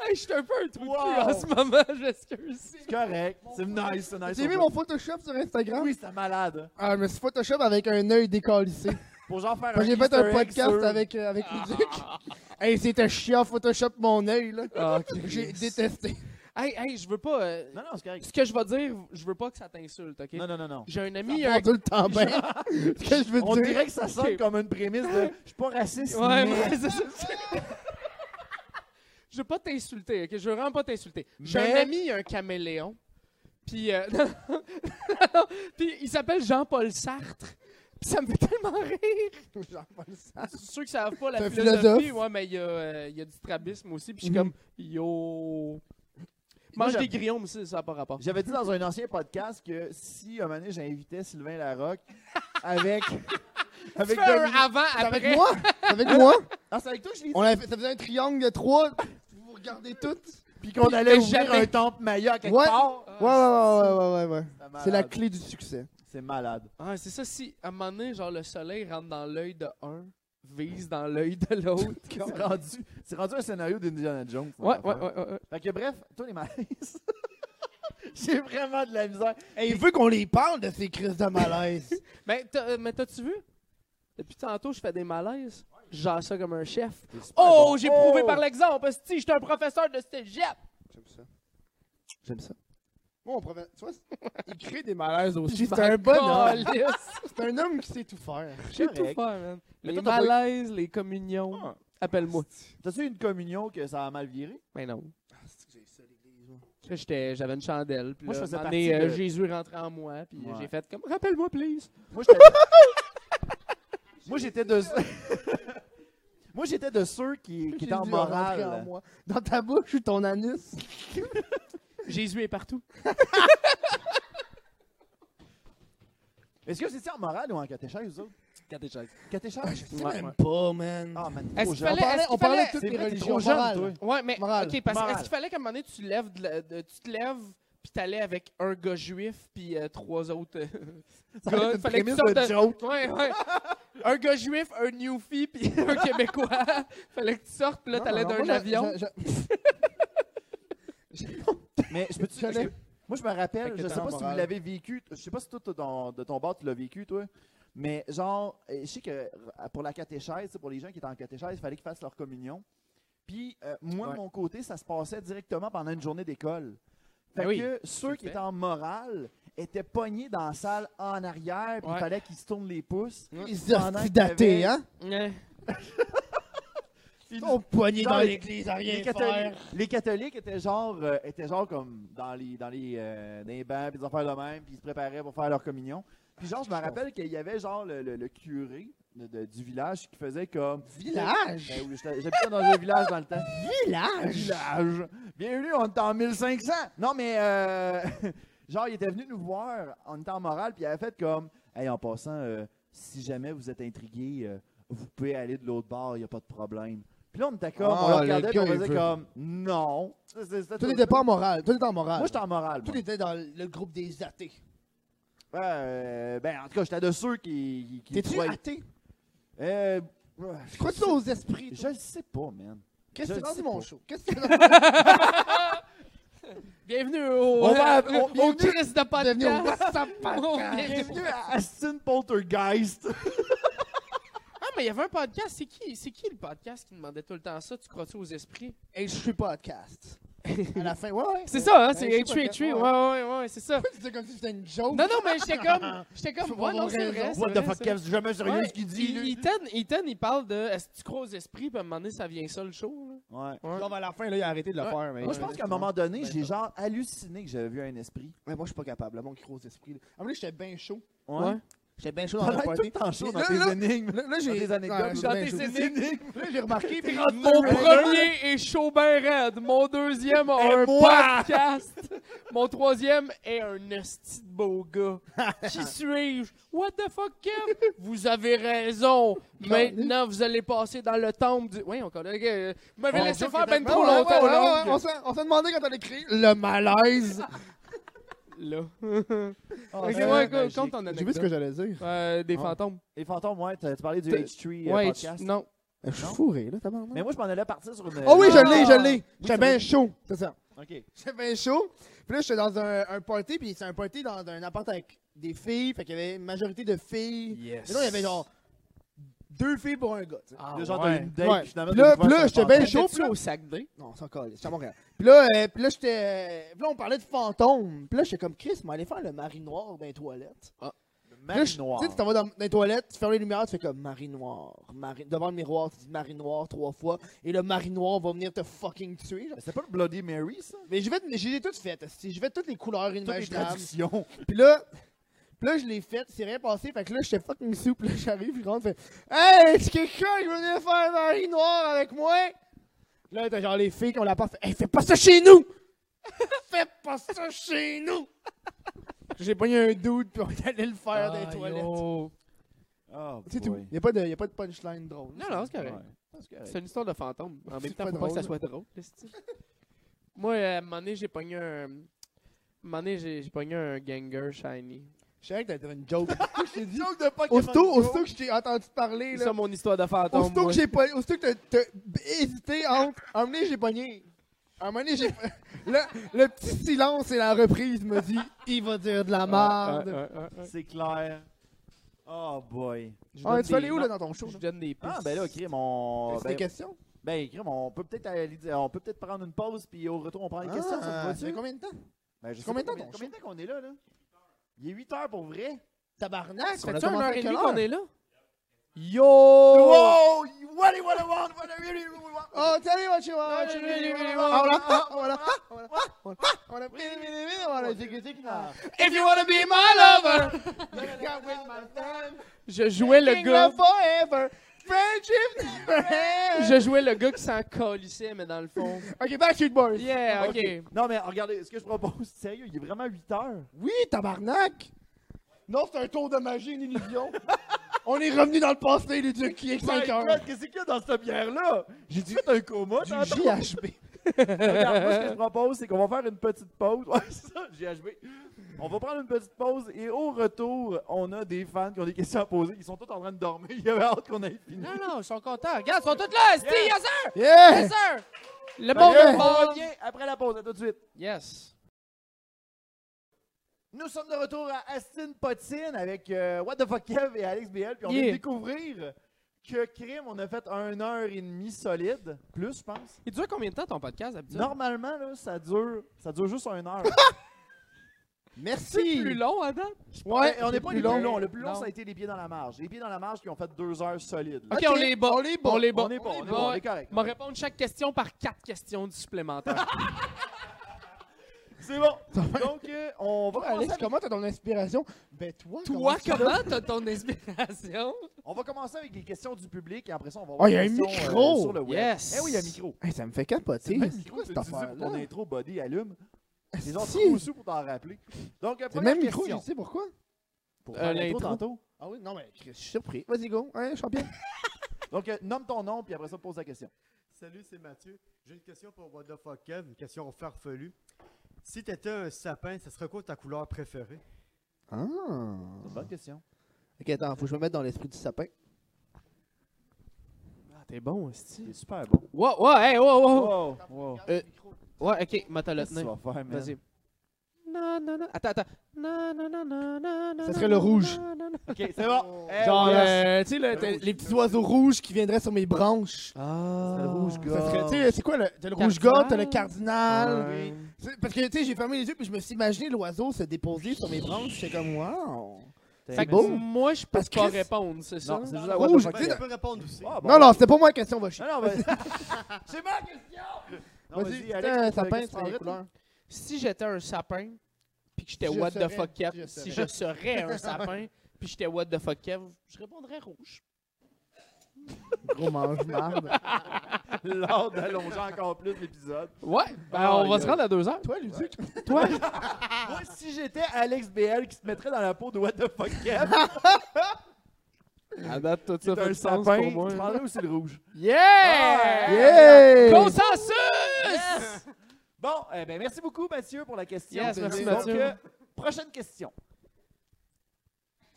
D: Hey, je suis un peu un trou de cul
B: Wow.
D: en ce moment, j'excuse.
B: C'est correct. C'est nice, c'est nice.
C: J'ai aimé mon Photoshop sur Instagram.
B: Oui, c'est malade.
C: Ah, je me suis Photoshop avec un œil décalissé.
B: Pour genre faire
C: Quand
B: un
C: j'ai fait
B: Easter
C: un
B: egg
C: podcast
B: sur-
C: avec, euh, avec Luduc. hey, c'était chiant Photoshop mon œil, là.
D: Ah,
C: J'ai détesté.
D: Hey, hey, je veux pas. euh,
B: Non, non, c'est correct.
D: ce que je vais dire, je veux pas que ça t'insulte, ok?
B: Non, non, non, non.
D: J'ai un
C: Il
D: ami.
C: y a
D: un-
C: tout le temps bien. Ce que je veux
B: On
C: dire.
B: dirait que ça sonne
D: Ok.
B: comme une prémisse de « je suis pas raciste,
D: Ouais,
B: mais...
D: mais c'est ça. c'est- Je veux pas t'insulter, ok? Je veux vraiment pas t'insulter. J'ai
B: Mais-
D: un ami, un caméléon. Puis, euh, non, non, non, puis il s'appelle Jean-Paul Sartre. Puis ça me fait tellement rire. ceux qui savent pas
C: C'est
D: la
C: un
D: philosophie,
C: philosophe.
D: ouais, mais il y, a, euh, il y a du strabisme aussi. Puis je suis
C: Mhm.
D: comme, yo.
B: Moi,
D: Mange
B: j'aime-
D: des grillons aussi, ça n'a pas rapport.
B: J'avais dit dans un ancien podcast que si, un moment donné, j'invitais Sylvain Larocque avec... avec
D: Fais un
B: Dominique-
D: avant,
C: C'est
D: après.
C: avec moi? C'est avec moi?
B: Ah, c'est avec toi que je l'ai dit.
C: On avait fait- ça faisait un triangle de trois. Vous regardez toutes.
B: Puis qu'on allait
D: que
B: ouvrir
D: jamais-
B: un temple maya quelque
C: Ouais.
B: part.
C: Ouais, ouais, ouais, ouais, ouais, ouais. ouais.
B: C'est
C: C'est la
B: malade.
C: clé du succès.
B: C'est malade.
D: Ah, c'est ça, si à un moment donné, genre le soleil rentre dans l'œil de un, vise dans l'œil de l'autre.
B: C'est rendu, c'est rendu un scénario d'Indiana Jones.
D: ouais, ouais, ouais, ouais, ouais.
B: Fait que bref, toi les malaises. J'ai vraiment de la misère.
C: Hey, il veut qu'on les parle de ces crises de malaise.
D: Mais t'as- euh, mais t'as-tu vu? Depuis tantôt, je fais des malaises. Je gère ça comme un chef.
B: T'es super
D: Oh,
B: bon.
D: j'ai
B: Oh!
D: prouvé par l'exemple, si je suis un professeur de cégep.
C: J'aime ça.
D: J'aime ça.
C: Moi, on promet- Tu vois, il crée des malaises aussi.
D: Je
C: C'est un
D: m'en
C: bon homme.
D: calisse.
C: C'est un homme qui sait tout faire.
D: J'ai tout
B: Correct.
D: fait, man.
B: Mais toi,
D: Les
B: t'as pas eu-
D: malaises, les communions.
B: Ah.
D: Appelle-moi.
B: T'as-tu une communion que ça a mal viré?
D: Mais non.
C: j'ai ça, l'église.
D: J'étais- J'avais une chandelle. Puis
B: Moi,
D: là,
B: je faisais
D: un moment donné,
B: partie de-
D: euh, Jésus est rentré en moi. Puis euh,
B: Ouais.
D: j'ai fait comme Rappelle-moi, please.
B: Moi, j'étais. Moi, j'étais de. Moi, j'étais de ceux qui, qui étaient en morale.
C: Dans ta bouche ou ton anus.
D: Jésus est partout.
B: Est-ce que vous étiez en morale ou en catéchèse, vous autres?
D: Catéchèse.
B: Catéchèse?
C: Je sais
D: Ouais,
C: même
D: ouais.
C: pas, man.
B: Ah, man,
D: Est-ce
B: trop
D: qu'il
B: jeune.
C: on
D: fallait-
C: parlait,
D: est-ce
C: on
D: qu'il
C: parlait
D: fallait-
C: de toutes
B: C'est vrai,
C: les
B: t'es
C: religions
B: trop jeune,
C: morales.
B: toi.
D: Ouais, mais
C: Morale.
D: ok, parce que
B: Morale.
D: est-ce qu'il fallait qu'à un moment donné tu te lèves, de la- de- tu te lèves, puis t'allais avec un gars juif puis euh, trois autres euh,
B: aurait
D: gars.
B: été une
D: Fallait que tu
B: prémisse de
D: sortes de... ouais, ouais. un gars juif, un newfie puis un québécois. fallait que tu sortes, puis là
C: Non,
D: t'allais
C: non, moi,
D: d'un
C: je-
D: avion.
C: je- je-
B: Mais je peux-tu-
C: J'allais-
B: je peux- Moi, je me rappelle,
D: Fait que
B: je
D: t'es
B: sais
D: en
B: pas si vous
D: morale.
B: l'avez vécu. Je sais pas si toi, toi, ton- de ton bord, tu l'as vécu, toi. Mais genre, euh, je sais que euh, pour la catéchèse, c'est pour les gens qui étaient en catéchèse, il fallait qu'ils fassent leur communion. Puis euh, moi,
D: Ouais.
B: de mon côté, ça se passait directement pendant une journée d'école. Fait
D: Ben oui,
B: que ceux
D: le
B: qui
D: fais.
B: étaient en morale étaient pognés dans la salle en arrière, puis
D: Ouais.
B: il fallait qu'ils se tournent les pouces.
C: Les
B: Pendant
C: hosties
B: qu'il
C: datés,
B: y avait-
C: hein? Oh,
D: Ouais.
B: Puis
C: On poignés
B: Genre,
C: dans
B: les-
C: l'église à rien
B: les, catholiques,
C: faire.
B: les catholiques étaient genre, euh, étaient genre comme dans les, dans les, euh, dans les bancs, puis des affaires de même, puis ils se préparaient pour faire leur communion. Puis genre, je me rappelle qu'il y avait genre le, le- le curé de- de- du village qui faisait comme...
C: Village?
B: Ben oui, j'étais- J'habitais dans un village dans le temps.
C: Village?
B: Ah, Village! Bienvenue, on est en 1500! Non, mais euh, genre, il était venu nous voir, on était en morale, puis il avait fait comme, hey, en passant, euh, si jamais vous êtes intrigué, euh, vous pouvez aller de l'autre bord, il n'y a pas de problème. Puis là, on était comme,
C: Ah,
B: on le
C: le
B: regardait, puis on
C: gars, il
B: faisait
C: veut.
B: comme, non! C'est- c'est- c'est-
C: Toi, t'étais pas en morale. Toi, t'étais en morale.
B: Moi, j'étais en morale.
C: Toi,
B: moi.
C: t'étais dans le groupe des athées.
B: Ouais, euh, ben, en tout cas, j'étais de ceux qui. qui, qui
C: T'es-tu
B: croient-
C: athée?
B: Euh,
C: Crois-tu aux esprits? toi?
B: Je le sais pas, man.
C: Qu'est-ce
B: je
C: que
B: le
C: c'est
B: sais
C: dans mon
B: pas.
C: show? Qu'est-ce que c'est dans
D: Bienvenue au, euh,
B: On va-
D: au-
B: on-
D: au Christ de podcast.
C: Bienvenue au WhatsApp
D: Oh,
C: podcast.
D: bienvenue.
B: Bienvenue à Aston Poltergeist!
D: Ah, mais il y avait un podcast. C'est qui, c'est qui le podcast qui demandait tout le temps ça? Tu crois-tu aux esprits?
C: Et je suis podcast. À la fin, ouais, ouais.
D: C'est ça, hein?
C: Ouais, Ben, Oh.
D: C'est
C: je suis
D: H3,
C: podcast,
D: H3. Ouais, ouais, ouais, ouais, c'est ça.
C: Tu dis comme si c'était une joke.
D: Non, non, mais j'étais comme. J'étais comme.
C: Faut
D: Ouais,
C: avoir
D: non, c'est
C: raison.
D: vrai. c'est
B: What the
D: vrai,
B: fuck,
D: c'est
B: Kev, c'est jamais sérieux
D: Ouais,
B: ce qu'il dit,
D: Il-
B: lui!
D: Ethan, Ethan, il parle de est-ce que tu crois aux esprits, puis à un moment donné, ça vient ça le show.
B: Ouais.
D: Là.
C: Genre, à la fin, là, il a arrêté de le
D: Ouais.
C: faire. Mais euh,
B: Moi, je pense qu'à un moment donné, j'ai
C: Ben,
B: genre halluciné que j'avais vu un esprit.
C: Mais moi, je suis pas capable. Là, mon gros esprit. là. En vrai, j'étais bien chaud.
D: Ouais.
C: J'étais bien chaud
B: T'as
C: dans le
B: l'air tout le
C: party.
B: temps chaud
C: Mais
B: dans
C: là,
B: tes
C: là-
B: énigmes.
C: Là, là, j'ai.
B: Dans tes anecdotes.
C: Ouais, j'étais
D: Dans
C: bien
D: tes
C: chaud.
D: énigmes.
C: Là, j'ai remarqué. puis-
D: Mon premier est chaud ben raide. Mon deuxième a
B: Et
D: un
B: moi!
D: podcast. Mon troisième est un esti de beau gars. Qui suis-je? What the fuck, Kev? Vous avez raison. Maintenant, vous allez passer dans le temple du... Oui, encore là. ok, euh, Vous m'avez
C: On
D: laissé
C: joue
D: faire
C: que t'as-
D: ben trop
C: Ah Ouais, ouais,
D: longtemps.
C: ouais, ouais,
D: donc.
C: ouais, On s'est- on s'est demandé quand on a écrit le malaise.
D: Là.
B: Ah,
D: Ok,
B: c'est
D: ouais,
B: magique.
D: compte ton
C: J'ai vu ce
D: anecdote.
C: que j'allais dire.
D: Euh, des
B: Ah.
D: fantômes.
B: Les fantômes, ouais, t'as- tu parlais du
D: T'es-
B: H3 euh,
D: Ouais,
B: podcast.
D: tu- non.
C: Euh, Je suis
B: Non.
C: fourré, là, tabarnak.
B: Mais moi, je m'en allais partir sur une.
C: Oh oui, je
D: Ah!
C: l'ai, je l'ai.
B: c'est
C: J'étais bien
B: vrai.
C: chaud. C'est ça.
B: Ok.
C: J'étais bien chaud. Puis là, j'étais dans un, un party, puis c'est un party dans un appart avec des filles. Fait qu'il y avait une majorité de filles.
D: Yes.
C: Et là, il y avait genre deux filles pour un gars. tu sais.
D: Ah,
B: Là, genre,
D: ouais.
B: t'as eu une date,
C: Ouais.
B: puis finalement.
C: Puis là-
B: t'as découvert
C: puis là,
B: que c'est un
C: j'étais ben
B: fantôme.
C: chaud,
D: T'étais-tu
C: puis là-
D: au sac D?
C: Non, c'est encore, c'est à Montréal. Puis là, euh, puis là j'étais. Puis là, on parlait de fantômes. Puis là, j'étais comme Chris, mais allez faire le mari noir dans les toilettes. Puis là,
B: Marie
C: je-
B: Noire.
C: Tu sais, tu t'en vas dans, dans les toilettes, tu fermes les lumières, tu fais comme Marie Noire. Marie, devant le miroir, tu dis Marie Noire trois fois. Et le Marie Noire va venir te fucking tuer. genre.
B: Mais C'est pas le Bloody Mary, ça?
C: Mais je vais, j'ai tout fait. Je vais toutes les couleurs
B: Toutes les
C: inimaginables.
B: traductions.
C: Puis là, puis là, je l'ai faite, c'est rien passé. Fait que là, j'étais fucking souple. Là, j'arrive, je rentre, fait Hey, est-ce que quelqu'un qui veut venir faire un mari noir avec moi? Là, t'as genre les filles qui ont la part, fait Hey, fais pas ça chez nous! fais pas ça chez nous! J'ai pogné un doute, puis on allait le faire dans les toilettes.
D: oh,
B: Oh,
C: C'est tout.
B: boy.
C: Y'a pas, de- y a pas de punchline drôle.
D: Non, non, c'est correct.
B: Ouais. Parce que-
D: C'est une histoire de fantôme. En
C: C'est
D: même temps,
C: pas
D: faut pas que ça
C: drôle.
D: soit drôle. le style. Moi, euh, à un moment donné, j'ai pogné un. À un moment donné, j'ai j'ai pogné un ganger shiny.
C: Je savais que t'avais une joke. Je t'ai dit.
B: Joke de Pokémon
C: Aussitôt,
B: Go.
C: aussitôt que je t'ai entendu parler,
D: C'est
C: là.
D: ça mon histoire de fantôme.
C: Aussitôt
D: moi.
C: que j'ai pas. Aussitôt que t'as t'as hésité entre. Emmener, j'ai pogné. À un moment donné, j'ai. Là, le petit silence et la reprise me dit il va dire de
D: Ah,
C: la merde.
B: C'est clair. Oh boy.
D: Je
C: Ah,
D: donne
C: tu vas aller
D: des-
C: où, là, dans ton show?
D: Je donne des pistes.
B: Ah ben là, crime, on.
C: C'est des
B: Ben,
C: questions?
B: ben, crime, on peut peut-être aller- on peut peut-être prendre une pause puis au retour on prend les questions. Ça
C: Ah,
B: vous
C: ça fait
B: va-tu?
C: combien de temps?
B: Ben, je sais
C: combien de
B: pas
C: temps ton
B: combien de temps qu'on est là là Il est 8 heures pour vrai.
C: Tabarnak,
D: Ça fait une heure et demie qu'on est là? Yo!
B: Wow! What do you wanna want? What do you really want?
C: Oh, tell me what you want.
D: Ah,
C: you
D: je
C: really
D: really
C: want.
D: want.
C: Ah, voilà, ah, voilà, ah, voilà, ah, voilà, ah, voilà, oui, oui, oui, oui, voilà, j'ai guetté qu'il a-
D: If you wanna be my lover! Je jouais le
C: King
D: gars.
C: love forever, friendship forever.
D: Je jouais le gars qui s'en colissait, mais dans le fond.
C: Ok, Backstreet Boys.
D: Yeah, ok.
B: Non mais regardez, ce que je propose, sérieux, il est vraiment 8 heures.
C: Oui, tabarnak. Non, c'est un tour de magie, une illusion. On est revenu dans le passé, les dieux qui est 5
B: My
C: heures.
B: God, qu'est-ce qu'il y a dans cette bière-là? J'ai dit un coma,
C: Du
B: tantôt.
C: JHB.
B: Regarde, moi, ce que je propose, c'est qu'on va faire une petite pause. Ouais, c'est ça, GHB. On va prendre une petite pause et au retour, on a des fans qui ont des questions à poser. Ils sont tous en train de dormir. Il y avait hâte qu'on ait fini.
D: Non, non, ils sont contents. Regarde, ils sont tous là! Esti, yes, sir!
C: Yeah!
D: Yes, sir! Le
B: On
D: monde est bon!
B: revient après la pause. À tout de suite.
D: Yes.
B: Nous sommes de retour à Astin Potine avec euh, What the fuck Kev et Alex BL. Puis on vient
D: Yeah.
B: de découvrir que Crime, on a fait un heure et demie solide. Plus, je pense.
D: Il dure combien de temps ton podcast, d'habitude?
B: Normalement, là, ça dure, ça dure juste un heure.
D: c'est plus
C: Merci.
D: long, Adam?
B: Ouais, on
C: c'est
B: n'est pas
C: plus
B: les
C: long.
B: plus longs. Le plus long,
D: Non.
B: ça a été les pieds dans la marge. Les pieds dans la marge qui ont fait deux heures solides. là.
D: Ok, on les bat.
C: on les bat.
D: On les bat.
B: On est bon, on est bon, on est correct.
D: M'en répondre chaque question par quatre questions supplémentaires.
B: C'est bon. Donc, euh, on va commencer
C: Alex,
B: avec-
C: comment t'as ton inspiration? Ben toi,
D: Toi,
C: tu l'as?
D: comment t'as ton inspiration?
B: on va commencer avec les questions du public et après ça, on va
C: Oh,
B: voir
C: il y a
B: les
C: un
B: questions, euh,
C: micro.
B: sur le web.
D: Yes.
B: Eh oui, il y a un micro.
C: Hey, ça me fait
B: C'est
C: capoter.
B: le même
C: C'est
B: micro
C: quoi
B: que
C: cette
B: tu utilisais pour ton
C: affaire-là?
B: intro body allume. Les autres
C: Si.
B: sont sous pour t'en rappeler. Donc, euh,
C: C'est le
B: première
C: même micro, je
B: question.
C: sais pourquoi.
B: Pour
D: Euh,
B: faire l'intro
D: l'intro.
B: tantôt.
C: Ah oui, non, mais je suis surpris. Vas-y, go, hein, champion.
B: Donc, euh, nomme ton nom, puis après ça, pose la question.
F: Salut, c'est Mathieu. J'ai une question pour What the Fuck Kev, une question farfelue. Si t'étais un sapin, ça serait quoi ta couleur préférée?
C: Ah.
B: C'est une bonne question.
C: Ok, attends, faut que je me mette dans l'esprit du sapin.
D: Ah, t'es bon, Esti.
B: C'est super bon.
D: Wow, wow, hey, wow, wow.
C: Oh.
B: Wow, wow.
D: Ouais, ok, m'a t'as le
B: Qu'est-ce que tu
D: tenir.
B: vas faire, man?
D: Vas-y. Non, non, non. Attends, attends. Non, non, non, non, non, non,
C: Ça serait le
D: non,
C: rouge.
D: non, non, non.
B: OK, c'est bon. Eh,
C: Genre,
B: yes.
C: euh, tu sais, le- t'as- les petits oiseaux rouges qui viendraient sur mes branches.
D: Ah.
B: Le rouge
C: Ça serait,
B: gars.
C: tu sais, c'est quoi le, t'as le rouge
D: Cardinal.
C: gars, t'as le
B: Ah
C: cardinal.
D: Ouais.
C: C'est- Parce que, tu sais, j'ai fermé les yeux puis je me suis imaginé l'oiseau se déposer sur mes branches. J'étais comme, wow.
D: Fait que
C: beau.
D: moi, je peux
C: Parce
D: pas
C: que-
D: répondre, c'est ça?
B: Non, c'est juste bah, la
C: Rouge,
B: what the fuck
F: Ben,
C: dis-
F: tu
B: Kev.
F: peux répondre aussi.
B: Ah, bon.
C: Non, non, c'était pas moi la question, va chier.
B: Non, non, vas-y. C'est ma question! Non,
C: Vas-y,
B: vas-y,
C: c'était
B: Alex,
C: un
B: qu'est-ce que
C: sapin,
B: tu
C: c'était les
B: prendrais, toi?
C: couleurs.
D: Si j'étais un sapin, puis que j'étais
C: Si je
D: what the
C: serais-
D: fuck Kev,
C: si je
D: si je serais un sapin, puis j'étais what the fuck Kev, je répondrais rouge.
C: Gros mange-marde.
B: L'art d'allonger encore plus l'épisode.
D: Ouais, ben
B: Ah,
D: on va
B: yeah.
D: se rendre à deux heures.
C: Toi, Luduc.
D: Toi,
C: Ah.
B: Moi, si j'étais Alex BL qui se mettrait dans la peau de What the fuck Kev,
D: à date, tout ça
B: c'est
D: fait
B: un
D: du sens
B: sapin,
D: pour
B: tu
D: moi.
B: prendrais aussi le rouge. Ah,
D: Yeah!
C: Yeah!
D: Ah! Consensus!
B: Bon, eh ben, merci beaucoup, Mathieu, pour la question.
D: Yes, merci,
B: Donc,
D: Mathieu.
B: euh, prochaine question.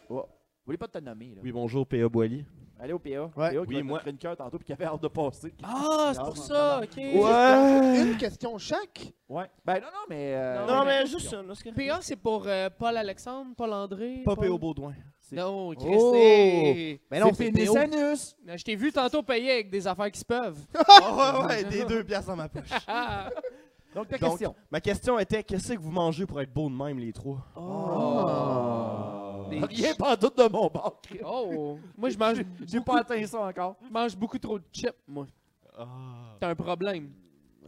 B: Oh. Vous voulez pas te nommer, là?
G: Oui, bonjour, P.A. Boily.
B: Allez au PA.
C: Ouais.
B: PA qui
G: Oui,
B: va
G: moi-
B: être une cœur tantôt puis qui avait hâte de passer.
D: Ah, c'est pour ça, ok.
C: Une question chaque.
B: Ouais. Ben non, non, mais. euh,
G: Non, mais juste ça. parce que-
D: PA, c'est pour euh, Paul-Alexandre, Paul-André.
G: Pas
D: Paul-
G: P.O. Baudouin.
D: Non, Chris,
C: Oh!
D: hey.
C: Mais
B: C'est pénis anus.
D: Je t'ai vu tantôt payer avec des affaires qui se peuvent.
G: Ah ouais, ouais, des deux piastres dans ma poche.
D: Ah.
B: Donc, ta
G: Donc-
B: question.
G: Ma question était qu'est-ce que vous mangez pour être beau de même, les trois
B: Oh.
C: Oh.
D: Des-
B: Rien pas doute de mon bord.
D: Oh! Moi, je mange,
B: J'ai pas atteint ça encore.
D: je mange beaucoup trop de chips, moi.
G: Ah.
D: T'as un problème.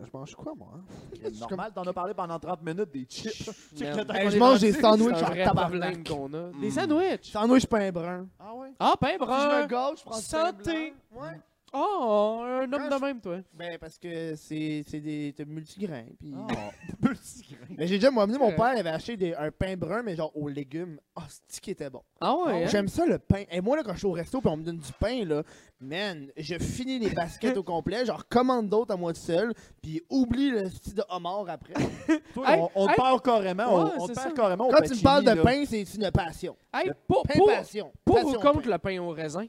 C: Je mange quoi, moi? hein?
B: C'est normal, t'en as parlé pendant 30 minutes des chips.
D: Man,
B: Ben,
C: Hey, je mange des
D: C'est
C: sandwichs
D: un
C: en
D: vrai
C: tabarnak.
D: problème qu'on a.
G: Mm.
D: Des sandwichs!
C: Sandwich pain brun.
B: Ah ouais?
D: Ah, pain
C: Si je me
D: brun!
C: gâte, je prends du pain
D: Santé.
C: blanc. Ouais.
D: Oh, un homme
C: Quand
D: de même, toi.
C: Ben, parce que c'est c'est des t'as multigrains. Puis...
B: Ah. Petit grain.
C: Ah. Mais j'ai déjà, moi, amené, mon
D: Euh.
C: père il avait acheté des- un pain brun, mais genre aux légumes. Ah, c'est qui était bon.
D: Ah ouais, hein?
C: J'aime ça, le pain. Et moi, là, quand je suis au resto puis on me donne du pain, là, man, je finis les baskets au complet, genre commande d'autres à moi tout seul, puis oublie le style de homard après.
B: Toi,
D: Hey,
B: on, on te
D: hey.
B: parle carrément. on-
D: Ouais,
B: on
D: c'est
B: te
D: ça.
B: parle carrément. au
C: Quand tu me
B: Pacini,
C: parles de
B: là.
C: pain, c'est une passion.
D: Hey, pour,
C: Pain
D: pour,
C: passion.
D: pour
C: Passion
D: ou contre
C: pain.
D: le pain au raisin?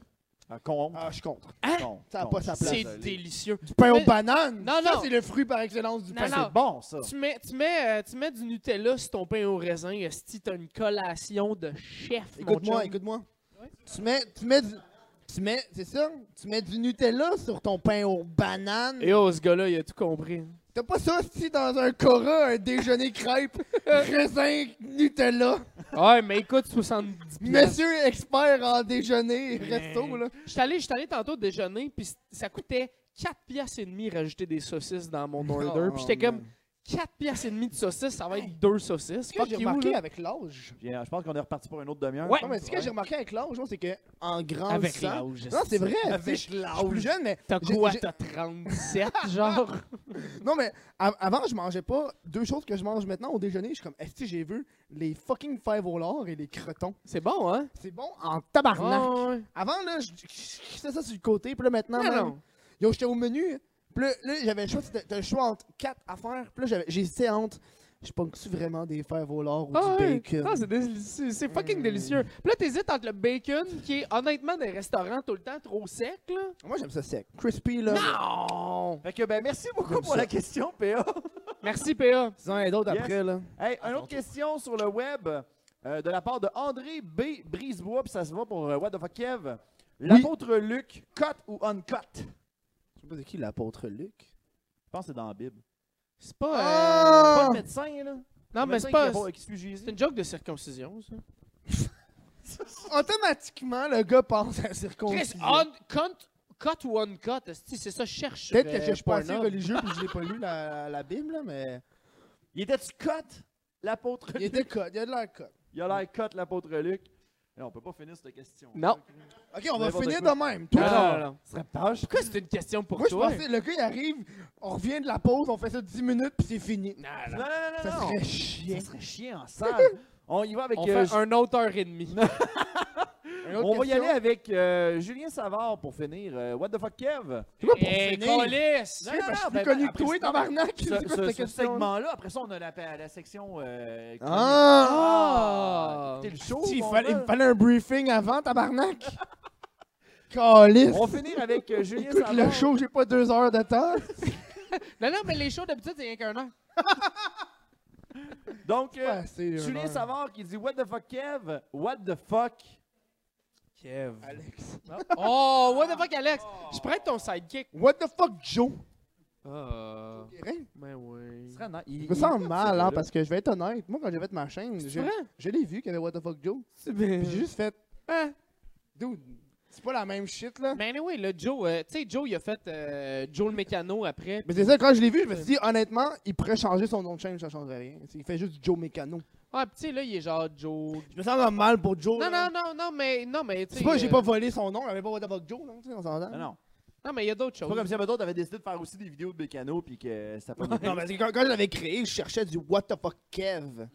B: Ah, con.
C: Ah, je suis contre.
B: Con.
C: Ça a
B: con.
C: pas sa place.
D: C'est
B: Désolé.
D: délicieux.
C: Du pain
D: Mais-
C: aux bananes.
D: Non,
C: Ça,
D: non.
C: c'est le fruit par excellence du
D: Non,
C: pain.
D: non.
B: C'est bon, ça.
D: Tu mets, tu, mets, euh, tu mets du Nutella sur ton pain au raisin. Si t'as une collation de chef, mon
C: Écoute-moi,
D: chum.
C: écoute-moi. Tu mets, tu mets du, tu mets, c'est ça? Tu mets du Nutella sur ton pain aux bananes.
D: Et oh, ce gars-là, il a tout compris.
C: T'as pas ça si dans un Cora, un déjeuner crêpe, raisin Nutella.
D: Ouais, mais écoute, 70 piastres.
C: Monsieur expert en déjeuner, resto, là.
D: J'étais allé, j'étais allé tantôt déjeuner, puis c- ça coûtait 4 piastres et demi rajouter des saucisses dans mon order. puis j'étais comme, 4 piastres et demi de saucisses, ça va être deux saucisses.
C: Ce que
D: Fuck
C: j'ai
D: you,
C: remarqué
D: là.
C: avec l'âge.
B: Puis, euh, je pense qu'on est reparti pour une autre demi-heure.
D: Ouais.
C: Non, mais ce que j'ai remarqué avec l'âge, moi, c'est que en grandissant.
D: Avec l'âge.
C: Non, c'est vrai. tu sais,
D: Avec
C: je- Je suis plus
D: l'âge.
C: jeune, mais.
D: T'as
C: j'ai-
D: quoi?
C: j'ai-
D: T'as 37, genre?
C: Non, mais av- avant, je mangeais pas deux choses que je mange maintenant au déjeuner. Je suis comme, est-ce que j'ai vu les fucking fèves au lard et les crotons?
D: C'est bon, hein?
C: C'est bon en tabarnak.
D: Ouais, ouais.
C: Avant, là, je je- je faisais ça sur le côté, puis là, maintenant,
D: Oh. Non,
C: même,
D: non.
C: Yo, j'étais au menu, puis là, là, j'avais le choix, c'était- t'as le choix entre quatre affaires, puis là, j'avais- j'hésitais entre, je pongue-tu vraiment des fèves au lard ou
D: Ah
C: du
D: ouais.
C: bacon?
D: Non, c'est délicieux. C'est fucking délicieux. Puis là, t'hésites entre le bacon, qui est honnêtement des restaurants tout le temps trop sec, là.
C: Moi, j'aime ça sec. Crispy, là.
D: Non!
B: Fait que, ben, merci beaucoup
C: Comme
B: pour
C: ça.
B: la question, PA.
D: Merci, PA.
C: Ils en ont d'autres
B: Yes.
C: après, là.
B: Hey, une autre question sur le web euh, de la part de André B. Brisebois, puis ça se va pour euh, What the fuck Kev. L'apôtre Luc, cut ou uncut? Je
C: Je sais pas de qui l'apôtre Luc.
B: pense que c'est dans la Bible.
D: C'est pas. euh,
B: Pas
C: Ah!
B: le médecin, là.
D: Non,
B: Le
D: mais c'est
B: médecin
D: pas.
B: qui a Qui suit Jésus.
D: C'est une joke de circoncision, ça.
C: Automatiquement, le gars pense à la
D: Chris,
C: circoncision.
B: ah,
D: on, cut, cut ou uncut, esti, c'est ça, je cherche. sur,
C: Peut-être que
D: euh,
C: je suis pas assez
D: Pornhub.
C: religieux puis je l'ai pas lu la, la Bible, là, mais.
B: Il était-tu cut, l'apôtre
C: Il
B: Luc?
C: était cut, il y a de l'air cut.
B: Il a l'air cut, l'apôtre Luc. Et on peut pas finir cette question.
D: Non.
C: Ok, on va
B: N'importe
C: finir
B: quoi.
C: de même.
D: Non,
C: Toi,
D: non, non, non.
B: Ce serait tâche.
D: Pourquoi c'est une question pour
C: moi, je
D: toi?
C: pensais, le gars, il arrive, on revient de la pause, on fait ça 10 minutes puis c'est fini.
B: Non, non, non,
C: Ça
B: non, non.
C: serait chiant.
B: Ça serait chiant en salle. on y va avec.
D: On
B: euh,
D: fait un autre heure et demie.
C: Une autre
B: on va y
C: question?
B: aller avec euh, Julien Savard pour finir. euh, What the fuck, Kev?
C: Tu vois, pour
D: Hé,
C: finir.
D: Colis!
B: Eh, Non,
C: Parce que je
B: ben,
C: suis plus connu que
B: après
C: toi,
B: ce-
C: tabarnak!
B: ce,
C: C'est quoi
B: ce-
C: cette
B: ce
C: question-là?
B: segment-là. Après ça, on a la, pa- la section. euh,
D: Ah!
B: chronique. Écoutez le show.
C: Si, il,
B: Oh, mon
C: fallait, il
B: gars.
C: me fallait un briefing avant, tabarnak! Calice!
B: On va finir avec euh, Julien
C: Écoute le
B: Savard. Euh,
C: show, j'ai pas deux heures de temps.
D: Non, non, mais les shows d'habitude, c'est rien qu'un an.
B: Donc, euh,
C: Pas assez, une
B: Julien
C: heure.
B: Savard qui dit What the fuck, Kev? What the fuck? Kev.
C: Alex.
D: Oh, what the fuck, Alex? Je prête ton sidekick.
C: What the fuck, Joe?
D: Ah.
C: Guérin?
D: Ben oui.
B: Il,
C: Je me sens mal, hein, parce que je vais être honnête. Moi, quand j'ai fait ma chaîne, je,
D: vrai?
C: je l'ai vu qu'il y avait What the fuck, Joe.
D: C'est bien.
C: Puis j'ai juste fait,
D: Hein?
C: dude, c'est pas la même shit, là.
D: Mais anyway, là, Joe, euh, tu sais, Joe, il a fait euh, Joe le mécano après.
C: Mais c'est ça, quand je l'ai vu, je me suis dit, honnêtement, il pourrait changer son nom de chaîne, ça changerait rien. Il fait juste Joe Mécano.
D: Ah, pis tu sais, là, il est genre Joe.
C: Je me sens comme mal pour Joe.
D: Non,
C: là.
D: non, non, non, mais, non, mais, tu sais.
C: C'est pas, j'ai
D: euh,
C: pas volé son nom, il avait pas What the fuck, Joe, là, tu sais, on s'entend.
B: Non, non.
D: Non, mais il y a d'autres
B: C'est
D: choses.
B: pas comme si avait d'autres avaient décidé de faire aussi des vidéos de Bécano puis que ça pognait.
C: Non, parce que quand, quand je l'avais créé, je cherchais du What the fuck Kev.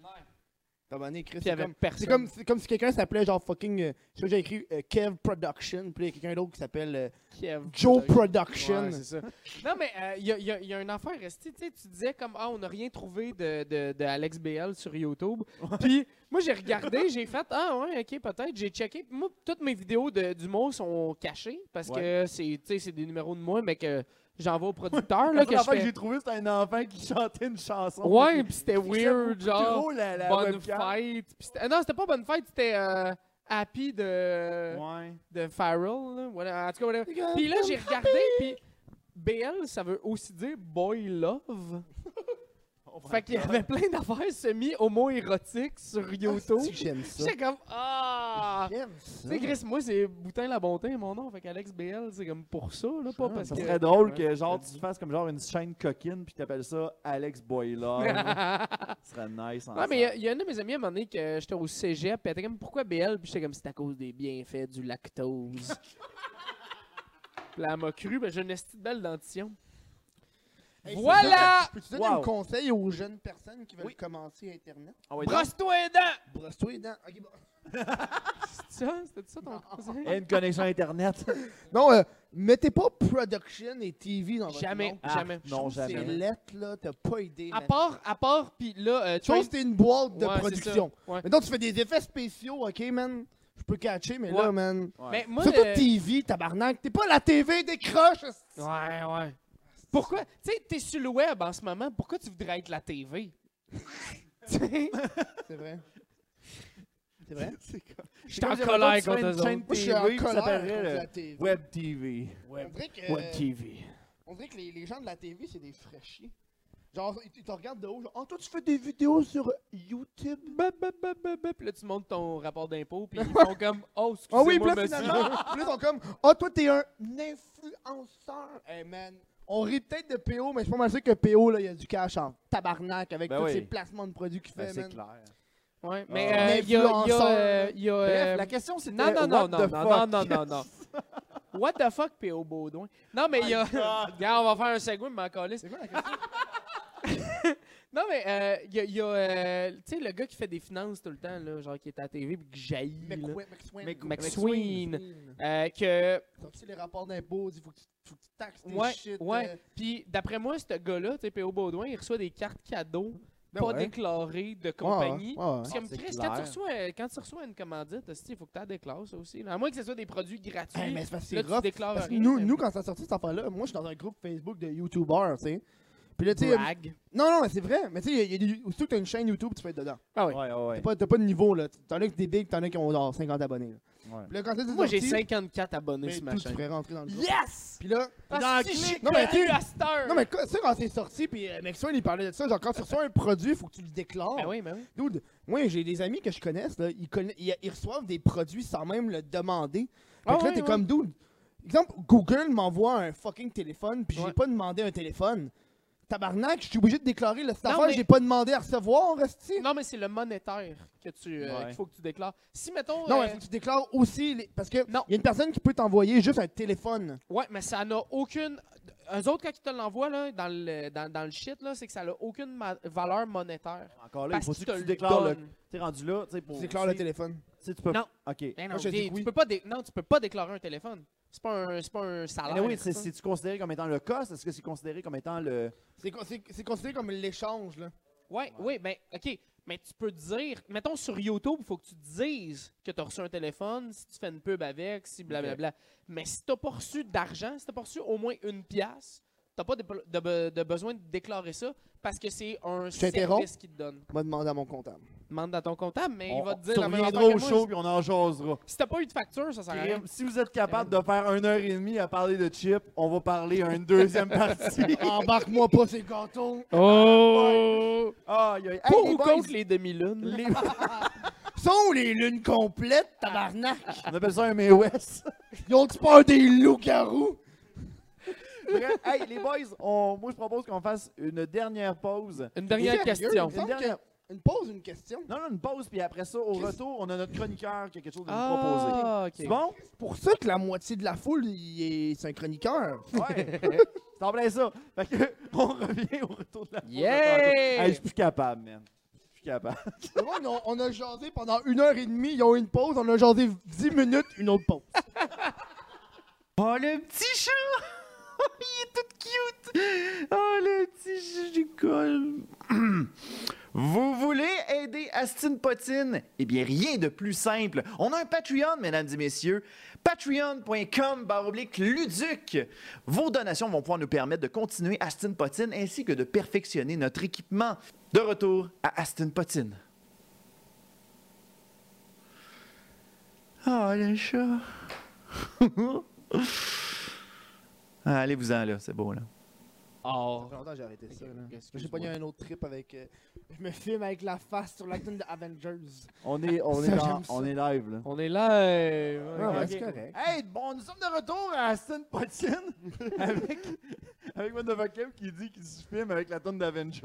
C: T'as donné, Chris,
D: Puis il y
C: c'est
D: avait
C: comme,
D: personne.
C: c'est comme, c'est comme si quelqu'un s'appelait genre fucking, euh, je sais que j'ai écrit euh, Kev Production, puis là, il y a quelqu'un d'autre qui s'appelle euh,
D: Kev.
C: Joe
D: Production.
C: Production.
D: Ouais, c'est ça. non, mais euh, il y, a, il y a- il y a une affaire restée. Tu sais, tu disais comme, ah, on n'a rien trouvé de, de, de Alex BL sur YouTube. Puis, moi, j'ai regardé, j'ai fait, ah, ouais, ok, peut-être. J'ai checké. Puis Moi, toutes mes vidéos de- d'humour sont cachées parce que c'est, tu sais, c'est des numéros de moi, mais que j'envoie au producteur. là,
B: La
D: que
B: seule
D: je
B: affaire que
D: fais-
B: j'ai trouvé, c'était un enfant qui chantait une chanson.
D: Ouais, pis c'était
B: Puis j'aime
D: weird,
B: beaucoup
D: genre.
B: trop la, la
D: Bonne
B: webcam.
D: fête. Pis c'était- non, c'était pas bonne fête, c'était euh, Happy de,
B: Ouais.
D: de Farrell. là. Voilà, en tout cas, whatever. Puis là, j'ai regardé, puis BL, ça veut aussi dire Boy Love. fait qu'il y avait plein d'affaires semi-homo-érotiques sur
B: Ah,
C: Si
D: YouTube.
C: Ah, j'aime ça.
D: J'étais comme Ah!
C: J'aime
D: Tu
C: ça.
D: sais, Chris, moi, c'est Boutin la Bonté, mon nom. Fait qu'Alex BL, c'est comme pour ça, là, pas parce
B: Ça
D: que.
B: serait drôle que genre tu fasses comme genre une chaîne coquine puis t'appelles ça Alex Boiler. Ce serait nice.
D: Ouais, mais il y a- il y, a un de mes amis à un moment donné que j'étais au cégep, puis elle était comme pourquoi BL Puis j'étais comme c'est à cause des bienfaits du lactose. puis là, elle m'a cru, mais j'ai une esti de belle dentition.
C: Hey, c'est
D: Voilà!
C: ça. Je Peux-tu donner
B: Wow.
C: un conseil aux jeunes personnes qui veulent
B: Oui.
C: commencer Internet?
D: euh,
B: Ah ouais, donc-
D: Brosse-toi les dents
C: Brosse-toi les dents. Ok, bon.
D: C'est ça C'était ça ton conseil
B: Et une connexion Internet.
C: Non, euh, mettez pas production et TV dans votre
D: Jamais,
C: nom.
B: Ah,
D: jamais.
B: non,
C: C'est
B: jamais.
C: lettre, là, t'as pas idée.
D: À
C: man.
D: part, à part, puis là, euh,
C: Tu vois,
D: Train-
C: c'était une boîte de
D: Ouais, c'est ça.
C: production.
D: Ouais.
C: Maintenant, tu fais des effets spéciaux, ok, man? Je je peux catcher, mais
D: Ouais.
C: là, man.
D: Mais moi, euh,
C: Surtout
D: le-
C: TV, tabarnak. T'es pas à la TV, décroche! esti.
D: Ouais, ouais. Pourquoi? Tu sais, t'es sur le web en ce moment, pourquoi tu voudrais être la TV? Tu sais,
C: C'est vrai. C'est vrai?
D: Je suis en colère contre eux autres.
C: Moi, je suis en
A: TV, ça
C: colère
A: s'appellerait
C: contre
A: le-
C: la TV.
A: Web TV.
C: On dirait que,
A: Web TV.
C: on dirait que les, les gens de la TV, c'est des fraîchis. Genre, ils, ils te regardent de haut, genre, oh, toi, tu fais des vidéos sur YouTube.
D: Bap, bap, bap, bap, bap. Puis là, tu montes ton rapport d'impôt, puis ils font comme
C: Ah
D: Oh, excusez-moi,
C: oui, puis là,
D: monsieur.
C: finalement, puis là, ils sont comme, ah, toi, t'es un influenceur. Hey, man. On rit peut-être de PO, mais je suis pas mal sûr que PO, là, il y a du cash en tabarnak avec
A: Ben
C: tous
A: oui.
C: ces placements de produits qu'il
A: Ben,
C: fait,
A: c'est
C: man.
A: clair.
D: Ouais,
A: Ah.
D: mais euh, il y a. il y a, euh, il y a, euh,
A: Bref, la question c'était.
D: Non, non,
A: what
D: non, non,
A: the
D: non, non,
A: fuck?
D: non, non, non. What the fuck, P.O. Baudouin? Non, mais il y a. Regarde, on va faire un segment, mais encore liste.
C: Oh C'est quoi la question?
D: Non, mais euh, il y a. il y a, euh, tu sais, le gars qui fait des finances tout le temps, là, genre qui est à la TV puis qui jaillit. là.
C: McQueen. McSwain.
A: McQueen.
D: McSween. Euh, que.
C: Comme les rapports d'impôts, il faut que tu faut que tu taxes tes
D: Ouais,
C: shit.
D: ouais.
C: euh,
D: Puis d'après moi, ce gars-là, tu sais, P.O. Baudouin, il reçoit des cartes cadeaux
C: Ben
D: pas
C: ouais.
D: déclarées de
C: ouais, ouais,
D: compagnie.
C: ouais, ouais.
D: Parce que,
A: Ah, c'est
D: Chris, quand tu,
A: clair.
D: reçois, euh, quand tu reçois une commandite, hostie, il faut que tu la déclares, ça aussi. là. À moins que ce soit des produits gratuits.
C: Hey, mais c'est parce que c'est
D: là, tu
C: rough.
D: déclares
C: Parce que
D: rien,
C: nous,
D: mais-
C: nous, quand ça a sorti cette affaire-là, moi, je suis dans un groupe Facebook de YouTubers, tu sais. Puis là, tu sais.
D: Brag.
C: Non, non, mais c'est vrai. Mais tu sais, il y a des- aussitôt que t'as une chaîne YouTube, tu peux être dedans.
D: Ah oui.
A: Ouais, ouais,
C: T'as
A: ouais.
C: pas, t'as pas de niveau, là. T'en as que des bigs, t'en as qui ont genre 50 abonnés. là.
A: Ouais.
C: Puis là, quand ça, c'est
D: Moi, j'ai
C: sorti,
D: 54 abonnés
C: mais
D: sur
C: tout,
D: ma
C: tu
D: chaîne.
C: pourrais rentrer dans le groupe.
D: Yes!
C: Puis là,
D: Parce que j'ai
C: Non, mais
D: connu
C: tu-
D: à cette heure.
C: non, mais quoi- ça, quand c'est sorti, puis euh, Maxwell, il parlait de ça. Genre, quand tu reçois un produit, faut que tu le déclares.
D: Ben oui, ben oui.
C: Dude, moi, j'ai des amis que je connaisse, là, ils, conna- ils- ils reçoivent des produits sans même le demander. Fait
D: Ah
C: que là,
D: ouais,
C: t'es
D: ouais.
C: comme, dude, exemple, Google m'envoie un fucking téléphone, puis
D: Ouais.
C: j'ai pas demandé un téléphone. Tabarnak, je suis obligé de déclarer le
D: Non,
C: staff, que
D: mais-
C: j'ai pas demandé à recevoir, Resti.
D: Non, mais c'est le monétaire que tu, euh,
A: Ouais.
D: qu'il faut que tu déclares. Si, mettons.
C: Non,
D: euh,
C: mais faut que tu déclares aussi, les- parce que
D: Non.
C: il y a une personne qui peut t'envoyer juste un téléphone.
D: Ouais, mais ça n'a aucune. Eux autres, quand ils te l'envoient là, dans, le, dans, dans le shit, là, c'est que ça n'a aucune ma- valeur monétaire.
A: Encore là, il
D: Parce
A: faut
D: qu'ils
A: que
D: te
A: tu
D: le
A: déclares le.
D: donnent.
A: T'es rendu là, tu sais, pour.
C: Tu déclares le téléphone.
A: Tu sais, tu peux.
D: Non.
A: Ok.
D: Ben non,
C: Moi, je dis
D: dis- tu
C: oui.
D: peux pas dé- non, tu peux pas déclarer un téléphone. C'est pas un, c'est pas un salaire.
A: Mais oui, c'est
D: ça.
A: c'est-tu considéré comme étant le cost? Est-ce que c'est considéré comme étant le.
C: C'est con- C'est c'est considéré comme l'échange, là.
D: Ouais, oui, ben, OK. Mais tu peux dire, mettons sur YouTube, il faut que tu dises que tu as reçu un téléphone, si tu fais une pub avec, si blablabla. Mais si tu n'as pas reçu d'argent, si tu n'as pas reçu au moins une pièce, tu n'as pas de, de be- de besoin de déclarer ça parce que c'est un
C: t'interromps?
D: service qui te donne.
C: M'a demandé à mon comptable.
D: Demande à ton comptable, mais
A: on-
D: il va
A: on-
D: te dire
A: tu
D: la même
A: reviendras
D: affaire
A: au
D: que moi.
A: show puis on en jasera.
D: Si t'as pas eu de facture, ça sert à rien.
A: Crime, Si vous êtes capable de faire une heure et demie à parler de chip, on va parler à une deuxième partie.
C: Embarque-moi pas ces gâteaux.
D: Oh!
A: Ah, il y a- Hey,
D: Pour
A: les
D: ou
A: boys,
D: contre les demi-lunes?
A: les-
C: Sont les lunes complètes, tabarnak?
A: On appelle ça un May West.
C: Ils ont-tu peur des loups-garous?
A: Bref, hey, les boys, on- moi je propose qu'on fasse une dernière pause.
D: Une dernière
C: Sérieux?
D: question.
C: Il me semble
A: Une dernière-
C: que- Une pause, une question.
A: Non, non, une pause, puis après ça, au
C: Qu'est-ce-
A: retour, on a notre chroniqueur qui a quelque chose à nous proposer.
D: Ah,
A: C'est
D: ok.
A: bon?
C: C'est pour ça que la moitié de la foule, il est... c'est un chroniqueur.
A: Ouais. C'est en plein ça. Fait que, on revient au retour de la pause.
D: Yeah!
A: Hey, je suis plus capable, man. Je suis plus capable.
C: Le monde, on, on a jasé pendant une heure et demie, ils ont eu une pause, on a jasé dix minutes, une autre pause.
B: Oh, le petit chat! Il est tout cute! Oh, le petit chat du col! Vous voulez aider Astine Potine? Eh bien, rien de plus simple. On a un Patreon, mesdames et messieurs. Patreon.com baroblique luduc. Vos donations vont pouvoir nous permettre de continuer Astine Potine ainsi que de perfectionner notre équipement. De retour à Astine Potine. Oh, le chat! Ah, Allez-vous-en, là, c'est beau, là.
D: Oh.
C: longtemps que j'ai arrêté ça. là. J'ai
D: excuse-moi.
C: pogné un autre trip avec. euh, je me filme avec la face sur la tune de Avengers.
A: On est, on
C: Ça,
A: est, en-
C: j'aime ça.
A: on est live, là.
D: On est live.
C: Ah ouais,
D: Ok.
C: c'est correct.
A: Hey, bon, nous sommes de retour à Aston Potine avec, avec What the Fuck Kev qui dit qu'il se filme avec la tonne d'Avengers.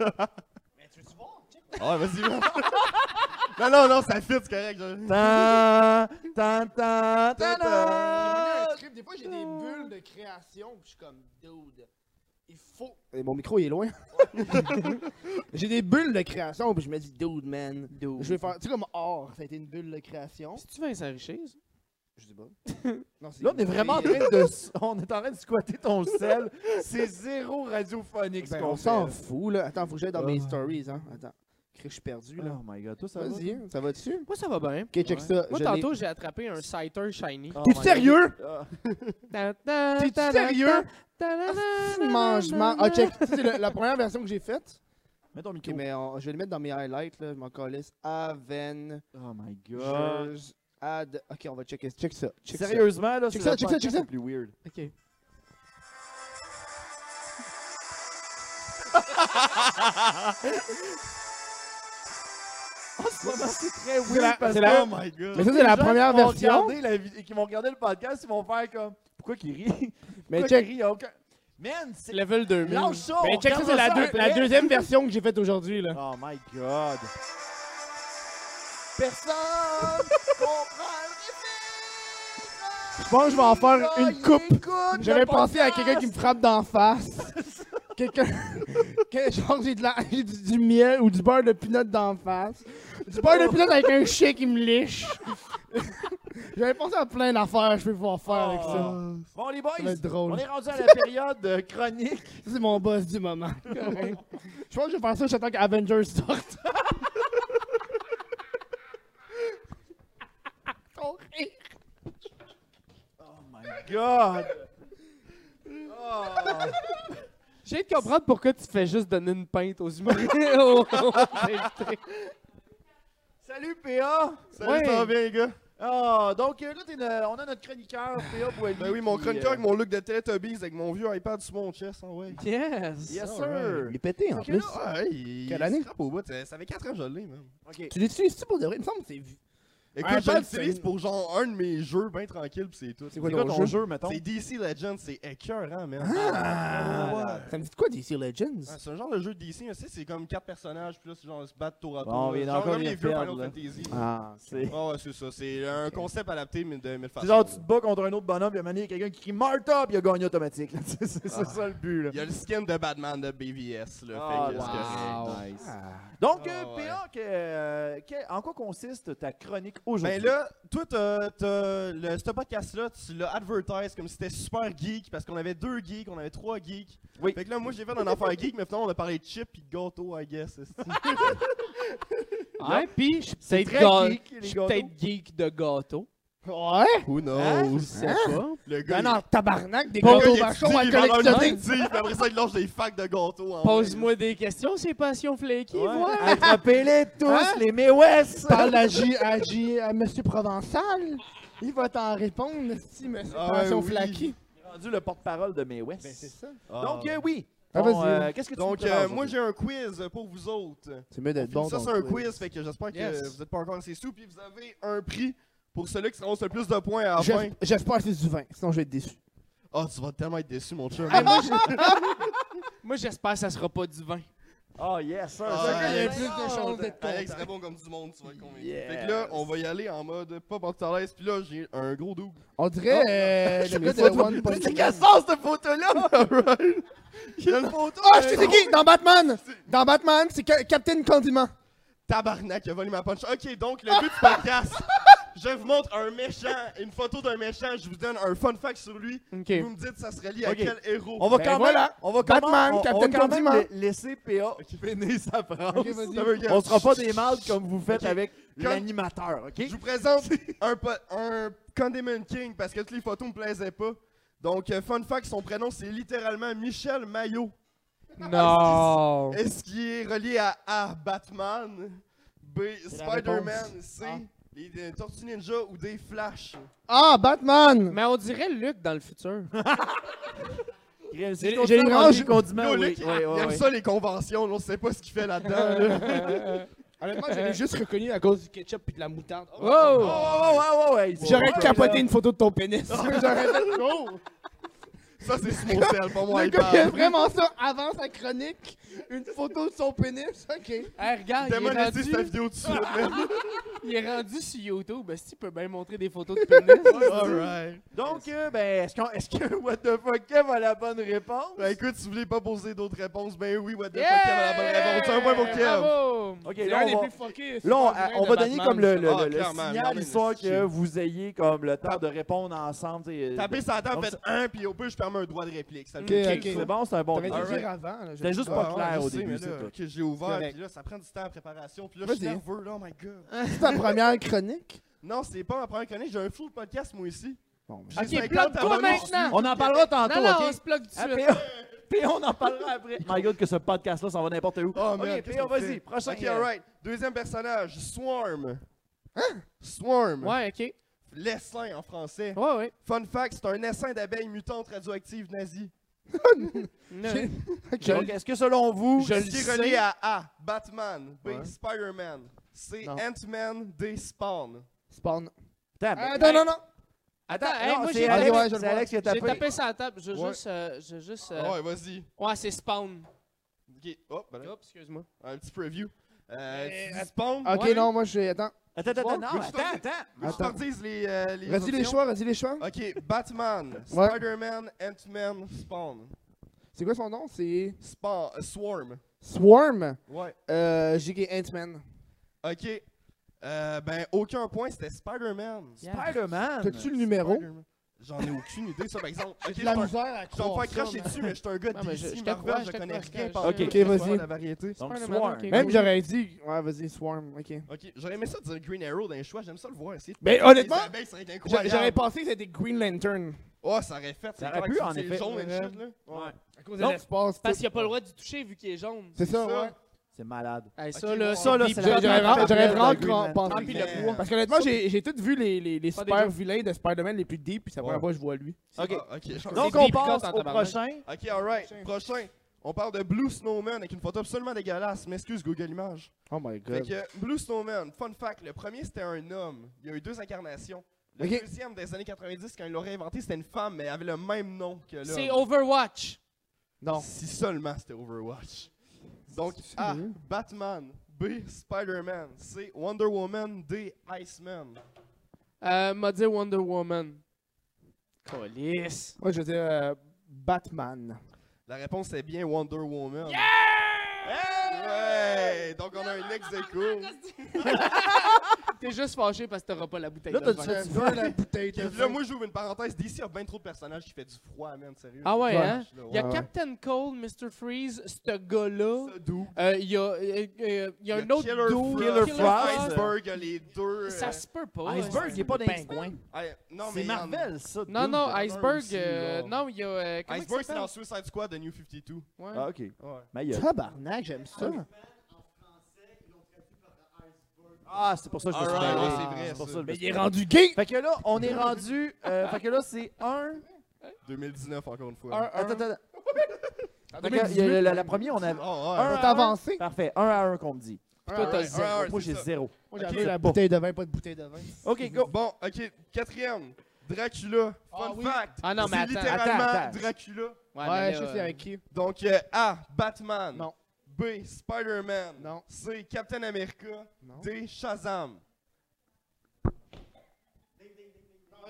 C: Mais tu veux voir?
B: Ah, vas-y, vas Non, non, non, ça fit, c'est correct. je-
A: Tan, tan, tan,
C: J'ai
A: tan,
C: pogné un trip. Des fois, j'ai des bulles de création, puis je suis comme, dude, il faut. Et mon micro, il est loin. j'ai des bulles de création, puis je me dis, dude, man. Je vais faire. Tu sais, comme or, ça a été une bulle de création.
D: C'est-tu Vincent Richer, ça?
C: Je dis pas. Non, c'est-
A: Là, on est vraiment en train de, on est en train de squatter ton sel. C'est zéro radiophonique, ce
C: Ben,
A: qu'on
C: on s'en
A: fait.
C: fout, là. Attends, faut que j'aille dans mes stories, hein. Attends. Chris, Je suis perdu, là.
B: Oh my god, toi ça va?
C: Vas-y, hein, ça va dessus?
D: Moi, ça va bien.
C: Ok, check ça.
D: Moi,
C: je
D: tantôt, j'ai attrapé un Scyther Shiny.
B: Oh
C: l'ai-
B: my
C: T'es sérieux?
A: Ah,
D: T'es
C: T'es sérieux? Mange, mange. Ah, check. Ça, C'est le- la première version que j'ai faite.
B: God. Mets ton
C: Ok,
B: micro.
C: mais on- je vais le mettre dans mes highlights, là. Je m'en calisse. Aven.
B: Oh my god.
C: Je- Ad. Ok, on va checker. Check ça. Check ça.
B: Sérieusement, là, c'est
C: Check ça,
B: le
C: check ça,
B: podcast
C: check ça.
B: le plus weird.
D: Ok.
B: En ce moment, c'est très
C: C'est la-
B: weird parce
C: c'est
B: que...
C: la-
B: oh my god.
C: Mais ça, c'est la
B: gens
C: première
B: qui vont
C: version.
B: regarder la vid- qui vont regarder le podcast, ils vont faire comme... Pourquoi qu'il rit? Pourquoi
C: Mais
B: qu'il
C: check.
B: rit? Il y a aucun... Man, c'est...
D: Level Ben, 2000.
B: Lâche ça!
C: Mais
B: on
C: check ça, c'est la,
B: regardera
C: deux- la
B: après.
C: deuxième version que j'ai faite aujourd'hui, là.
B: Oh my god. Personne comprend le
C: Je pense que je vais en faire
B: Ah,
C: une
B: il
C: coupe.
B: écoute
C: J'avais
B: le
C: pensé à
B: podcast.
C: quelqu'un qui me frappe d'en face. quelqu'un. que- genre, j'ai de la- j'ai du, du miel ou du beurre de pinot d'en face. Du beurre de pinot avec un chien qui me liche. J'avais pensé à plein d'affaires que je peux pouvoir faire avec ça.
B: Ah. Bon, les boys,
C: Ça va être drôle.
B: on est rendu à la période euh, chronique.
C: Ça, c'est mon boss du moment. Correct. je pense que je vais faire ça j'attends qu'Avengers sorte.
B: Oh my god. Oh.
D: J'ai hâte de comprendre pourquoi tu fais juste donner une pinte aux humoristes. Oh, oh, putain.
B: Salut PA.
G: Salut, ça va bien, les gars?
B: Ah, donc euh, là, t'es le- on a notre chroniqueur PA Boily.
G: Ben oui, mon
B: qui,
G: chroniqueur
B: euh,
G: avec mon look de Teletubbies, avec mon vieux iPad sous mon chest, en ouais.
D: yes.
B: Yes,
G: Oh,
B: sir.
C: Il est pété en
G: Ok, là, ouais, Ah, il- il
C: Quelle année?
G: se frappe au bout, ça ça fait 4 ans que je l'ai, même.
B: Ok.
C: Tu l'utilises-tu pour de vrai? Il me semble que c'est vu.
G: Écoute,
C: Ah,
G: je
C: je le
G: l'utilise
C: sais.
G: pour genre un de mes jeux bien tranquille pis c'est tout.
C: C'est
B: C'est quoi ton jeu, mettons?
G: C'est DC Legends, c'est écœurant, man.
B: Ah!
G: Ah, Ouais.
C: Ça me dit de quoi DC Legends?
G: Ouais, c'est un genre de jeu de DC, mais tu sais, c'est comme 4 personnages, puis là, c'est genre, ils se battent tour à tour.
B: Bon, on
G: là.
B: vient
G: genre
B: d'encore
G: comme
B: y
G: les vieux Final
B: perdre, là.
G: Fantasy.
C: Ah,
B: C'est
G: Ouais, ouais, c'est ça. C'est un concept adapté, mais de mille
B: c'est
G: façons.
B: genre, tu te bats contre un autre bonhomme, puis à un moment donné, il y a quelqu'un qui crie Martha, puis il a gagné automatique. là. C'est c'est- c'est ça le but. Là.
G: Il y a le skin de Batman de BVS, là.
B: Ah,
G: fait que c'est correct.
B: wow. Ah. Nice. Donc,
G: Ah,
B: euh,
G: ouais.
B: PA, que- euh, que- en quoi consiste ta chronique aujourd'hui?
G: Ben là, toi, t'as- t'as- le- ce podcast-là, tu l'as advertised comme si c'était super geek, parce qu'on avait deux geeks, on avait trois geeks.
B: Oui.
G: Fait que là, moi, j'ai fait un affaire geek, mais finalement, on a parlé de chips et de gâteaux, I guess. esti.
C: Ah.
D: Ouais, puis je suis
B: c'est
D: peut-être
B: très
D: ga-
B: geek,
D: je
B: les
D: suis
B: gâteaux.
D: peut-être geek de gâteau.
C: Ouais?
G: Who knows? Le gars,
C: Ben non, tabarnak, des
G: il- le gars,
C: gâteaux
G: il étudie,
C: vachons à
G: il va dans une
C: collectionner.
G: détective, puis après ça, il lâche des facs de gâteaux.
D: Oh
G: en
D: Pose-moi des questions, c'est passion flaky,
B: Ouais. Ah.
D: moi.
B: Attrapez-les tous,
C: Hein?
B: les Mewes!
C: Parle à, J, à, J, à Monsieur Provençal. Il va t'en répondre si Monsieur
G: Ah,
C: Pension
G: oui.
C: Flaky.
B: rendu le porte-parole de Mewes.
C: ça.
G: ligne. Ah.
B: Donc, euh, oui.
C: Ah,
B: Bon,
C: vas-y.
B: euh, Qu'est-ce que tu nous
G: Donc,
B: prépares
G: euh, moi,
B: aujourd'hui?
G: j'ai un quiz pour vous autres.
C: C'est mieux d'être bon.
G: ça,
C: dans
G: c'est
C: le
G: un quiz, fait que j'espère que
D: Yes.
G: vous n'êtes pas encore assez sous, puis vous avez un prix pour celui qui se ramasse le plus de points à la
C: J'es-
G: fin.
C: J'espère que c'est du vin, sinon je vais être déçu.
G: Ah, tu vas tellement être déçu, mon chum.
D: Mais moi, je- moi, j'espère que ça sera pas du vin.
B: Ah, yes, sir.
G: Ah,
B: ça,
G: ouais.
B: c'est
G: Il y a
B: bien.
G: plus
C: de chances d'être
G: Alex répond comme du monde, tu vas le convaincre.
B: Yes.
G: Fait que là, on va y aller en mode pas porte à l'aise, puis là, j'ai un gros doux.
C: On dirait euh, le gars de One Punch Man.
G: sens cette photo-là? Alright. Il y a une photo.
C: Ah, je
G: d'un
C: sais c'est qui Dans Batman Dans Batman, c'est Ca- Captain Condiment.
G: Tabarnak, il a volé ma punch. Ok, donc le but du podcast, je vous montre un méchant, une photo d'un méchant, je vous donne un fun fact sur lui.
D: OK.
G: Vous me dites ça se relie à
B: Ok.
G: quel héros.
B: On va
C: Ben
B: quand même,
C: voilà.
B: on va quand même-
C: Batman,
B: on- on,
C: Captain
B: va quand même
C: Condiment.
B: la- laisser PA finir sa phrase.
C: Ok, vas-y.
G: Ça veut dire-
B: On sera pas des mâles comme vous faites
G: Ok.
B: avec
G: Comme-
B: l'animateur, OK?
G: Je vous présente un, po- un Condiment King parce que toutes les photos me plaisaient pas. Donc, euh, fun fact, son prénom c'est littéralement Michel Maillot.
D: Non.
G: Est-ce qu'il est relié à A. Batman, B. Spider-Man, C. Les euh, Tortues Ninja ou des Flash
C: Ah, Batman
D: Mais on dirait Luc dans le futur.
B: J'ai
C: j'ai une range-
B: condiment,
G: Yo,
B: Ben oui.
G: Luc,
B: oui,
G: il-
B: oui,
G: il aime
B: oui.
G: ça les conventions, là, on sait pas ce qu'il fait là-dedans. là.
C: Honnêtement, je l'ai juste reconnu à cause du ketchup et de la moutarde.
B: Oh,
D: Oh!
B: oh, oh, oh, hey, c'est
C: J'aurais
B: bon,
C: capoté
B: là.
C: une photo de ton pénis. J'aurais fait Oh!
G: Ça, c'est sur mon sel, pas mon
C: Le gars qui a
G: iPad.
C: vraiment ça avant sa chronique, une photo de son pénis, ok.
D: Hey, regarde, il est,
G: Démonétise ta
D: rendu,
G: vidéo tout de suite, man.
D: il est rendu sur YouTube. Est-ce qu'il peut bien montrer des photos de pénis?
G: Alright.
B: Donc, euh, ben, est-ce qu'on- est-ce que What the fuck Kev a la bonne réponse?
G: Ben écoute, si vous voulez pas poser d'autres réponses, ben oui, what the fuck,
D: Yeah!
G: Kev a la bonne réponse. Un point pour Kev.
D: Bravo!
B: Ok,
D: C'est
B: là,
D: l'un
B: on
D: des
B: va-
D: plus fuckés.
B: Là, on, euh,
D: super
B: on
D: vilains
B: va
D: de
B: donner
D: Batman,
B: comme le, le-
G: Ah,
B: le- le
G: clairement, non,
B: signal,
G: mais
B: histoire
G: c'est
B: que vous ayez comme le temps de répondre ensemble. tu sais, euh,
G: Tapez sa table,
B: Donc,
G: faites un, puis au pire, je fais nécessairement un droit de réplique. Ça veut
C: Ok,
G: dire-
C: ok.
A: C'est bon, c'est un bon
C: T'aurais dû
A: gars.
C: le dire avant. là, je-
A: C'était juste
G: Ah,
A: pas
G: ouais,
A: clair
G: je
A: au
G: sais,
A: début,
G: mais
A: c'est
G: là,
A: tout.
G: ok, j'ai ouvert,
C: Correct.
G: puis là, ça prend du temps à préparation, puis là, je suis
C: Vas-y.
G: nerveux, là, oh my god.
C: C'est ta première chronique?
G: Non, c'est pas ma première chronique, j'ai un full podcast, moi, ici.
A: Bon,
B: Ah,
G: J'ai
D: Ok,
G: 50
D: plug-toi
G: abonnés.
D: maintenant!
A: On en parlera tantôt,
D: Non, non, on
A: OK?
D: se plug tout de
A: Ah,
D: suite.
A: P.O. Puis on en parlera après. My God, que ce podcast-là, ça va n'importe où.
G: Oh, man,
A: ok,
G: qu'est-ce
A: P.O.,
G: qu'on
A: vas-y,
G: fait? euh,
A: prochain.
G: Ok, alright. Deuxième personnage, Swarm. Hein? Swarm.
D: Ouais, ok.
G: L'essaim en français.
D: Ouais, ouais.
G: Fun fact, c'est un essaim d'abeilles mutantes radioactives nazies.
D: Non.
C: Ok.
A: euh, donc, est-ce que selon vous,
D: Je le
G: Qui est
D: sais.
G: relié à A, Batman, B,
D: Ouais.
G: Spider-Man, C,
D: Non.
G: Ant-Man, D, Spawn.
C: Spawn.
A: Attends,
C: Ah,
A: mais-
C: non, non, non.
A: attends,
D: hey,
A: non,
D: moi,
A: c'est
D: j'ai-
A: Alex,
C: Ouais, ouais, je le
A: c'est Alex qui a
D: J'ai
A: tapé.
D: tapé ça à la table. Je veux
G: Ouais.
D: juste. euh, je veux juste euh,
G: Ah
D: ouais,
G: ouais, vas-y.
D: c'est spawn.
G: Ok, hop, ben voilà.
D: Oups, excuse-moi.
G: un petit preview. Euh,
D: Eh,
G: tu dis Spawn.
C: Ok,
D: Ouais.
C: non, moi, je suis. Attends.
A: Attends, attends,
G: Bon,
A: non,
G: veux-tu
A: attends, attends.
G: t'en- Veux-tu que je
C: Attends.
G: te redise les, euh, les
C: Redis les
G: options?
C: choix, redis les choix.
G: Ok, Batman,
C: Ouais.
G: Spider-Man, Ant-Man, Spawn.
C: C'est quoi son nom? C'est
G: Spawn, euh, Swarm.
C: Swarm.
G: Ouais.
C: Euh, j'ai gagné Ant-Man.
G: Ok. Euh, ben, aucun point, c'était Spider-Man.
A: Spider-Man.
C: T'as-tu le numéro?
G: Spider-Man. J'en ai aucune idée, ça, par exemple. Ok,
C: J'ai
G: je
C: de la
G: t'en-
C: misère à
G: je t'en
C: croire.
G: fais cracher
C: ça,
G: dessus, mais je suis un gars
D: Non, mais je- je
G: d'ici,
D: te
G: Marvel,
D: crois, je
G: je
D: te
G: connais
D: crois,
G: rien
D: je-
G: par
A: Ok,
G: cœur.
A: ok,
G: Je vois
C: vas-y.
G: la variété.
A: Donc,
D: Spider-Man,
A: Swarm.
D: ok.
C: mais- Même j'aurais dit. Ouais, vas-y, Swarm. Ok.
G: Ok, j'aurais aimé ça dire Green Arrow dans les choix, j'aime ça le voir ici.
C: Ben,
G: Les
C: honnêtement,
G: abeilles, ça aurait été
C: j'a-
G: incroyable.
C: j'aurais pensé que c'était Green Lantern.
G: Oh, ça aurait fait.
A: Ça aurait pu, en effet.
G: Jaune and shit, là.
A: Ouais.
C: À cause
A: de Non.
C: l'espace.
D: Parce qu'il n'y a pas le droit d'y toucher vu qu'il est jaune.
C: C'est ça,
G: Ça.
C: ouais.
A: C'est malade.
D: Hey,
G: Ok,
D: ça, là,
G: ouais.
D: c'est
A: Ça, là,
D: deep.
A: c'est la-
C: J'aurais j'aurais vraiment, j'aurais
A: Green
C: vraiment
A: Lantern.
C: cran-
D: Ah,
C: pensé.
D: puis
G: Mais-
D: le bois.
C: Parce que honnêtement, j'ai j'ai tout vu les, les, les
D: Pas des
C: super
D: jokes.
C: vilains de Spider-Man les plus deep, puis c'est la première
G: Ouais.
C: fois que je vois lui.
A: Ok.
G: Ah, ok.
A: Donc,
D: c'est
A: on
D: deep
A: passe
D: cut en
A: au
D: tabarnak.
A: prochain.
G: Ok, alright. Prochain. On parle de Blue Snowman avec une photo absolument dégueulasse. M'excuse, Google Images.
C: Oh my
G: Fait que Blue Snowman, fun fact, le premier c'était un homme. Il y a eu deux incarnations. Le
C: Ok.
G: deuxième des années 90, quand il l'aurait inventé, c'était une femme, mais elle avait le même nom que
D: C'est
G: l'homme.
D: Overwatch.
C: Non.
G: Si seulement c'était Overwatch. Donc, A. Batman. B. Spider-Man. C. Wonder Woman. D. Iceman.
D: Euh, m'a dit Wonder Woman. Colis.
C: Moi, je veux dire euh, Batman.
G: La réponse est bien Wonder Woman. Yeah! ouais! Donc on a un ex écho
D: T'es juste fâché parce que t'auras pas la bouteille.
A: Là,
D: de
A: t'as
D: vin.
A: dit ça.
C: la bouteille de
G: Là, moi, j'ouvre une parenthèse. D'ici, il y a bien trop de personnages qui fait du froid, man, sérieux.
D: Ah ouais,
C: Ouais.
D: hein?
G: Là, ouais.
D: Il y a
C: Ouais, ouais.
D: Captain Cole, Mr. Freeze, ce gars-là.
G: Ce doux.
D: Euh, Il y a, euh, euh, il y a un autre
G: Killer
D: dude.
G: Frost,
A: Killer Frost.
G: Iceberg, les deux.
D: Ça
G: euh,
D: se peut pas.
A: Iceberg, il est pas d'un
G: ah, non, mais
A: C'est
G: il y en-
A: Marvel, ça.
D: Non,
A: dude.
D: non,
G: Iceberg
D: Iceberg.
G: aussi,
D: euh,
G: genre.
D: non, il y a. euh, comment il
G: Iceberg, c'est
D: s'appelle?
G: dans Suicide Squad de New 52.
D: Ouais.
A: Ah, ok.
G: Ouais.
A: Ma gueule.
C: Tabarnak, j'aime ça.
A: Ah, c'est pour ça que je me suis
G: Alright,
A: barré.
G: ouais, c'est vrai,
A: C'est pour ça
G: ça.
A: que je me
C: Mais
A: suis
C: il est
A: barré.
C: rendu gay!
A: Fait que là, on est rendu. euh, fait que là, c'est un.
G: 2019, encore une fois.
D: Un, un.
A: Attends, attends. Fait que, il y a- la, la première, on a. Un
G: Oh, ouais.
C: Faut
A: à un.
C: t'avancer.
A: Parfait, un à un qu'on me dit.
D: Toi, t'as
G: ouais,
D: zéro.
G: ouais, ouais,
A: Moi,
G: c'est
A: j'ai
G: ça.
A: zéro.
C: Moi,
G: Ok,
C: j'avais la
A: c'est bon.
C: bouteille de vin, pas de bouteille de vin.
A: Ok, go.
G: Bon, ok. Quatrième. Dracula. Fun
D: Ah oui.
G: fact.
D: Ah non, mais
G: c'est
D: attends,
G: littéralement
A: attends, attends.
G: Dracula.
D: mais là,
C: Ouais, je sais c'est
D: euh,
C: avec qui.
G: Donc, euh, A. Batman.
C: Non.
G: B. Spider-Man.
C: Non.
G: C. Captain America.
C: Non.
G: D. Shazam.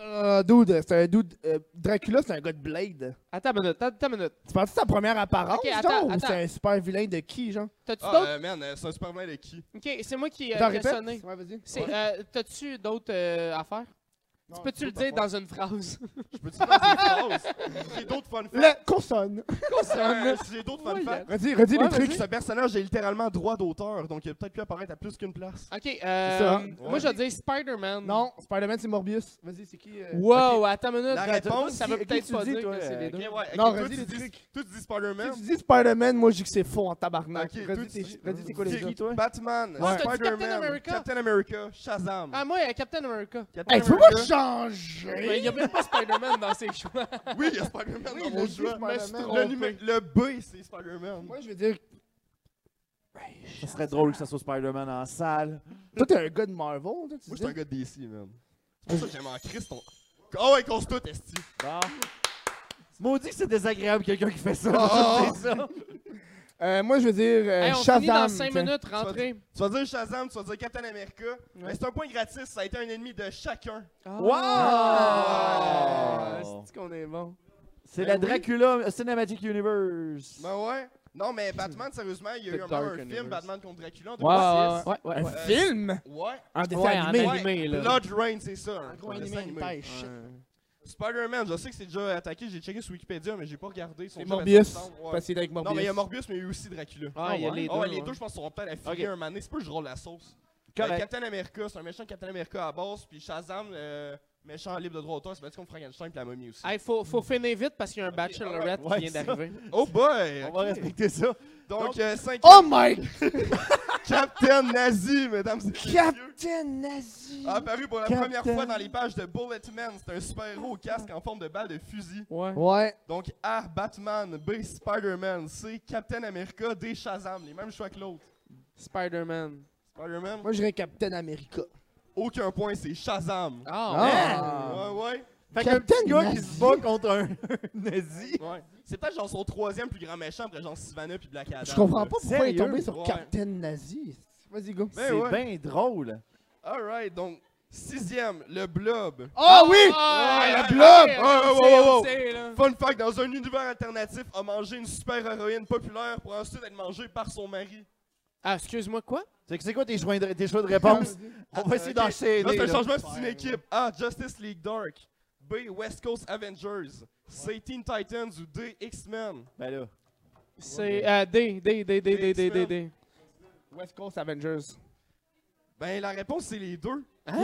C: Euh, dude, c'est un dude. euh, Dracula, c'est un gars de Blade.
D: Attends une minute, attends une minute.
C: Tu penses que c'est sa première apparence,
D: Ok,
C: genre,
D: attends,
C: ou
D: attends.
C: c'est un super vilain de qui, genre?
D: T'as-tu
G: Ah,
D: d'autres?
G: euh, man, euh, c'est un super de qui?
D: Ok, c'est moi qui euh,
C: T'en
D: qui ai
C: répètes?
D: sonné.
C: Ouais, vas-y.
D: C'est, euh, T'as-tu d'autres euh, affaires? Tu peux-tu le dire dans une phrase?
G: Je peux-tu faire des phrases? J'ai d'autres fun facts.
C: La consonne.
G: Euh, J'ai d'autres fun
D: Ouais,
G: facts.
C: Redis, redis
D: Ouais,
C: les trucs.
G: Ce personnage est littéralement droit d'auteur, donc il a peut-être pu apparaître à plus qu'une place.
D: Ok, euh,
C: ça.
D: moi je vais dire Spider-Man.
C: Non, Spider-Man, c'est Morbius. Vas-y, c'est qui? euh,
D: Wow, attends une minute.
G: La
D: Attends,
G: réponse,
D: ça veut
A: qui- qui
D: peut-être
A: tu
D: pas
A: dis,
D: dire
A: toi,
D: que c'est les
A: euh,
D: deux.
G: Ok, ouais, ok,
C: Non,
G: toi,
C: redis
G: tu
C: les
G: dis,
C: trucs.
G: toi, tu dis
C: Si
G: Spider-Man.
C: tu dis Spider-Man, moi, je dis que c'est faux en tabarnak.
G: Ok, toi,
C: redis,
G: tu-
C: tes- redis c'est quoi les
G: Ok,
C: gars?
A: toi?
G: Batman,
D: Ah, t'as dit Captain
G: Spider-Man,
D: America.
G: Captain America, Shazam.
D: Ah, moi, euh, Captain America.
G: Captain
C: Hey, tu peux pas
G: America.
D: Mais
C: changer!
D: il y a même pas Spider-Man dans ses choix.
G: Oui, il y a Spider-Man dans mon jeu. Le,
C: Moi,
G: numé- le B, c'est Spider-Man.
C: je veux dire,
A: Ça serait drôle que ça soit Spider-Man en salle.
C: toi, t'es un gars de Marvel, toi, tu
G: Moi,
C: dis?
G: je suis un gars de DC, man. C'est pour ça que j'aime en Christ ton. Oh ouais, cause tout, Esti.
A: Bon. Maudit que c'est désagréable quelqu'un qui fait ça.
G: Ah.
A: C'est ça.
C: Euh, Moi, je veux dire euh,
D: Hey, on
C: Shazam.
D: finit dans 5
C: tiens.
D: minutes, rentrez.
G: Tu vas dire Shazam, tu vas dire Captain America. Mais c'est un point gratis, ça a été un ennemi de chacun.
A: Wow!
D: Ah, C'est qu'on est bon.
A: C'est
G: Ben
A: la
G: oui.
A: Dracula Cinematic Universe.
G: Ben ouais. Non, mais Batman, sérieusement, il y a eu
D: The
G: un, moment, un
D: Dark
G: film,
D: Universe.
G: Batman contre Dracula en
D: Ouais,
G: 2006.
D: ouais, ouais.
C: Un
D: ouais.
G: Euh,
C: film?
G: Ouais.
C: En dessin
D: Ouais, en
C: animé.
D: animé, là.
G: Blood Rain, c'est ça. Un
C: gros
G: dessin
C: animé,
G: animé.
C: une pêche.
G: Ouais. Spider-Man, je sais que c'est déjà attaqué, j'ai checké sur Wikipédia, mais j'ai pas regardé. son
C: C'est
G: job à
C: Morbius.
G: septembre, ouais.
C: Parce qu'il est avec Morbius.
G: Non, mais il y a Morbius, mais il y a aussi Dracula.
D: Ah, il y a les deux.
G: Oh, ouais, les
D: ouais.
G: deux, je pense, seront peut-être affiliés
A: Ok.
G: un mané. C'est peu, je rôle la sauce.
A: Correct.
G: Euh, Captain America, c'est un méchant Captain America à la base, puis Shazam, euh, méchant libre de droit d'auteur, c'est battu contre Frankenstein et la momie aussi.
D: Hey, faut, faut finir vite parce qu'il y a un bachelorette
A: ouais,
D: qui vient
A: ça.
D: d'arriver.
G: Oh boy!
A: On va respecter ça.
G: Donc, 5
C: Oh my
G: Captain Nazi, mesdames et messieurs.
C: Captain Nazi!
G: a apparu pour la
A: Captain-
G: première fois dans les pages de Bulletman. C'est un super-héros au casque en forme de balle de fusil.
D: Ouais.
C: Ouais.
G: Donc A, Batman, B, Spider-Man, C, Captain America, D, Shazam. Les mêmes choix que l'autre.
D: Spider-Man.
G: Spider-Man,
C: Moi, j'irais Captain America.
G: aucun point, c'est Shazam.
D: Ah,
G: Ouais, ouais.
A: Fait qu'un
C: Captain
A: petit gars qui
C: Nazi.
A: se bat contre un un nazi.
G: Ouais. C'est peut-être genre son troisième plus grand méchant après genre Sivana puis Black Adam.
C: Je comprends pas pourquoi il est
A: Sérieux?
C: tombé sur
G: Ouais.
C: Captain Nazi. Vas-y, go.
G: Ben
A: C'est
G: ouais.
A: bien drôle.
G: Alright, donc sixième, le blob.
C: Ah oui!
D: Ah,
G: Ouais,
D: le
G: ouais,
D: blob!
G: ouais,
D: On
G: ouais,
D: sait,
G: ouais,
D: on
G: ouais.
D: sait, là.
G: Fun fact, dans un univers alternatif, a mangé une super-héroïne populaire pour ensuite être mangée par son mari.
D: Ah, excuse-moi, quoi?
A: C'est que c'est quoi tes choix de, tes choix de réponse? On va essayer
G: Ok.
A: d'enchaîner.
G: Là, c'est un
A: là.
G: changement, c'est une équipe. A. Justice League Dark. B. West Coast Avengers. C. Teen Titans ou D. X-Men.
A: Ben là.
D: C'est euh, D, D, D, D, D, D, D, D.
C: West Coast Avengers.
G: Ben, la réponse, c'est les deux.
D: Hein?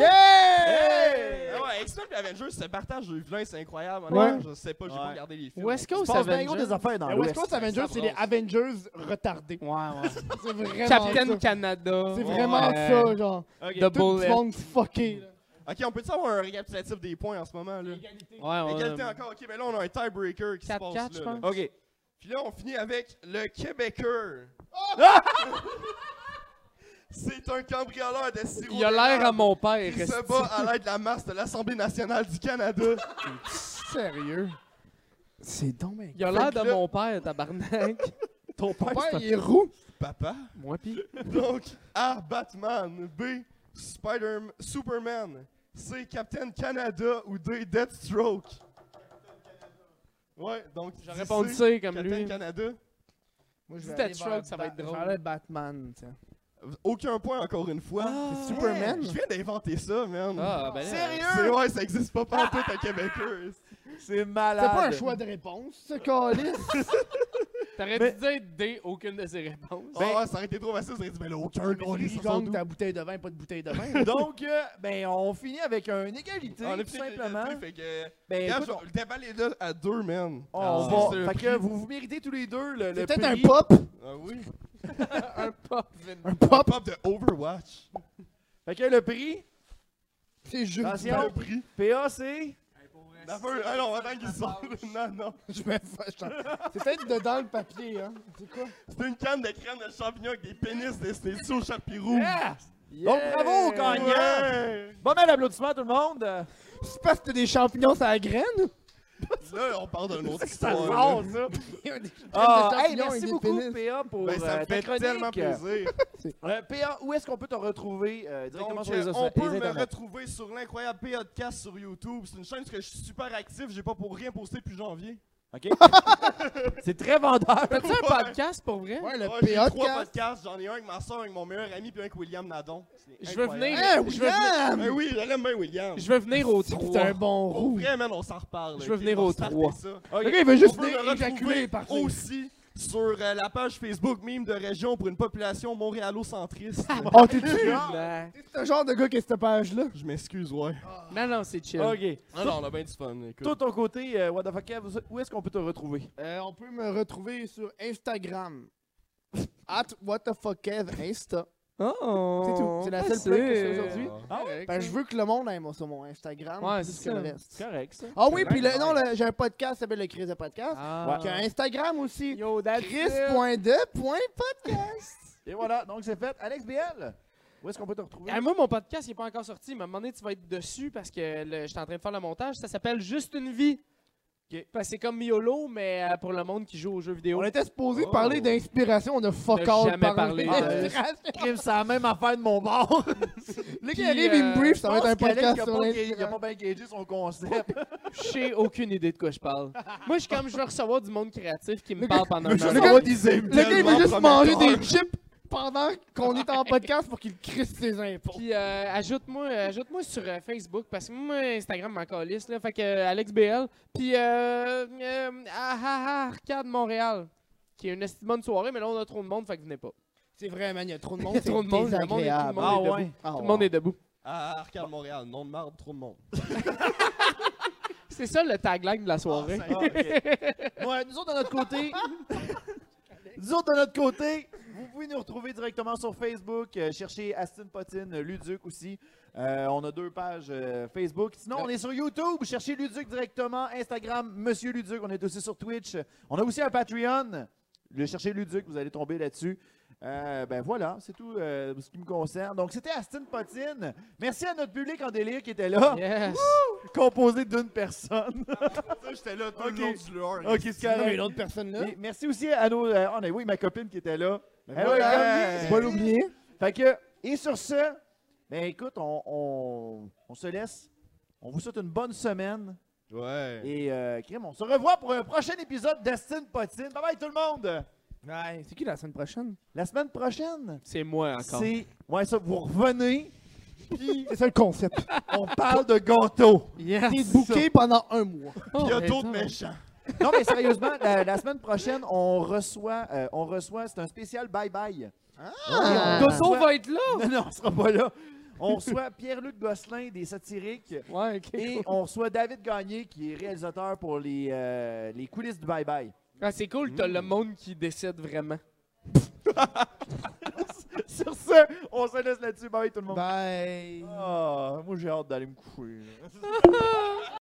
A: Yeah!
G: Ah ouais, X-Men et Avengers se partagent de vilain, c'est incroyable.
C: Ouais.
G: honnêtement, Je sais pas, j'ai pas
A: Ouais.
G: regardé les films.
D: West
A: Il se
D: Coast
A: passe bien gros
B: hein?
A: des
D: Avengers.
A: affaires dans
C: West
A: l'Ouest.
C: Coast Avengers, Ben c'est les Avengers retardés.
D: Ouais, ouais.
C: C'est vraiment
D: Captain
C: ça.
D: Canada.
C: C'est vraiment ça, genre.
G: Ok.
D: The
C: Tout le
D: Bullet.
C: monde fucké. là.
G: Ok, on peut-tu avoir un récapitulatif des points en ce moment, là?
D: Ouais, ouais.
G: Égalité encore. Ok, mais là, on a un tiebreaker qui se
D: 4-4,
G: passe là,
D: je
G: là.
D: pense.
A: Ok.
G: Puis là, on finit avec le Québécois.
D: Ah!
G: C'est un cambrioleur de sirop
D: Il a l'air à
G: d'érable
D: mon père.
G: qui se
D: esti.
G: bat à l'aide de la masse de l'Assemblée nationale du Canada.
C: Sérieux? C'est donc bien.
D: Il a l'air de mon père, tabarnak.
A: Ton père, c'est
C: Ouais,
A: un-
C: il est roux.
G: Papa.
D: Moi pis.
G: Donc, A. Batman. B. Spider Superman. C. Captain Canada ou D. Deathstroke. Ouais, donc.
D: J'aurais
G: dis
D: répondu
G: C,
D: C comme
G: Captain
D: lui.
G: Canada.
C: Moi,
D: Dis Deathstroke, ça va être drôle.
C: J'allais Batman, tiens.
G: Aucun point encore une fois.
C: Superman?
G: Je viens d'inventer ça, man.
D: Ah, ben là.
G: C'est ouais, ça existe pas partout à Québécois.
A: C'est
C: C'est
A: malade.
C: pas un choix de réponse, ce câlisse.
D: T'aurais dû dire D, aucune de ses réponses.
G: Ah ouais, ça aurait été trop facile, ça aurait dit, mais là, aucun
C: On
G: gros
C: lui
G: liste.
C: gagne ta bouteille de vin, pas de bouteille de vin.
A: Donc, euh, ben, on finit avec une égalité,
G: Ah, On a
A: tout
G: fini
A: simplement.
G: le- le- Fait que.
A: Ben,
G: Regarde,
A: écoute,
G: je- le débat est là à deux, man.
A: on
D: Ah.
G: C'est
A: va.
G: le
A: Fait que vous vous méritez tous les deux le. le
C: C'est peut-être un
A: prix.
C: pop.
G: Ah oui.
D: Un pop.
C: Un
G: Un
C: pop.
G: pop de Overwatch.
A: Fait que le prix,
C: C'est juste.
A: attention, PA, c'est.
G: Ah non, on attend qu'ils sortent. Non, non.
C: Je me fâche. C'est peut-être dedans le papier, hein. C'est quoi?
G: C'est une canne de crème de champignon avec des pénis dessinés sous au chapeau rouge.
A: Eh, Donc, bravo aux gagnants!
G: Ouais.
A: Bon, ben, l'applaudissement à tout le monde! Euh,
C: C'est parce que t'as des champignons sur la graine?
G: Là, on parle d'un autre
A: Ça
G: histoire. là.
A: rase, ça!
C: Ah,
A: Ah, hey, merci beaucoup, PA, pour
G: Ben, ça
A: euh,
G: me
A: ta
G: fait
A: chronique.
G: tellement plaisir.
A: Euh, PA, où est-ce qu'on peut te retrouver euh, directement
G: Donc,
A: sur les
G: euh,
A: os-
G: on
A: les
G: peut me
A: internets?
G: retrouver sur l'incroyable podcast sur YouTube. C'est une chaîne que je suis super actif. J'ai pas pour rien posté depuis janvier.
A: OK? c'est très vendeur!
D: T'as-tu un podcast pour vrai?
C: Ouais, le
A: Ah,
G: Ouais, j'ai
C: PA
G: trois
C: podcast.
G: podcasts. J'en ai un avec ma soeur, avec mon meilleur ami, puis un avec William Nadon. C'est
D: Je veux
G: incroyable.
D: venir.
A: Eh,
C: Hey,
D: je, veux venir
G: Ben oui, je l'aime bien, William.
D: je veux venir au
C: Eh C'est
D: 3.
C: un bon
G: Pour
C: roux.
G: vrai, man, on s'en reparle.
D: Je veux
G: ok?
D: venir
G: On va
D: au
G: starter
D: trois.
G: ça.
C: Le gars, il veut juste
G: On peut me
C: venir éjaculer et
G: retrouver
C: partir.
G: aussi sur euh, la page Facebook Mime de Région pour une population montréalocentriste.
C: Oh, t'es-tu?
D: Non.
C: C'est ce genre de gars qui a cette page-là.
G: je m'excuse, ouais.
D: Non, non, c'est chill.
A: OK.
G: Non, non, on a bien du fun, écoute.
A: Toi, ton côté, euh, what the fuck, Kev, où est-ce qu'on peut te retrouver?
C: Euh, on peut me retrouver sur Instagram. At what the fuck Kev Insta.
D: Oh,
C: C'est tout. C'est la seule
D: facile.
C: plug que je fais aujourd'hui.
A: Ah
C: Ben, je veux que le monde aille moi, sur mon Instagram.
D: Ouais,
C: plus
D: c'est
C: que le
D: ça.
C: reste.
A: Correct, ça.
C: Ah oui, puis le, non, le- j'ai un podcast qui s'appelle Le Chris de Podcast.
D: Ah.
C: Qui a un Instagram aussi.
D: Yo, that's it.
C: Chris.de.podcast.
A: Et voilà, donc c'est fait. Alex BL, où est-ce qu'on peut te retrouver?
D: Ah, moi, mon podcast, il n'est pas encore sorti. Mais à un moment donné, tu vas être dessus parce que le- je suis en train de faire le montage. Ça s'appelle Juste une vie.
A: Ok.
D: Parce que c'est comme YOLO, mais euh, pour le monde qui joue aux jeux vidéo.
C: On était supposé
G: Oh.
C: parler d'inspiration, on a fuck
D: On a
C: all
D: jamais parlé de-
C: d'inspiration.
A: Crime, c'est la même affaire de mon bord.
C: Le gars
D: Puis,
C: arrive, il me
D: euh,
C: brief, ça va être un podcast
A: Il
C: sur
A: a
C: l'inspiration.
A: pas bien gagé son concept.
D: Je sais aucune idée de quoi je parle. Moi, je suis comme je veux recevoir du monde créatif qui me
C: Le
D: parle pendant
C: le
D: une
C: gars-
D: heure.
C: Le gars, il veut juste manger des chips pendant qu'on est en podcast pour qu'il crisse ses impôts.
D: Puis euh, ajoute-moi ajoute sur euh, Facebook parce que moi, Instagram m'en calisse, là. Fait que euh, Alex BL. Puis euh, euh, ah, ah, ah, Arcade Montréal, qui est une estime bonne soirée, mais là, on a trop de monde, fait que venez pas.
C: C'est vrai, man, il y a trop de monde.
D: Il y a trop de monde, le monde est- tout le
C: désagréable.
D: monde
A: Ah,
B: Ah
D: est debout. Tout le monde est debout.
G: À Arcade Montréal, nom de marde, trop de monde.
D: C'est ça le tagline de la soirée.
B: Ah,
C: Ah,
B: Ouais, nous autres de notre côté. nous autres de notre côté, vous pouvez nous retrouver directement sur Facebook. euh, cherchez Astin Potine, Luduc aussi. Euh, on a deux pages euh, Facebook. Sinon, on est sur YouTube. Cherchez Luduc directement. Instagram, Monsieur Luduc. On est aussi sur Twitch. On a aussi un Patreon. Le cherchez Luduc, vous allez tomber là-dessus. Euh, ben voilà, c'est tout euh, ce qui me concerne. Donc c'était Astin Potine. Merci à notre public en délire qui était là,
D: Yes.
B: composé d'une personne.
G: Ça, J'étais là, tout le
B: Ok.
G: long du lueur.
B: ok, c'est
C: Non, mais il y
B: correct.
C: a d'autres personnes
G: Hein?
C: là.
B: Et merci aussi à nos. euh, oh, mais oui, ma copine qui était là. Elle
G: voilà.
B: a gagné.
G: Faut pas
B: Fait que, et sur ce, ben écoute, on, on- on se laisse. On vous souhaite une bonne semaine.
G: Ouais.
B: Et, euh, Crime, on se revoit pour un prochain épisode d'Astin Potine. Bye bye tout le monde!
C: Ouais, c'est qui la semaine prochaine?
B: La semaine prochaine,
D: C'est moi encore.
B: c'est. Ouais, ça, vous revenez, puis
C: C'est ça le concept.
B: on parle de gâteau.
D: Yes.
C: T'es booké pendant un mois.
G: Il y a
D: Oh,
G: d'autres
D: attends.
G: méchants.
B: Non, mais sérieusement, la, la semaine prochaine, on reçoit. euh, on reçoit. C'est un spécial bye bye.
D: Ah.
B: Et on
D: Dodo
B: reçoit-
D: va être là.
B: Non, non, on sera pas là. On reçoit Pierre-Luc Gosselin des Satiriques.
D: Ouais, ok.
B: Et
D: cool.
B: on reçoit David Gagné, qui est réalisateur pour les, euh, les coulisses du Bye Bye.
D: Ah, c'est cool, t'as le monde qui décide vraiment.
B: Sur ce, on se laisse là-dessus. Bye tout le monde.
C: Bye.
B: Ah, moi, j'ai hâte d'aller me coucher. là.